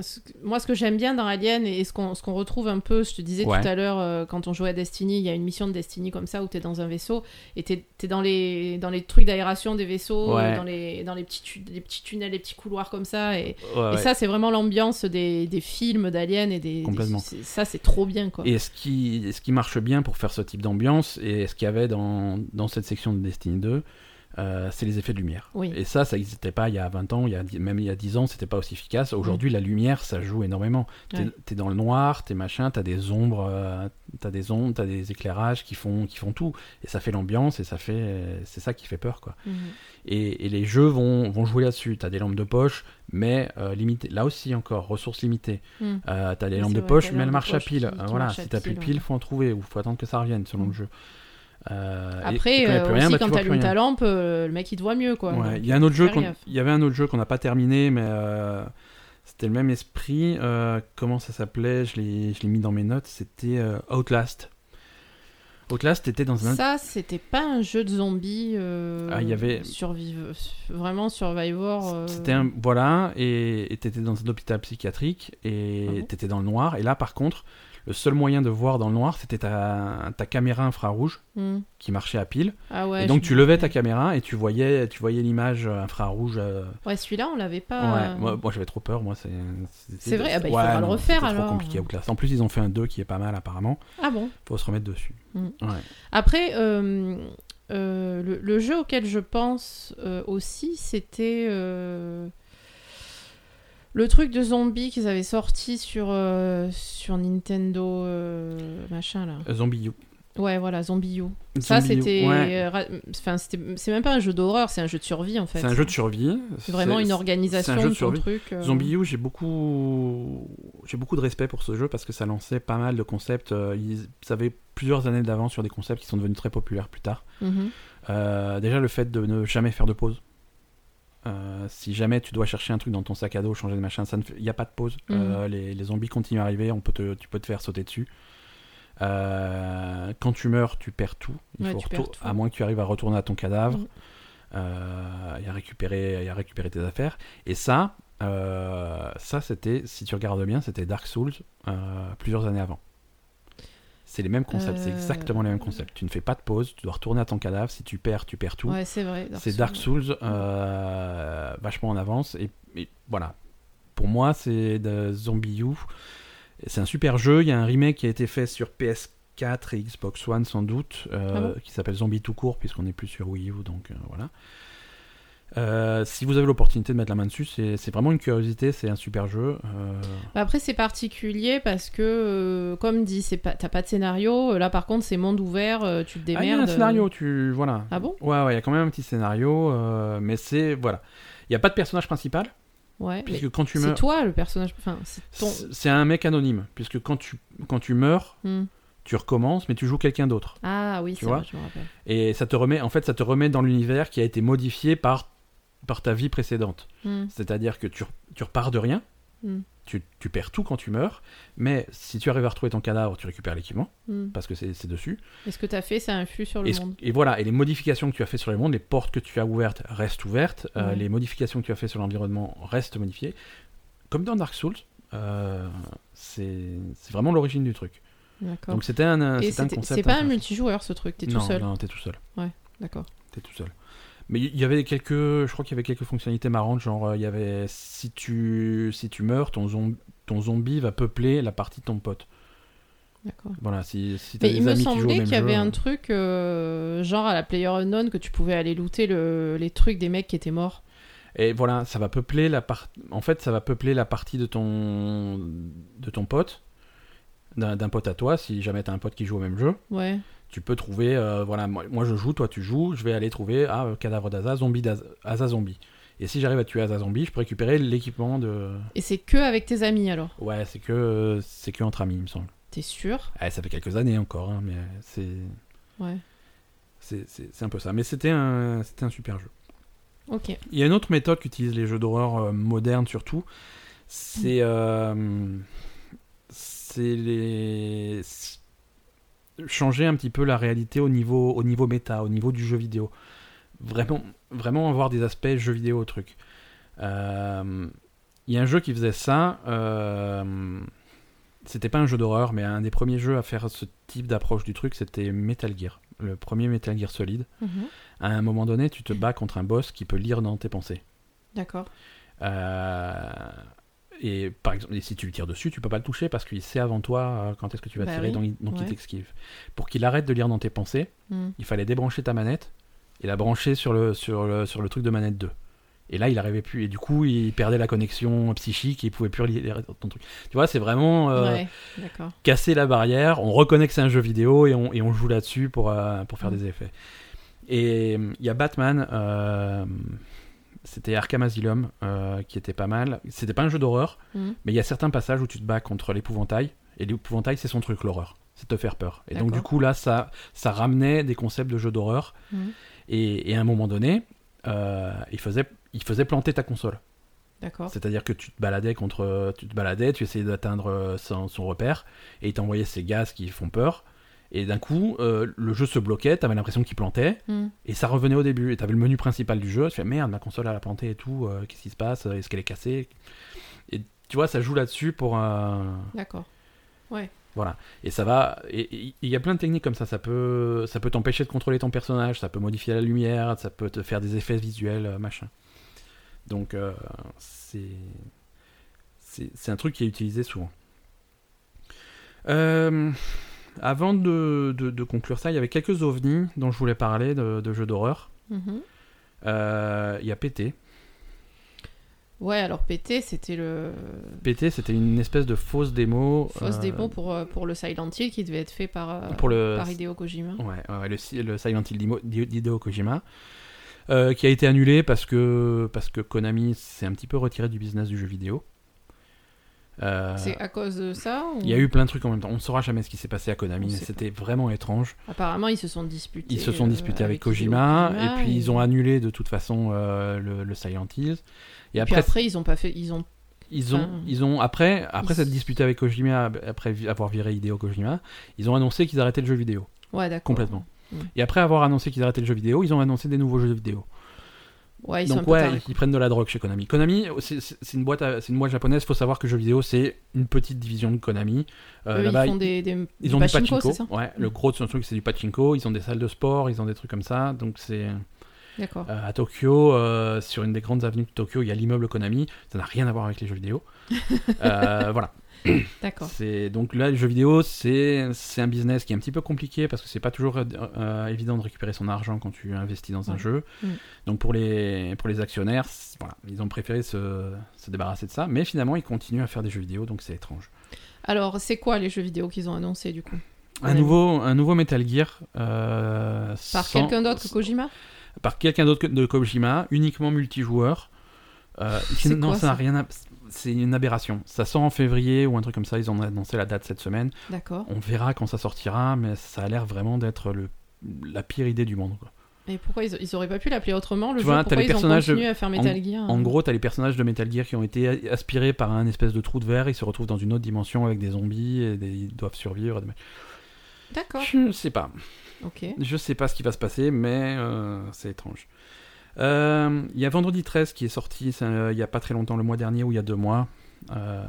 S2: ce que- Moi, ce que j'aime bien dans Alien et ce qu'on ce qu'on retrouve un peu, je te disais
S1: Ouais.
S2: tout à l'heure, euh, quand on jouait à Destiny, il y a une mission de Destiny comme ça où t'es dans un vaisseau et t'es es dans les, dans les trucs d'aération des vaisseaux,
S1: Ouais.
S2: euh, dans, les, dans les, petits tu- les petits tunnels, les petits couloirs comme ça. Et,
S1: Ouais,
S2: et
S1: ouais.
S2: ça, c'est vraiment l'ambiance des, des films d'Alien et des. des-
S1: Complètement.
S2: c'est- ça, c'est trop bien quoi.
S1: Et ce qui, ce qui marche bien pour faire ce type d'ambiance, et ce qu'il y avait dans, dans cette section de Destiny 2, euh, c'est les effets de lumière.
S2: Oui.
S1: Et ça, ça n'existait pas il y a 20 ans, il y a, dix- même il y a 10 ans, c'était pas aussi efficace. Aujourd'hui, la lumière, ça joue énormément. T'es
S2: Ouais.
S1: t'es dans le noir, t'es machin, t'as des ombres, euh, t'as des ombres, t'as des éclairages qui font, qui font tout. Et ça fait l'ambiance, et ça fait, euh, c'est ça qui fait peur, quoi.
S2: Mhm.
S1: Et, et les jeux vont, vont jouer là-dessus. T'as des lampes de poche, mais euh, limitées. Là aussi, encore, ressources limitées.
S2: Mm.
S1: Euh, t'as des
S2: Oui,
S1: lampes
S2: c'est
S1: de
S2: vrai,
S1: poche,
S2: t'as
S1: mais
S2: des
S1: elles
S2: lampes de
S1: marchent à
S2: poche
S1: pile.
S2: qui-
S1: Euh,
S2: qui
S1: voilà,
S2: marchent à
S1: si t'as plus de
S2: pile, Mm.
S1: pile, faut en trouver, ou faut attendre que ça revienne, selon le jeu. Euh, et- et
S2: Après,
S1: quand il y a
S2: euh,
S1: plus rien,
S2: aussi,
S1: bah, tu
S2: quand
S1: vois plus
S2: t'allumes
S1: rien.
S2: ta lampe, euh, le mec il te voit mieux quoi.
S1: Ouais,
S2: Donc,
S1: il y a un autre
S2: faut
S1: jeu
S2: faire
S1: qu'on-
S2: gaffe.
S1: il y avait un autre jeu qu'on n'a pas terminé, mais euh, c'était le même esprit. euh, comment ça s'appelait Je l'ai je l'ai mis dans mes notes. C'était euh, Outlast. Outlast était dans un.
S2: Ça, c'était pas un jeu de zombies. euh,
S1: Hein Ah, il y avait-
S2: survive- Vraiment Survivor. euh,
S1: C'était un voilà et et t'étais dans un hôpital psychiatrique et
S2: Ah bon
S1: t'étais dans le noir et là par contre le seul moyen de voir dans le noir c'était ta, ta caméra infrarouge
S2: hmm.
S1: qui marchait à pile
S2: Ah ouais.
S1: et donc
S2: je-
S1: tu levais ta caméra et tu voyais tu voyais l'image euh, infrarouge euh,
S2: Ouais, celui-là, on l'avait pas.
S1: Ouais,
S2: euh,
S1: moi, moi, j'avais trop peur, moi c'est.
S2: C'est vrai, ah bah, il
S1: Ouais,
S2: faudra le
S1: non,
S2: refaire,
S1: c'était
S2: alors.
S1: trop compliqué Outlast. En plus, ils ont fait un 2 qui est pas mal apparemment.
S2: Ah bon.
S1: Faut se remettre dessus.
S2: Mm.
S1: Ouais.
S2: Après, euh, euh, le, le jeu auquel je pense euh, aussi, c'était. euh, Le truc de zombie qu'ils avaient sorti sur, euh, sur Nintendo euh, machin là.
S1: Euh, Zombie U.
S2: Ouais, voilà, Zombie U. Ça,
S1: Zombie U,
S2: c'était.
S1: ouais.
S2: euh, ra- Enfin, c'était- c'est même pas un jeu d'horreur, c'est un jeu de survie en fait.
S1: C'est un jeu de survie.
S2: C'est vraiment une organisation,
S1: c'est un jeu de
S2: ton
S1: survie.
S2: truc. euh,
S1: Zombie U, j'ai beaucoup, j'ai beaucoup de respect pour ce jeu parce que ça lançait pas mal de concepts. euh, Ils avaient plusieurs années d'avance sur des concepts qui sont devenus très populaires plus tard.
S2: mhm.
S1: Euh, déjà, le fait de ne jamais faire de pause. Euh, si jamais tu dois chercher un truc dans ton sac à dos, changer de machin, ça ne fait- il n'y a pas de pause.
S2: Mhm.
S1: Euh, les, les zombies continuent à arriver, on peut te, tu peux te faire sauter dessus. Euh, quand tu meurs, tu perds tout. Il
S2: Ouais,
S1: faut
S2: tu perds
S1: retour-
S2: tout.
S1: À moins que tu arrives à retourner à ton cadavre
S2: Mhm.
S1: euh, et, à récupérer, et à récupérer tes affaires. Et ça, euh, ça c'était, si tu regardes bien, c'était Dark Souls euh, plusieurs années avant. C'est les mêmes concepts, c'est
S2: Euh,
S1: exactement les mêmes concepts. Tu ne fais pas de pause, tu dois retourner à ton cadavre. Si tu perds, tu perds tout.
S2: Ouais, c'est vrai.
S1: c'est Dark Souls euh, vachement en avance. Et, et voilà. Pour moi, c'est de Zombie U. C'est un super jeu. Il y a un remake qui a été fait sur PS4 et Xbox One sans doute, euh,
S2: Ah bon
S1: qui s'appelle Zombie tout court, puisqu'on n'est plus sur Wii U. Donc euh, voilà. Euh, si vous avez l'opportunité de mettre la main dessus, c'est c'est vraiment une curiosité. C'est un super jeu. euh,
S2: Bah Après, c'est particulier parce que, euh, comme dit, c'est pas... t'as pas de scénario. euh, Là, par contre, c'est monde ouvert, euh, tu te
S1: Ah, il y
S2: démerdes.
S1: a un
S2: euh.
S1: scénario. Tu voilà.
S2: Ah bon
S1: Ouais, ouais, il y a quand même un petit scénario, euh, mais c'est. Voilà. Il n'y a pas de personnage principal,
S2: Ouais. mais
S1: puisque quand tu
S2: C'est
S1: meurs.
S2: toi le personnage. Enfin, c'est ton.
S1: C'est c'est un mec anonyme, puisque quand tu, quand tu meurs,
S2: Hmm.
S1: tu recommences, mais tu joues quelqu'un d'autre.
S2: Ah oui,
S1: Tu
S2: c'est
S1: vois
S2: vrai, je me rappelle.
S1: Et ça te remet, en fait, ça te remet dans l'univers qui a été modifié par, par ta vie précédente.
S2: Hmm.
S1: C'est-à-dire que tu, tu repars de rien,
S2: Mm.
S1: tu, tu perds tout quand tu meurs, mais si tu arrives à retrouver ton cadavre, tu récupères l'équipement,
S2: Hmm.
S1: parce que c'est c'est dessus.
S2: Et ce que t'as fait, ça influe sur le
S1: Et, ce-
S2: monde.
S1: et voilà, et les modifications que tu as fait sur le monde, les portes que tu as ouvertes restent ouvertes, euh,
S2: Ouais.
S1: les modifications que tu as fait sur l'environnement restent modifiées. Comme dans Dark Souls, euh, c'est c'est vraiment l'origine du truc.
S2: D'accord.
S1: Donc c'était un, euh,
S2: Et
S1: c'était un
S2: c'était-
S1: concept.
S2: c'est pas un
S1: intéressant.
S2: multijoueur ce truc, t'es tout
S1: Non,
S2: seul.
S1: Non, t'es tout seul.
S2: D'accord.
S1: T'es tout seul. Mais il y avait quelques, je crois qu'il y avait quelques fonctionnalités marrantes, genre euh, il y avait si tu si tu meurs, ton zombie ton zombie va peupler la partie de ton pote.
S2: D'accord.
S1: Voilà, si, si t'as
S2: Mais
S1: des
S2: il me
S1: amis qui jouent au
S2: semblait
S1: même
S2: qu'il y avait
S1: jeu, hein.
S2: un truc euh, genre à la Player Unknown que tu pouvais aller looter le- les trucs des mecs qui étaient morts.
S1: Et voilà, ça va peupler la part. En fait, ça va peupler la partie de ton de ton pote, d'un d'un pote à toi, si jamais t'as un pote qui joue au même jeu.
S2: Ouais.
S1: Tu peux trouver, euh, voilà, moi, moi je joue, toi tu joues, je vais aller trouver ah, euh, cadavre d'Aza, zombie d'Aza Asa zombie. Et si j'arrive à tuer Asa zombie, je peux récupérer l'équipement de.
S2: Et c'est que avec tes amis alors.
S1: Ouais, c'est que euh, c'est que entre amis, il me semble.
S2: T'es sûr
S1: Ah, ça fait quelques années encore, hein, mais c'est
S2: Ouais.
S1: c'est- c'est c'est un peu ça. Mais c'était un c'était un super jeu.
S2: Ok.
S1: Il y a une autre méthode qu'utilisent les jeux d'horreur euh, modernes surtout, c'est euh, c'est les s- changer un petit peu la réalité au niveau au niveau méta, au niveau du jeu vidéo. Vraiment vraiment avoir des aspects jeu vidéo au truc. Euh, Il y a un jeu qui faisait ça. euh, c'était pas un jeu d'horreur, mais un des premiers jeux à faire ce type d'approche du truc, c'était Metal Gear, le premier Metal Gear Solid
S2: Mhm.
S1: à un moment donné, tu te bats contre un boss qui peut lire dans tes pensées.
S2: D'accord.
S1: Euh, Et par exemple, et si tu lui tires dessus, tu peux pas le toucher parce qu'il sait avant toi euh, quand est-ce que tu vas
S2: Bah
S1: tirer,
S2: oui,
S1: donc, il- donc il
S2: ouais.
S1: t'esquive. Pour qu'il arrête de lire dans tes pensées,
S2: Hmm.
S1: il fallait débrancher ta manette et la brancher sur le, sur le, sur le truc de manette 2. Et là, il arrivait plus. Et du coup, il perdait la connexion psychique et il pouvait plus lire ton truc. Tu vois, c'est vraiment euh,
S2: Ouais. D'accord.
S1: casser la barrière, on reconnaît que c'est un jeu vidéo et on, et on joue là-dessus pour, euh, pour faire
S2: Mm.
S1: des effets. Et euh, il y a Batman, euh, c'était Arkham Asylum, euh, qui était pas mal. C'était pas un jeu d'horreur,
S2: Hmm.
S1: mais il y a certains passages où tu te bats contre l'épouvantail, et l'épouvantail c'est son truc, l'horreur, c'est te faire peur. Et donc
S2: D'accord.
S1: du coup là, ça, ça ramenait des concepts de jeu d'horreur,
S2: Mm.
S1: et, et à un moment donné, euh, il, faisait, il faisait planter ta console.
S2: D'accord.
S1: C'est-à-dire que tu te baladais contre, tu te baladais, tu essayais d'atteindre euh, son, son repère et il t'envoyait ces gaz qui font peur. Et d'un coup, euh, le jeu se bloquait, t'avais l'impression qu'il plantait
S2: Hmm.
S1: et ça revenait au début. Et t'avais le menu principal du jeu. Tu fais merde, ma console elle a planté et tout. euh, Qu'est-ce qui se passe Est-ce qu'elle est cassée Et tu vois, ça joue là-dessus pour euh,
S2: D'accord.
S1: et ça va. et- et Il y a plein de techniques comme ça. Ça peut, ça peut t'empêcher de contrôler ton personnage. Ça peut modifier la lumière. Ça peut te faire des effets visuels, euh, machin. Donc euh, c'est, c'est, c'est un truc qui est utilisé souvent. Euh, avant de, de- de conclure ça, il y avait quelques ovnis dont je voulais parler de, de jeux d'horreur.
S2: Mhm.
S1: Euh, Il y a PT.
S2: Ouais, alors PT, c'était le.
S1: PT, c'était une espèce de fausse démo.
S2: Fausse
S1: euh,
S2: démo pour, euh, pour le Silent Hill qui devait être fait par, euh,
S1: Pour le- Euh,
S2: par Hideo Kojima.
S1: Ouais, ouais, ouais, le, si- le Silent Hill Dimo- Di- d'Hideo Kojima, euh, qui a été annulé parce que, parce que Konami s'est un petit peu retiré du business du jeu vidéo. Euh,
S2: C'est à cause de ça ou-
S1: il y a eu plein de trucs en même temps. On ne saura jamais ce qui s'est passé à Konami.
S2: On
S1: mais
S2: sait pas.
S1: C'était vraiment étrange.
S2: Apparemment, ils se sont disputés.
S1: Ils se sont
S2: euh,
S1: disputés avec,
S2: Hideo
S1: Kojima,
S2: Kojima
S1: et puis ils ont annulé de toute façon euh, le, le Silent Hill. Et
S2: Et puis
S1: après,
S2: après, ils ont pas fait. Ils ont.
S1: ils ont,
S2: enfin,
S1: ils ont après, après
S2: ils-
S1: s'être disputé avec Kojima, après vi- avoir viré Hideo Kojima, ils ont annoncé qu'ils arrêtaient le jeu vidéo.
S2: Ouais, d'accord.
S1: Complètement.
S2: Ouais.
S1: Et après avoir annoncé qu'ils arrêtaient le jeu vidéo, ils ont annoncé des nouveaux jeux vidéo.
S2: Ouais, ils sont un
S1: Donc
S2: peu
S1: ouais,
S2: tarés.
S1: ils prennent de la drogue chez Konami. Konami, c'est- c'est c'est une boîte, à- c'est une boîte japonaise. Faut savoir que jeux vidéo, c'est une petite division de Konami. Euh,
S2: Eux,
S1: là-bas,
S2: ils font des, des,
S1: ils
S2: du
S1: ont
S2: pachinko,
S1: du
S2: c'est ça Mm.
S1: pachinko. Ouais, le gros de son truc, c'est du pachinko. Ils ont des salles de sport, ils ont des trucs comme ça. Donc c'est
S2: D'accord.
S1: euh, à Tokyo, euh, sur une des grandes avenues de Tokyo, il y a l'immeuble Konami. Ça n'a rien à voir avec les jeux vidéo. Euh, voilà.
S2: D'accord.
S1: C'est donc là le jeu vidéo, c'est c'est un business qui est un petit peu compliqué parce que c'est pas toujours euh, euh, évident de récupérer son argent quand tu investis dans un
S2: Ouais.
S1: jeu.
S2: Mm.
S1: Donc pour les pour les actionnaires, c'est- voilà, ils ont préféré se, se débarrasser de ça, mais finalement ils continuent à faire des jeux vidéo, donc c'est étrange.
S2: Alors, c'est quoi les jeux vidéo qu'ils ont annoncés du coup
S1: Un
S2: Ouais.
S1: nouveau un nouveau Metal Gear euh,
S2: Par
S1: sans-
S2: quelqu'un d'autre que Kojima
S1: par quelqu'un d'autre que- de Kojima, uniquement multijoueur. Euh, qui-
S2: C'est
S1: non,
S2: quoi,
S1: ça n'a
S2: ça
S1: rien. à- C'est une aberration. Ça sort en février ou un truc comme ça. Ils en ont annoncé la date cette semaine.
S2: D'accord.
S1: On verra quand ça sortira, mais ça a l'air vraiment d'être le la pire idée du monde. quoi.
S2: Mais pourquoi ils, ils auraient pas pu l'appeler autrement le
S1: Tu
S2: jeu
S1: vois, t'as
S2: Pourquoi
S1: les
S2: ils
S1: personnages de-
S2: ont continué à faire Metal Gear
S1: En gros, t'as les personnages de Metal Gear qui ont été aspirés par un espèce de trou de verre, ils se retrouvent dans une autre dimension avec des zombies et des- ils doivent survivre.
S2: D'accord.
S1: Je sais pas.
S2: Ok.
S1: Je sais pas ce qui va se passer, mais euh, c'est étrange. Euh, Il y a Vendredi 13 qui est sorti ça, euh, il y a pas très longtemps, le mois dernier ou il y a deux mois. Euh,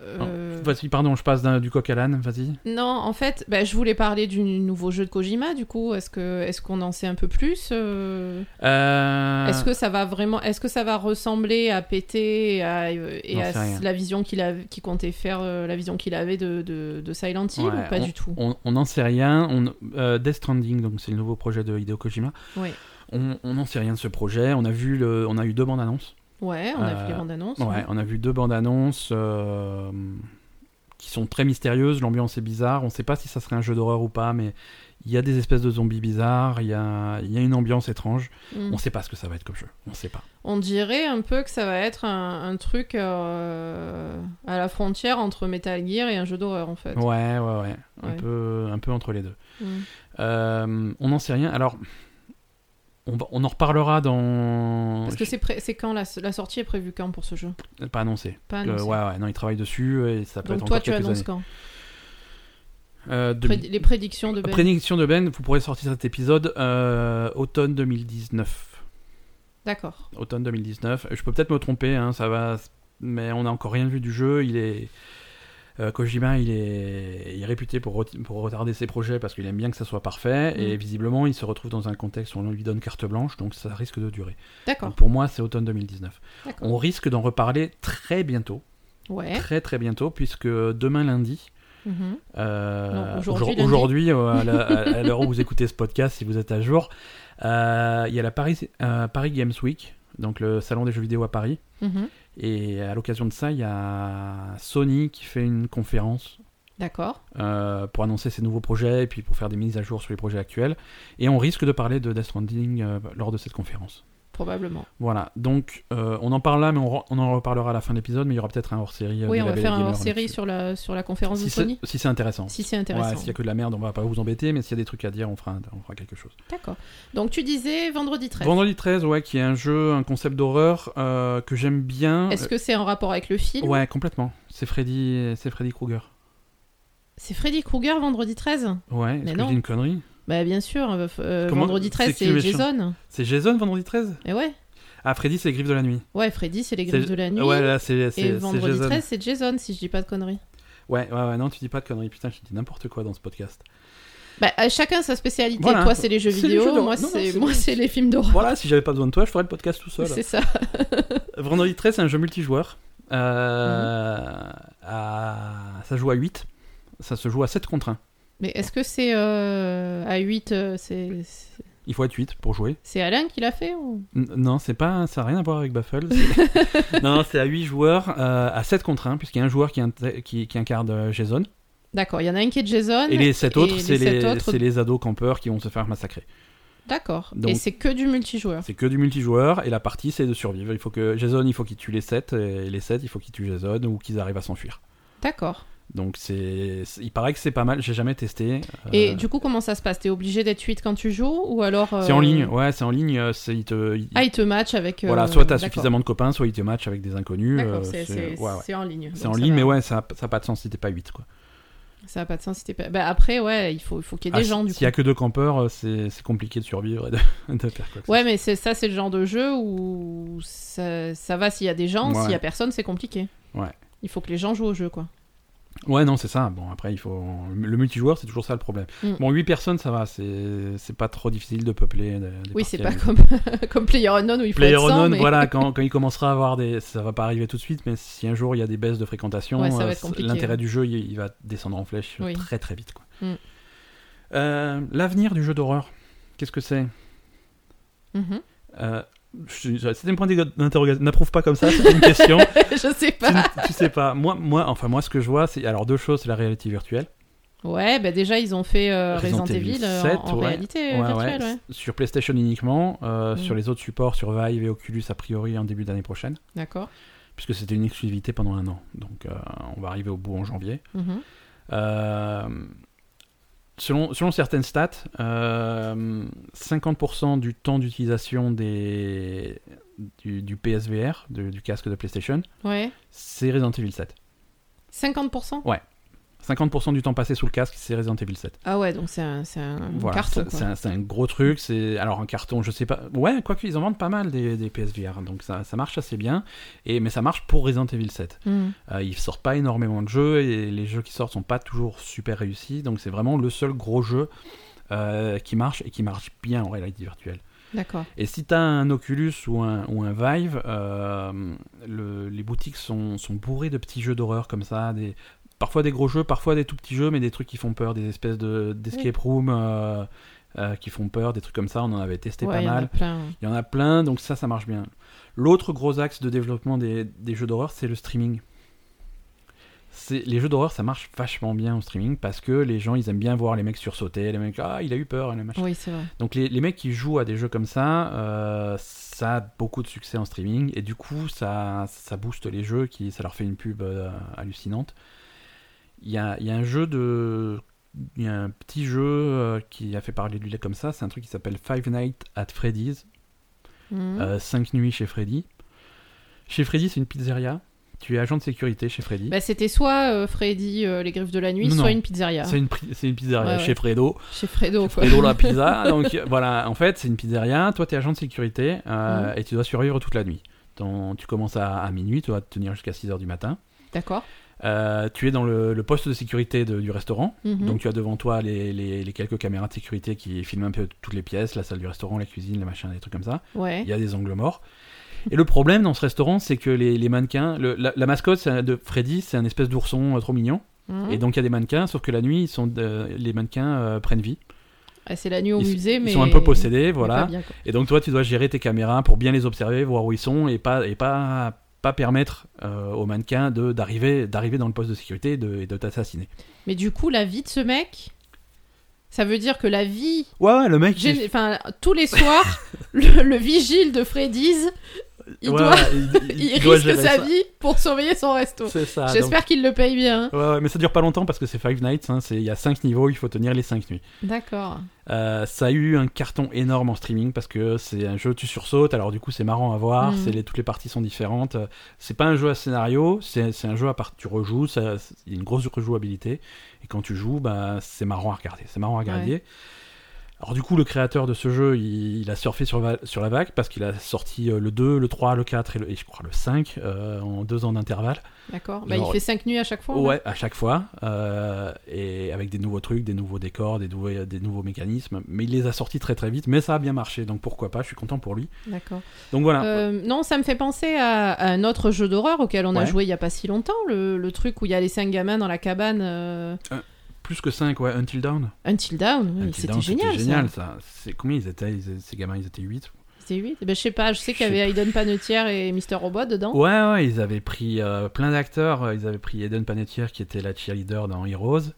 S2: Euh,
S1: Vas-y, pardon, je passe d'un- du coq à l'âne, Ah, vas-y.
S2: Non, en fait, bah, je voulais parler du nouveau jeu de Kojima. Du coup, est-ce que est-ce qu'on en sait un peu plus euh,
S1: Euh,
S2: Est-ce que ça va vraiment Est-ce que ça va ressembler à PT et à, euh, et
S1: J'en
S2: à
S1: sais rien.
S2: la vision qu'il avait, qu'il comptait faire, euh, la vision qu'il avait de, de, de Silent Hill
S1: Ouais,
S2: ou pas du tout
S1: On on n'en sait rien. On, euh, Death Stranding, donc c'est le nouveau projet de Hideo Kojima.
S2: Ouais.
S1: On on n'en sait rien de ce projet. On a vu le, on a eu deux bandes annonces.
S2: Ouais, on a
S1: Euh,
S2: vu les bandes annonces.
S1: Ouais, on a vu deux bandes annonces euh, qui sont très mystérieuses. L'ambiance est bizarre. On ne sait pas si ça serait un jeu d'horreur ou pas, mais il y a des espèces de zombies bizarres. Il y a, il y a une ambiance étrange. On
S2: Mm.
S1: ne sait pas ce que ça va être comme jeu. On ne sait pas.
S2: On dirait un peu que ça va être un, un truc euh, à la frontière entre Metal Gear et un jeu d'horreur en fait.
S1: Ouais, ouais, ouais. Un
S2: Ouais.
S1: peu, un peu entre les deux.
S2: Mm.
S1: Euh, on n'en sait rien. Alors, on, va- on en reparlera dans.
S2: Parce que c'est pré- c'est quand la, la sortie est prévue quand pour ce jeu
S1: pas annoncé.
S2: Pas
S1: Le-
S2: annoncé.
S1: Euh, ouais, ouais, non, il travaille dessus et ça peut
S2: Donc
S1: être
S2: toi
S1: encore
S2: tu
S1: quelques
S2: annonces
S1: années.
S2: quand
S1: Euh, deux-
S2: Pré- Les prédictions de Ben.
S1: Prédiction de Ben, vous pourrez sortir cet épisode euh, automne 2019.
S2: D'accord.
S1: Automne 2019. Je peux peut-être me tromper, hein, ça va, mais on n'a encore rien vu du jeu. Il est euh, Kojima, il est, il est réputé pour, reti- pour retarder ses projets parce qu'il aime bien que ça soit parfait.
S2: Mm.
S1: Et visiblement, il se retrouve dans un contexte où on lui donne carte blanche, donc ça risque de durer.
S2: D'accord.
S1: Donc pour moi, c'est automne 2019.
S2: D'accord. Eh
S1: On risque d'en reparler très bientôt,
S2: Ouais.
S1: très très bientôt, puisque demain lundi,
S2: Mhm.
S1: euh,
S2: Non,
S1: aujourd'hui,
S2: aujourd'hui, lundi.
S1: aujourd'hui, euh, à la- à à l'heure où vous écoutez ce podcast, si vous êtes à jour, euh, il y a la Paris, euh, Paris Games Week, donc le salon des jeux vidéo à Paris.
S2: Mhm.
S1: Et à l'occasion de ça, il y a Sony qui fait une conférence
S2: D'accord.
S1: euh, pour annoncer ses nouveaux projets et puis pour faire des mises à jour sur les projets actuels. Et on risque de parler de Death Stranding euh, lors de cette conférence.
S2: Probablement.
S1: Voilà, donc euh, on en parle là, mais on, re- on en reparlera à la fin de l'épisode, mais il y aura peut-être un hors-série. euh,
S2: Oui,
S1: de
S2: on
S1: la
S2: va
S1: Belle
S2: faire un
S1: Gamer
S2: hors série
S1: là-dessus.
S2: sur la sur la conférence
S1: Si
S2: de
S1: c'est
S2: Sony.
S1: si c'est intéressant.
S2: Si c'est
S1: Ouais,
S2: intéressant.
S1: s'il y a que de la merde, on va pas vous embêter, mais s'il y a des trucs à dire, on fera, un- on fera quelque chose.
S2: D'accord. Donc tu disais vendredi 13.
S1: Vendredi 13, ouais, qui est un jeu, un concept d'horreur euh, que j'aime bien. Euh,
S2: Est-ce que c'est en rapport avec le film
S1: Ouais, complètement. C'est Freddy, c'est Freddy Krueger.
S2: C'est Freddy Krueger vendredi 13
S1: Ouais, est-ce
S2: Mais
S1: que
S2: non.
S1: je dis une connerie
S2: Bah bien sûr, euh, euh,
S1: Comment-
S2: vendredi
S1: c'est
S2: 13
S1: qui le
S2: c'est
S1: méchant
S2: Jason.
S1: C'est Jason vendredi 13
S2: Et ouais.
S1: Ah, Freddy, c'est les griffes de la nuit.
S2: Ouais, Freddy c'est les griffes
S1: C'est-
S2: de la nuit.
S1: Ouais, là, c'est c'est-
S2: Et
S1: c'est
S2: vendredi
S1: Jason.
S2: 13, c'est Jason, si je dis pas de conneries.
S1: Ouais, ouais, ouais, non, tu dis pas de conneries. Putain, je dis n'importe quoi dans ce podcast.
S2: Bah, à chacun sa spécialité.
S1: Voilà.
S2: Toi, c'est les jeux
S1: C'est les
S2: vidéo,
S1: jeux d'horreur.
S2: moi,
S1: Non, non,
S2: c'est
S1: c'est
S2: moi,
S1: bon.
S2: c'est les films d'horreur.
S1: Voilà, si j'avais pas besoin de toi, je ferais le podcast tout seul.
S2: Oh. C'est ça.
S1: Vendredi 13, c'est un jeu multijoueur. Euh,
S2: Mhm.
S1: à- Ça joue à 8. Ça se joue à 7 contre 1.
S2: Mais est-ce que c'est euh, à 8 euh, c'est c'est-
S1: Il faut être 8 pour jouer.
S2: C'est Alain qui l'a fait ou...
S1: N- non, c'est pas, ça n'a rien à voir avec Baffle. C'est- non, non, c'est à 8 joueurs, euh, à 7 contre 1, puisqu'il y a un joueur qui, inter- qui, qui incarne euh, Jason.
S2: D'accord, il y en a un qui est Jason.
S1: Et les 7 autres,
S2: Ah, les
S1: c'est les,
S2: sept autres-
S1: c'est les ados campeurs qui vont se faire massacrer.
S2: D'accord.
S1: Donc-
S2: Et c'est que du multijoueur.
S1: C'est que du multijoueur, et la partie, c'est de survivre. Il faut que Jason, il faut qu'il tue les 7, et les 7, il faut qu'ils tuent Jason, ou qu'ils arrivent à s'enfuir.
S2: D'accord.
S1: Donc, c'est, c'est- il paraît que c'est pas mal, j'ai jamais testé. euh,
S2: Et du coup, comment ça se passe T'es obligé d'être 8 quand tu joues ou alors euh,
S1: C'est en ligne, ouais, c'est en ligne. euh, C'est, il te, il-
S2: Ah, il te match avec. euh,
S1: voilà, soit t'as
S2: d'accord.
S1: suffisamment de copains, soit il te match avec des inconnus.
S2: D'accord,
S1: euh,
S2: c'est
S1: c'est-
S2: c'est-
S1: ouais, ouais.
S2: c'est en ligne.
S1: C'est
S2: donc
S1: en
S2: ça
S1: ligne,
S2: va.
S1: mais ouais, ça n'a pas de sens si t'es pas 8. Quoi.
S2: Ça n'a pas de sens si t'es pas. Bah, après, ouais, il faut, il faut qu'il y ait
S1: Ah,
S2: des
S1: si-
S2: gens du
S1: S'il
S2: coup.
S1: y a que deux campeurs, euh, c'est, c'est compliqué de survivre et de, de faire quoi que ce
S2: Ouais, mais c'est ça, c'est le genre de jeu où ça, ça va s'il y a des gens,
S1: Ouais.
S2: s'il y a personne, c'est compliqué.
S1: Ouais.
S2: Il faut que les gens jouent au jeu, quoi.
S1: soit. Ouais, non, c'est ça. Bon, après, il faut. Le multijoueur, c'est toujours ça le problème.
S2: Mm.
S1: Bon, 8 personnes, ça va, c'est, c'est pas trop difficile de peupler. des- des
S2: oui,
S1: parties
S2: c'est
S1: à
S2: pas
S1: huit.
S2: comme, comme PlayerUnknown où il faut être 100,
S1: PlayerUnknown,
S2: mais-
S1: voilà, quand, quand il commencera à avoir des. Ça va pas arriver tout de suite, mais si un jour il y a des baisses de fréquentation,
S2: Ouais, ça va
S1: euh,
S2: être compliqué,
S1: l'intérêt
S2: ouais.
S1: du jeu, il, il va descendre en flèche euh,
S2: Oui.
S1: très très vite. quoi.
S2: Mm.
S1: Euh, L'avenir du jeu d'horreur, qu'est-ce que c'est
S2: Mhm.
S1: Euh, je- je- C'était un point d'égo- d'interrogation. N'approuve pas comme ça, c'est une question.
S2: Je
S1: tu,
S2: sais pas.
S1: tu sais pas. Moi, moi, enfin, moi, ce que je vois, c'est. Alors, deux choses, c'est la réalité virtuelle.
S2: Ouais, bah déjà, ils ont fait euh, Resident, Evil euh,
S1: 7,
S2: en, en
S1: ouais.
S2: réalité
S1: Ouais, ouais.
S2: virtuelle, ouais.
S1: Sur PlayStation uniquement, euh,
S2: Mm.
S1: sur les autres supports, sur Vive et Oculus, a priori, en début d'année prochaine.
S2: D'accord.
S1: puisque c'était une exclusivité pendant un an. Donc euh, on va arriver au bout en janvier.
S2: Mhm.
S1: Euh, selon, selon certaines stats, euh, 50% du temps d'utilisation des, du, du PSVR, de- du casque de PlayStation,
S2: Ouais.
S1: c'est Resident Evil 7.
S2: 50%
S1: 50% du temps passé sous le casque, c'est Resident Evil 7.
S2: Ah ouais, donc c'est un, c'est un
S1: Voilà,
S2: carton.
S1: c'est-
S2: quoi.
S1: c'est un, c'est un gros truc. C'est alors un carton, je sais pas. Ouais, quoi qu'ils en vendent pas mal des, des PSVR, donc ça, ça marche assez bien. Et mais ça marche pour Resident Evil 7.
S2: Mhm.
S1: Euh, ils sortent pas énormément de jeux et les jeux qui sortent sont pas toujours super réussis. Donc c'est vraiment le seul gros jeu euh, qui marche et qui marche bien en réalité virtuelle.
S2: D'accord.
S1: Et si t'as un Oculus ou un, ou un Vive, euh, le- les boutiques sont, sont bourrées de petits jeux d'horreur comme ça. Des, parfois des gros jeux, parfois des tout petits jeux, mais des trucs qui font peur, des espèces de- d'escape room euh, euh, qui font peur, des trucs comme ça. On en avait testé
S2: Ouais,
S1: pas
S2: il y en a
S1: mal.
S2: plein, ouais.
S1: Il y en a plein, donc ça, ça marche bien. L'autre gros axe de développement des, des jeux d'horreur, c'est le streaming. C'est- Les jeux d'horreur, ça marche vachement bien en streaming parce que les gens, ils aiment bien voir les mecs sursauter, les mecs, ah, il a eu peur, le machin.
S2: Oui, c'est vrai.
S1: Donc les, les mecs qui jouent à des jeux comme ça, euh, ça a beaucoup de succès en streaming et du coup, ça, ça booste les jeux, qui, ça leur fait une pub euh, hallucinante. Il y a, il y a un jeu de... Il y a un petit jeu euh, qui a fait parler de lui comme ça, c'est un truc qui s'appelle Five Nights at Freddy's.
S2: Mhm.
S1: 5 nuits chez Freddy. Chez Freddy, c'est une pizzeria. Tu es agent de sécurité chez Freddy.
S2: Bah, c'était soit euh, Freddy, euh, les griffes de la nuit,
S1: Non,
S2: soit
S1: non.
S2: une pizzeria.
S1: C'est une, pri- c'est une pizzeria
S2: Ouais, Bah, ouais.
S1: chez Fredo.
S2: Chez Fredo, quoi.
S1: Fredo la pizza. Donc voilà, en fait, c'est une pizzeria. Toi, tu es agent de sécurité
S2: Mm.
S1: euh, et tu dois survivre toute la nuit. Ton- tu commences à, à minuit, tu dois te tenir jusqu'à 6h du matin.
S2: D'accord.
S1: Euh, tu es dans le, le poste de sécurité de- du restaurant.
S2: Mhm.
S1: Donc tu as devant toi les, les- les quelques caméras de sécurité qui filment un peu toutes les pièces, la salle du restaurant, la cuisine, les machins, des trucs comme ça.
S2: ouais.
S1: Il y a des angles morts. Et le problème dans ce restaurant, c'est que les, les mannequins, le- la, la mascotte c'est un- de Freddy, c'est un espèce d'ourson euh, trop mignon.
S2: Mhm.
S1: Et donc il y a des mannequins, sauf que la nuit, ils sont, euh, les mannequins euh, prennent vie.
S2: Ah, c'est la nuit au
S1: ils,
S2: musée,
S1: ils
S2: mais.
S1: sont un peu possédés,
S2: mais pas
S1: voilà.
S2: bien, quoi.
S1: Et donc toi, tu dois gérer tes caméras pour bien les observer, voir où ils sont et pas, et pas, pas permettre euh, aux mannequins de- d'arriver d'arriver dans le poste de sécurité et de, et de t'assassiner.
S2: Mais du coup, la vie de ce mec, ça veut dire que la vie.
S1: Ouais, ouais, le mec, il-
S2: gén- Enfin, tous les soirs, le, le vigile de Freddy's, il,
S1: ouais,
S2: doit...
S1: ouais, il-
S2: il,
S1: il doit
S2: risque
S1: gérer
S2: sa
S1: ça.
S2: vie pour surveiller son resto.
S1: C'est ça. donc-
S2: J'espère qu'il le paye bien. hein.
S1: Ouais, ouais, mais ça dure pas longtemps parce que c'est Five Nights, hein, c'est- il y a 5 niveaux, il faut tenir les 5 nuits.
S2: D'accord.
S1: Euh, ça a eu un carton énorme en streaming parce que c'est un jeu tu sursautes alors du coup c'est marrant à voir
S2: Mm.
S1: c'est les, toutes les parties sont différentes Euh, c'est pas un jeu à scénario c'est c'est un jeu à part tu rejoues ça- c'est- il y a une grosse rejouabilité et quand tu joues bah, c'est marrant à regarder c'est marrant à regarder alors du coup le créateur de ce jeu il, il a surfé sur, va- sur la vague parce qu'il a sorti euh, le 2 le 3 le 4 et, le- et je crois le 5 euh, en deux ans d'intervalle
S2: D'accord. Bah,
S1: Genre-
S2: il fait 5 nuits à chaque fois.
S1: Ouais, à chaque fois, euh, et avec des nouveaux trucs, des nouveaux décors, des, nouveaux- des nouveaux mécanismes. Mais il les a sortis très très vite, mais ça a bien marché, donc pourquoi pas, je suis content pour lui.
S2: D'accord.
S1: Donc voilà,
S2: Euh, non, ça me fait penser à, à un autre jeu d'horreur auquel on a
S1: Ouais.
S2: joué il y a pas si longtemps, le, le truc où il y a les cinq gamins dans la cabane. euh,
S1: Euh, plus que 5, ouais, Until Dawn.
S2: Until Dawn, oui,
S1: Until
S2: c'était
S1: Dawn,
S2: génial.
S1: génial,
S2: ça.
S1: ça. C'est- Combien ils étaient, ils étaient- Ces gamins, ils étaient 8.
S2: C'était 8. Ben, je sais pas, je sais
S1: Je
S2: qu'il y avait Hayden Panettiere et Mr. Robot dedans.
S1: Ouais, ouais, ils avaient pris euh, plein d'acteurs. Euh, Ils avaient pris Eden Panettiere, qui était la cheerleader dans Heroes.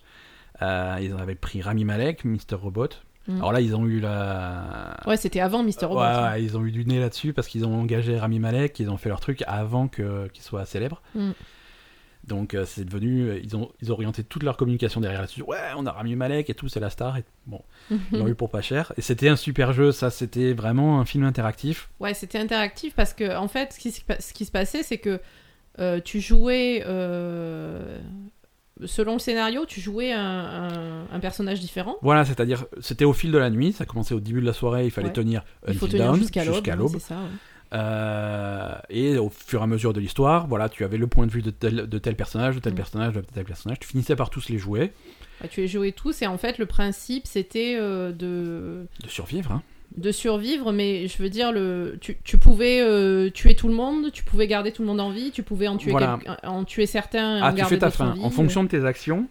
S1: Euh, ils avaient pris Rami Malek, Mr. Robot.
S2: Mm.
S1: Alors là, ils ont eu la.
S2: Ouais, c'était avant Mr. Robot. hein.
S1: Ouais, ouais, ils ont eu du nez là-dessus parce qu'ils ont engagé Rami Malek, ils ont fait leur truc avant que- qu'il soit célèbre.
S2: Mm.
S1: Donc euh, c'est devenu, euh, ils ont, ils ont orienté toute leur communication derrière là-dessus. Ouais, on a Rami Malek et tout, c'est la star. Et bon, ils l'ont eu pour pas cher. Et c'était un super jeu, ça, c'était vraiment un film interactif.
S2: Ouais, c'était interactif parce que, en fait, ce qui, se pa- ce qui se passait, c'est que euh, tu jouais. euh, selon le scénario, tu jouais un, un- un personnage différent.
S1: Voilà, c'est-à-dire, c'était au fil de la nuit, ça commençait au début de la soirée, il fallait
S2: Ouais.
S1: tenir
S2: Il faut
S1: Until
S2: tenir
S1: Dawn
S2: jusqu'à l'aube.
S1: jusqu'à
S2: hein,
S1: l'aube.
S2: c'est ça, ouais.
S1: Euh, et au fur et à mesure de l'histoire, voilà, tu avais le point de vue de tel, de tel personnage, de tel
S2: Mm.
S1: personnage, de tel personnage. Tu finissais par tous les jouer,
S2: Ouais, Bah, tu les jouais tous et en fait, le principe, c'était euh, de,
S1: de survivre. hein.
S2: de survivre, mais je veux dire, le, tu, tu pouvais euh, tuer tout le monde, tu pouvais garder tout le monde en vie, tu pouvais en tuer,
S1: Voilà.
S2: quelqu'un- en tuer certains et en
S1: Ah, tu
S2: garder
S1: fais ta
S2: d'autres
S1: fin.
S2: vie.
S1: En fonction de tes actions,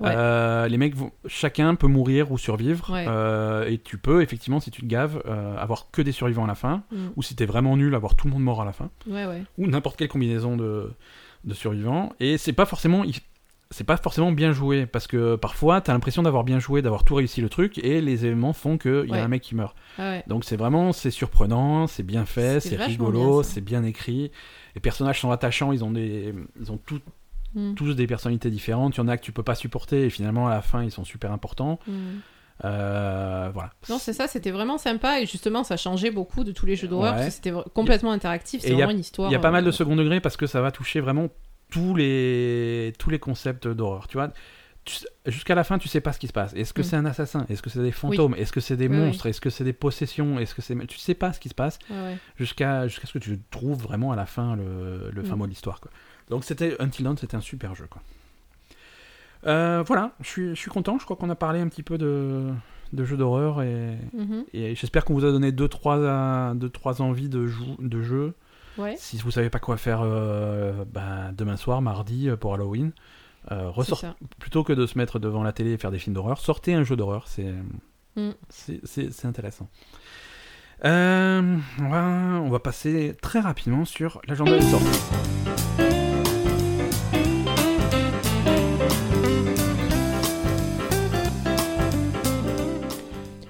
S2: euh. Ouais.
S1: euh, les mecs, vont- chacun peut mourir ou survivre.
S2: Ouais.
S1: euh, et tu peux, effectivement, si tu te gaves, euh, avoir que des survivants à la fin.
S2: Mm.
S1: Ou si t'es vraiment nul, avoir tout le monde mort à la fin.
S2: Ouais, ouais.
S1: Ou n'importe quelle combinaison de, de survivants. Et c'est pas forcément. il- C'est pas forcément bien joué, parce que parfois t'as l'impression d'avoir bien joué, d'avoir tout réussi le truc, et les événements font qu'il y
S2: Ouais.
S1: a un mec qui meurt.
S2: Ah ouais.
S1: Donc c'est vraiment, c'est surprenant, c'est bien fait,
S2: C'était
S1: c'est
S2: vachement
S1: rigolo,
S2: bien, ça.
S1: c'est bien écrit. Les personnages sont attachants, ils ont des, ils ont tout-
S2: Mm.
S1: tous des personnalités différentes. Il y en a que tu peux pas supporter et finalement à la fin ils sont super importants.
S2: Mm.
S1: Euh, voilà.
S2: Non, c'est ça, c'était vraiment sympa et justement ça changeait beaucoup de tous les jeux d'horreur
S1: Ouais.
S2: parce que c'était vr- complètement interactif, c'est
S1: Et y a-
S2: vraiment une histoire.
S1: Il y a pas mal de
S2: euh,
S1: second degré parce que ça va toucher vraiment tous les tous les concepts d'horreur. Tu vois, Tu sais- jusqu'à la fin tu sais pas ce qui se passe. Est-ce que
S2: Mm.
S1: c'est un assassin Est-ce que c'est des fantômes Est-ce que c'est des
S2: Oui, oui.
S1: monstres Est-ce que c'est des possessions Est-ce que c'est tu sais pas ce qui se passe
S2: ouais, ouais.
S1: jusqu'à jusqu'à ce que tu trouves vraiment à la fin le, le fin
S2: Mm.
S1: mot de l'histoire. quoi. Donc c'était Until Dawn, c'était un super jeu. Quoi. Euh, voilà, je suis, je suis content. Je crois qu'on a parlé un petit peu de, de jeux d'horreur et,
S2: Mhm.
S1: et j'espère qu'on vous a donné 2-3 deux, trois, euh, deux, trois envies de, jou- de jeux.
S2: Ouais.
S1: Si vous savez pas quoi faire euh, ben, demain soir, mardi euh, pour Halloween, euh,
S2: c'est
S1: ressort-
S2: ça.
S1: plutôt que de se mettre devant la télé et faire des films d'horreur, sortez un jeu d'horreur, c'est
S2: Mm.
S1: c'est- c'est c'est intéressant. Euh, on, va, on va passer très rapidement sur l'agenda des sorties.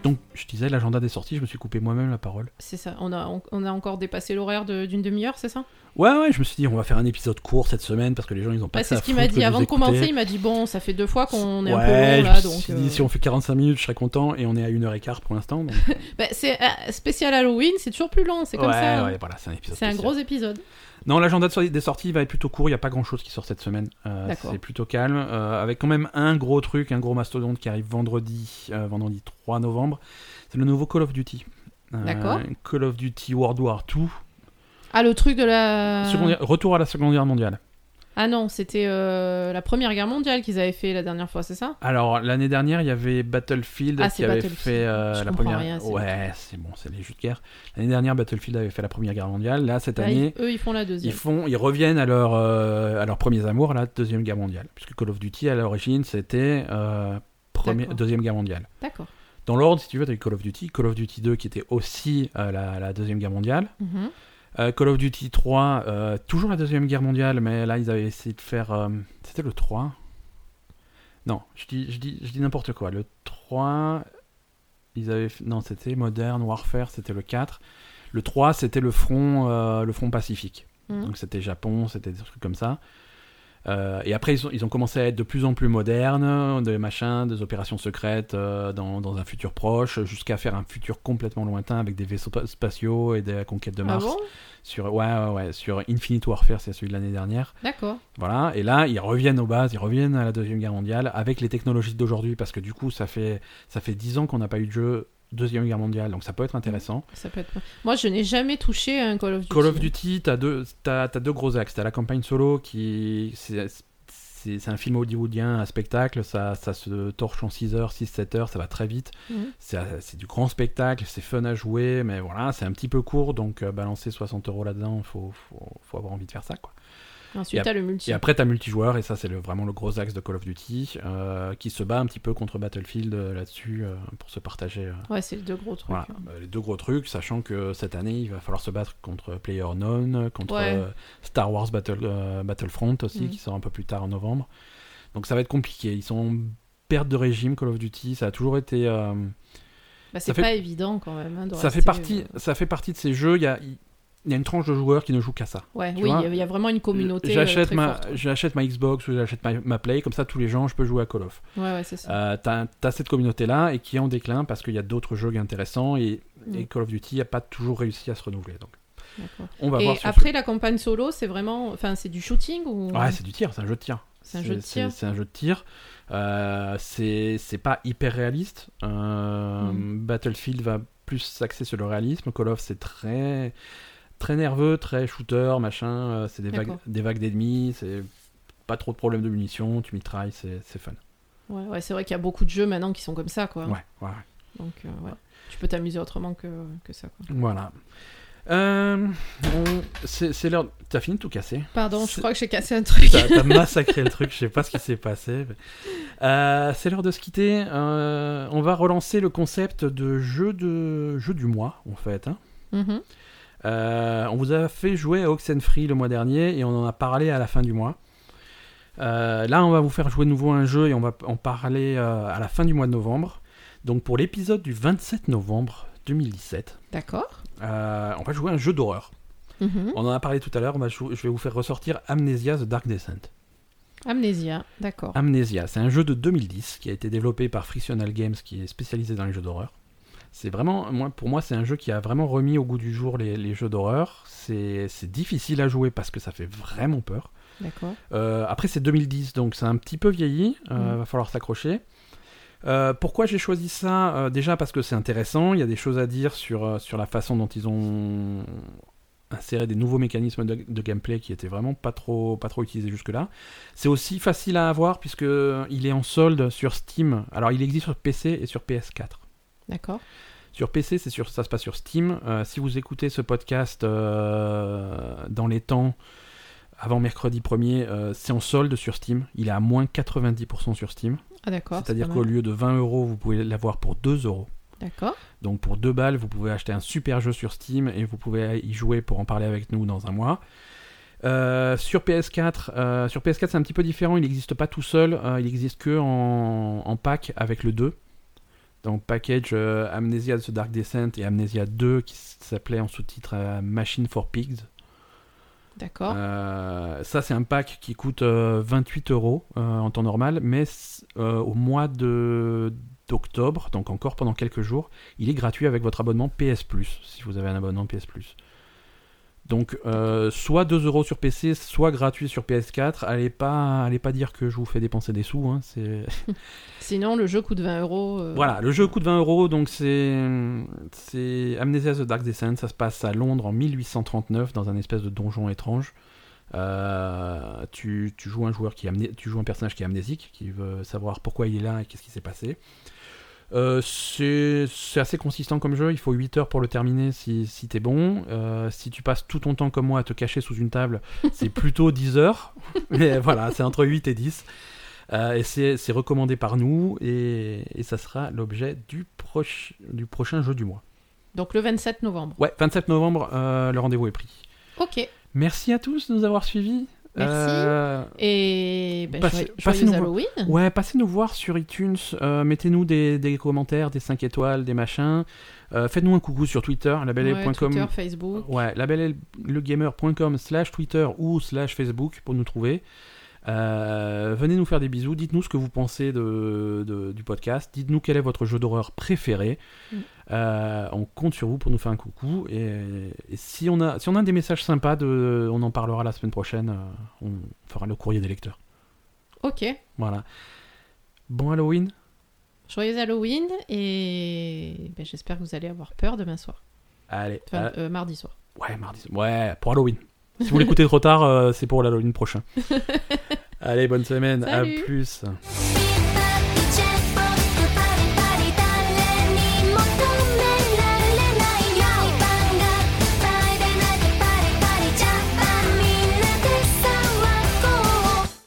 S1: Donc, je disais l'agenda des sorties, je me suis coupé moi-même la parole.
S2: C'est ça. On a, on, on a encore dépassé l'horaire de- d'une demi-heure, c'est ça
S1: Ouais, ouais, je me suis dit, on va faire un épisode court cette semaine parce que les gens, ils ont pas
S2: Bah,
S1: que ça à
S2: C'est ce qu'il m'a
S1: foutre que
S2: dit
S1: nous
S2: avant de
S1: écouter.
S2: commencer. Il m'a dit Bon, ça fait deux fois qu'on est
S1: ouais,
S2: un peu long
S1: je
S2: là.
S1: me
S2: Donc,
S1: suis
S2: euh,
S1: dit, si on fait 45 minutes, je serais content. Et on est à 1h15 pour l'instant. donc-
S2: bah, c'est ah, spécial Halloween, c'est toujours plus long, c'est comme
S1: ouais,
S2: ça. hein.
S1: ouais, voilà, c'est un épisode.
S2: C'est un
S1: spécial.
S2: gros épisode.
S1: Non, l'agenda de sorti- des sorties va être plutôt court. Il n'y a pas grand chose qui sort cette semaine. Euh,
S2: D'accord.
S1: c'est plutôt calme. euh, avec quand même un gros truc, un gros mastodonte qui arrive vendredi, euh, vendredi 3 novembre. C'est le nouveau Call of Duty. Euh,
S2: D'accord.
S1: Call of Duty World War II.
S2: Ah, le truc de la.
S1: Seconde guerre- Retour à la Seconde Guerre mondiale.
S2: Ah non, c'était euh, la Première Guerre mondiale qu'ils avaient fait la dernière fois, c'est ça
S1: Alors, l'année dernière, il y avait Battlefield
S2: Ah, c'est
S1: qui avait
S2: Battlefield.
S1: fait euh,
S2: Je
S1: la
S2: comprends
S1: première.
S2: rien, c'est
S1: ouais, c'est bon, c'est les jeux de guerre. L'année dernière, Battlefield avait fait la Première Guerre mondiale. Là, cette
S2: Là, ils-
S1: année,
S2: Eux, ils font la deuxième.
S1: ils, font, ils reviennent à, leur, euh, à leurs premiers amours, la Deuxième Guerre mondiale. Puisque Call of Duty, à l'origine, c'était euh, première-
S2: D'accord.
S1: Deuxième Guerre mondiale.
S2: D'accord.
S1: Dans l'ordre, si tu veux, tu as eu Call of Duty, Call of Duty 2 qui était aussi euh, la, la Deuxième Guerre mondiale.
S2: Mhm.
S1: Euh, Call of Duty 3, euh, toujours la Deuxième Guerre mondiale, mais là, ils avaient essayé de faire... euh, c'était le 3 Non, je dis, je dis, je dis n'importe quoi. Le 3, ils avaient... f- Non, c'était Modern Warfare, c'était le 4. Le 3, c'était le front, euh, le front pacifique.
S2: Mhm.
S1: Donc c'était Japon, c'était des trucs comme ça. Euh, et après, ils ont, ils ont commencé à être de plus en plus modernes, des machins, des opérations secrètes euh, dans, dans un futur proche, jusqu'à faire un futur complètement lointain avec des vaisseaux pa- spatiaux et des conquêtes de
S2: Ah
S1: Mars.
S2: bon
S1: sur, ouais, ouais, ouais, sur Infinite Warfare, c'est celui de l'année dernière.
S2: D'accord.
S1: Voilà, et là, ils reviennent aux bases, ils reviennent à la Deuxième Guerre mondiale avec les technologies d'aujourd'hui, parce que du coup, ça fait, ça fait 10 ans qu'on n'a pas eu de jeu Deuxième Guerre mondiale, donc ça peut être intéressant.
S2: Ça peut être... Moi, je n'ai jamais touché à un Call of Duty.
S1: Mmh. Call of Duty, t'as deux, t'as, t'as deux gros axes. T'as la campagne solo qui. C'est, c'est, c'est un film hollywoodien, un spectacle. Ça, ça se torche en 6 heures, 6-7 heures, ça va très vite.
S2: Mhm.
S1: C'est, c'est du grand spectacle, c'est fun à jouer, mais voilà, c'est un petit peu court. Donc euh, balancer 60 euros là-dedans, faut, faut, faut avoir envie de faire ça. Quoi.
S2: Ensuite, t'as le multi.
S1: Et après, t'as multijoueur, et ça, c'est le- vraiment le gros axe de Call of Duty, euh, qui se bat un petit peu contre Battlefield euh, là-dessus, euh, pour se partager. euh,
S2: Ouais, c'est les deux gros trucs. hein.
S1: voilà, euh, les deux gros trucs, sachant que cette année, il va falloir se battre contre PlayerUnknown, contre
S2: Ouais.
S1: euh, Star Wars Battle, euh, Battlefront aussi,
S2: Mhm.
S1: qui sort un peu plus tard en novembre. Donc ça va être compliqué. Ils sont en perte de régime, Call of Duty, ça a toujours été... euh,
S2: Bah, c'est
S1: fait-
S2: pas évident quand même. hein, de
S1: ça, fait
S2: rester,
S1: partie,
S2: euh,
S1: ça fait partie de ces jeux, il y a, il y a une tranche de joueurs qui ne jouent qu'à ça.
S2: Ouais,
S1: tu
S2: oui,
S1: vois,
S2: il y a- il y, a vraiment une communauté. euh,
S1: J'achète
S2: très
S1: ma,
S2: forte, quoi.
S1: j'achète ma Xbox ou j'achète ma, ma Play, comme ça tous les gens, je peux jouer à Call of.
S2: Ouais, ouais, c'est ça.
S1: Euh, t'as, t'as cette communauté-là et qui est en déclin parce qu'il y a d'autres jeux intéressants et, et
S2: Mm.
S1: Call of Duty n'a pas toujours réussi à se renouveler. Donc
S2: D'accord.
S1: on va
S2: Et
S1: voir. sur
S2: après, la campagne solo, c'est vraiment. Enfin, c'est du shooting ou.
S1: Ouais, c'est du tir, c'est un jeu de tir.
S2: C'est un jeu de
S1: C'est
S2: tir.
S1: c'est un jeu de tir. Euh, c'est c'est pas hyper réaliste. Euh,
S2: Mm.
S1: Battlefield va plus s'axer sur le réalisme. Call of, c'est très très nerveux, très shooter, machin. Euh, C'est des vagues
S2: D'accord.
S1: des vagues d'ennemis. C'est pas trop de problèmes de munitions. Tu mitrailles, c'est c'est fun.
S2: Ouais, ouais, c'est vrai qu'il y a beaucoup de jeux maintenant qui sont comme ça, quoi.
S1: Ouais, ouais.
S2: Donc, euh, ouais. Tu peux t'amuser autrement que, que ça, quoi.
S1: Voilà. Euh, on- c'est c'est l'heure. T'as fini de tout casser.
S2: Pardon, je
S1: C'est-
S2: crois que j'ai cassé un truc.
S1: T'as t'as massacré le truc, je sais pas ce qui s'est passé. mais- Euh, c'est l'heure de se quitter. Euh, on va relancer le concept de jeu, de... jeu du mois, en fait. hein.
S2: Mhm.
S1: Euh, on vous a fait jouer à Oxenfree le mois dernier et on en a parlé à la fin du mois. Euh, là, on va vous faire jouer de nouveau un jeu et on va p- en parler euh, à la fin du mois de novembre. Donc, pour l'épisode du 27 novembre 2017,
S2: D'accord.
S1: euh, on va jouer à un jeu d'horreur.
S2: Mhm.
S1: On en a parlé tout à l'heure. on va jou- Je vais vous faire ressortir Amnesia The Dark Descent.
S2: Amnésia, d'accord.
S1: Ah. Amnesia, c'est un jeu de 2010 qui a été développé par Frictional Games qui est spécialisé dans les jeux d'horreur. C'est vraiment, moi, pour moi, c'est un jeu qui a vraiment remis au goût du jour les, les jeux d'horreur. C'est c'est difficile à jouer parce que ça fait vraiment peur.
S2: D'accord.
S1: Euh, après, c'est 2010, donc c'est un petit peu vieilli. Il
S2: Mhm.
S1: va falloir s'accrocher. Euh, pourquoi j'ai choisi ça Euh, Déjà parce que c'est intéressant. Il y a des choses à dire sur, euh, sur la façon dont ils ont inséré des nouveaux mécanismes de, de gameplay qui étaient vraiment pas trop, pas trop utilisés jusque-là. C'est aussi facile à avoir puisque il est en solde sur Steam. Alors, il existe sur PC et sur PS4.
S2: D'accord.
S1: Sur PC, c'est sur, ça se passe sur Steam. Euh, si vous écoutez ce podcast euh, dans les temps avant mercredi 1er, euh, c'est en solde sur Steam. Il est à moins 90% sur Steam.
S2: Ah, d'accord. c'est
S1: C'est-à-dire
S2: pas
S1: qu'au
S2: mal.
S1: lieu de 20 euros, vous pouvez l'avoir pour 2 euros.
S2: D'accord.
S1: Donc pour 2 balles, vous pouvez acheter un super jeu sur Steam et vous pouvez y jouer pour en parler avec nous dans un mois. Euh, sur PS4, euh, sur PS4 c'est un petit peu différent, il n'existe pas tout seul, euh, il existe que en, en pack avec le 2. Donc package euh, Amnesia The Dark Descent et Amnesia 2 qui s'appelait en sous-titre euh, Machine for Pigs.
S2: D'accord.
S1: Euh, ça, c'est un pack qui coûte euh, 28 euros euh, en temps normal, mais c- euh, au mois de d'octobre, donc encore pendant quelques jours, il est gratuit avec votre abonnement PS Plus, si vous avez un abonnement PS Plus. Donc, euh, soit 2 euros sur PC, soit gratuit sur PS4. Allez pas, allez pas dire que je vous fais dépenser des sous. hein, c'est...
S2: Sinon, le jeu coûte 20 euros. euh,
S1: Voilà, le jeu coûte 20 euros, donc c'est c'est Amnesia the Dark Descent. Ça se passe à Londres en 1839 dans un espèce de donjon étrange. Euh, tu, tu joues un joueur qui est amné- tu joues un personnage qui est amnésique, qui veut savoir pourquoi il est là et qu'est-ce qui s'est passé. Euh, c'est c'est assez consistant comme jeu, il faut 8 heures pour le terminer si, si t'es bon. Euh, si tu passes tout ton temps comme moi à te cacher sous une table, c'est plutôt 10 heures. Mais voilà, c'est entre 8 et 10. Euh, et c'est c'est recommandé par nous et, et ça sera l'objet du, proche- du prochain jeu du mois.
S2: Donc, le 27 novembre.
S1: Ouais, 27 novembre, euh, le rendez-vous est pris.
S2: Ok.
S1: Merci à tous de nous avoir suivis.
S2: Merci.
S1: Euh,
S2: Et ben,
S1: Passez-
S2: joyeux-
S1: passez
S2: joyeux
S1: nous voir.
S2: Halloween.
S1: ouais, passez nous voir sur iTunes, euh, mettez-nous des, des commentaires, des 5 étoiles, des machins. Euh, Faites-nous un coucou sur Twitter,
S2: Ouais,
S1: labellel.com.
S2: Twitter, Facebook.
S1: Ouais, labellegamer.com slash Twitter ou slash Facebook pour nous trouver. Euh, venez nous faire des bisous, dites-nous ce que vous pensez de, de- du podcast, dites-nous quel est votre jeu d'horreur préféré.
S2: Mm.
S1: Euh, on compte sur vous pour nous faire un coucou. Et, et si, on a, si on a des messages sympas, de, on en parlera la semaine prochaine. euh, on fera le courrier des lecteurs.
S2: Ok.
S1: Voilà. Bon Halloween.
S2: Joyeux Halloween. Et ben, j'espère que vous allez avoir peur demain soir.
S1: Allez.
S2: Enfin, euh, mardi soir.
S1: euh, ouais, mardi. Ouais, pour Halloween. Si vous l'écoutez trop tard, euh, c'est pour l'Halloween prochain. Allez, bonne semaine.
S2: Salut.
S1: À plus.
S3: Thank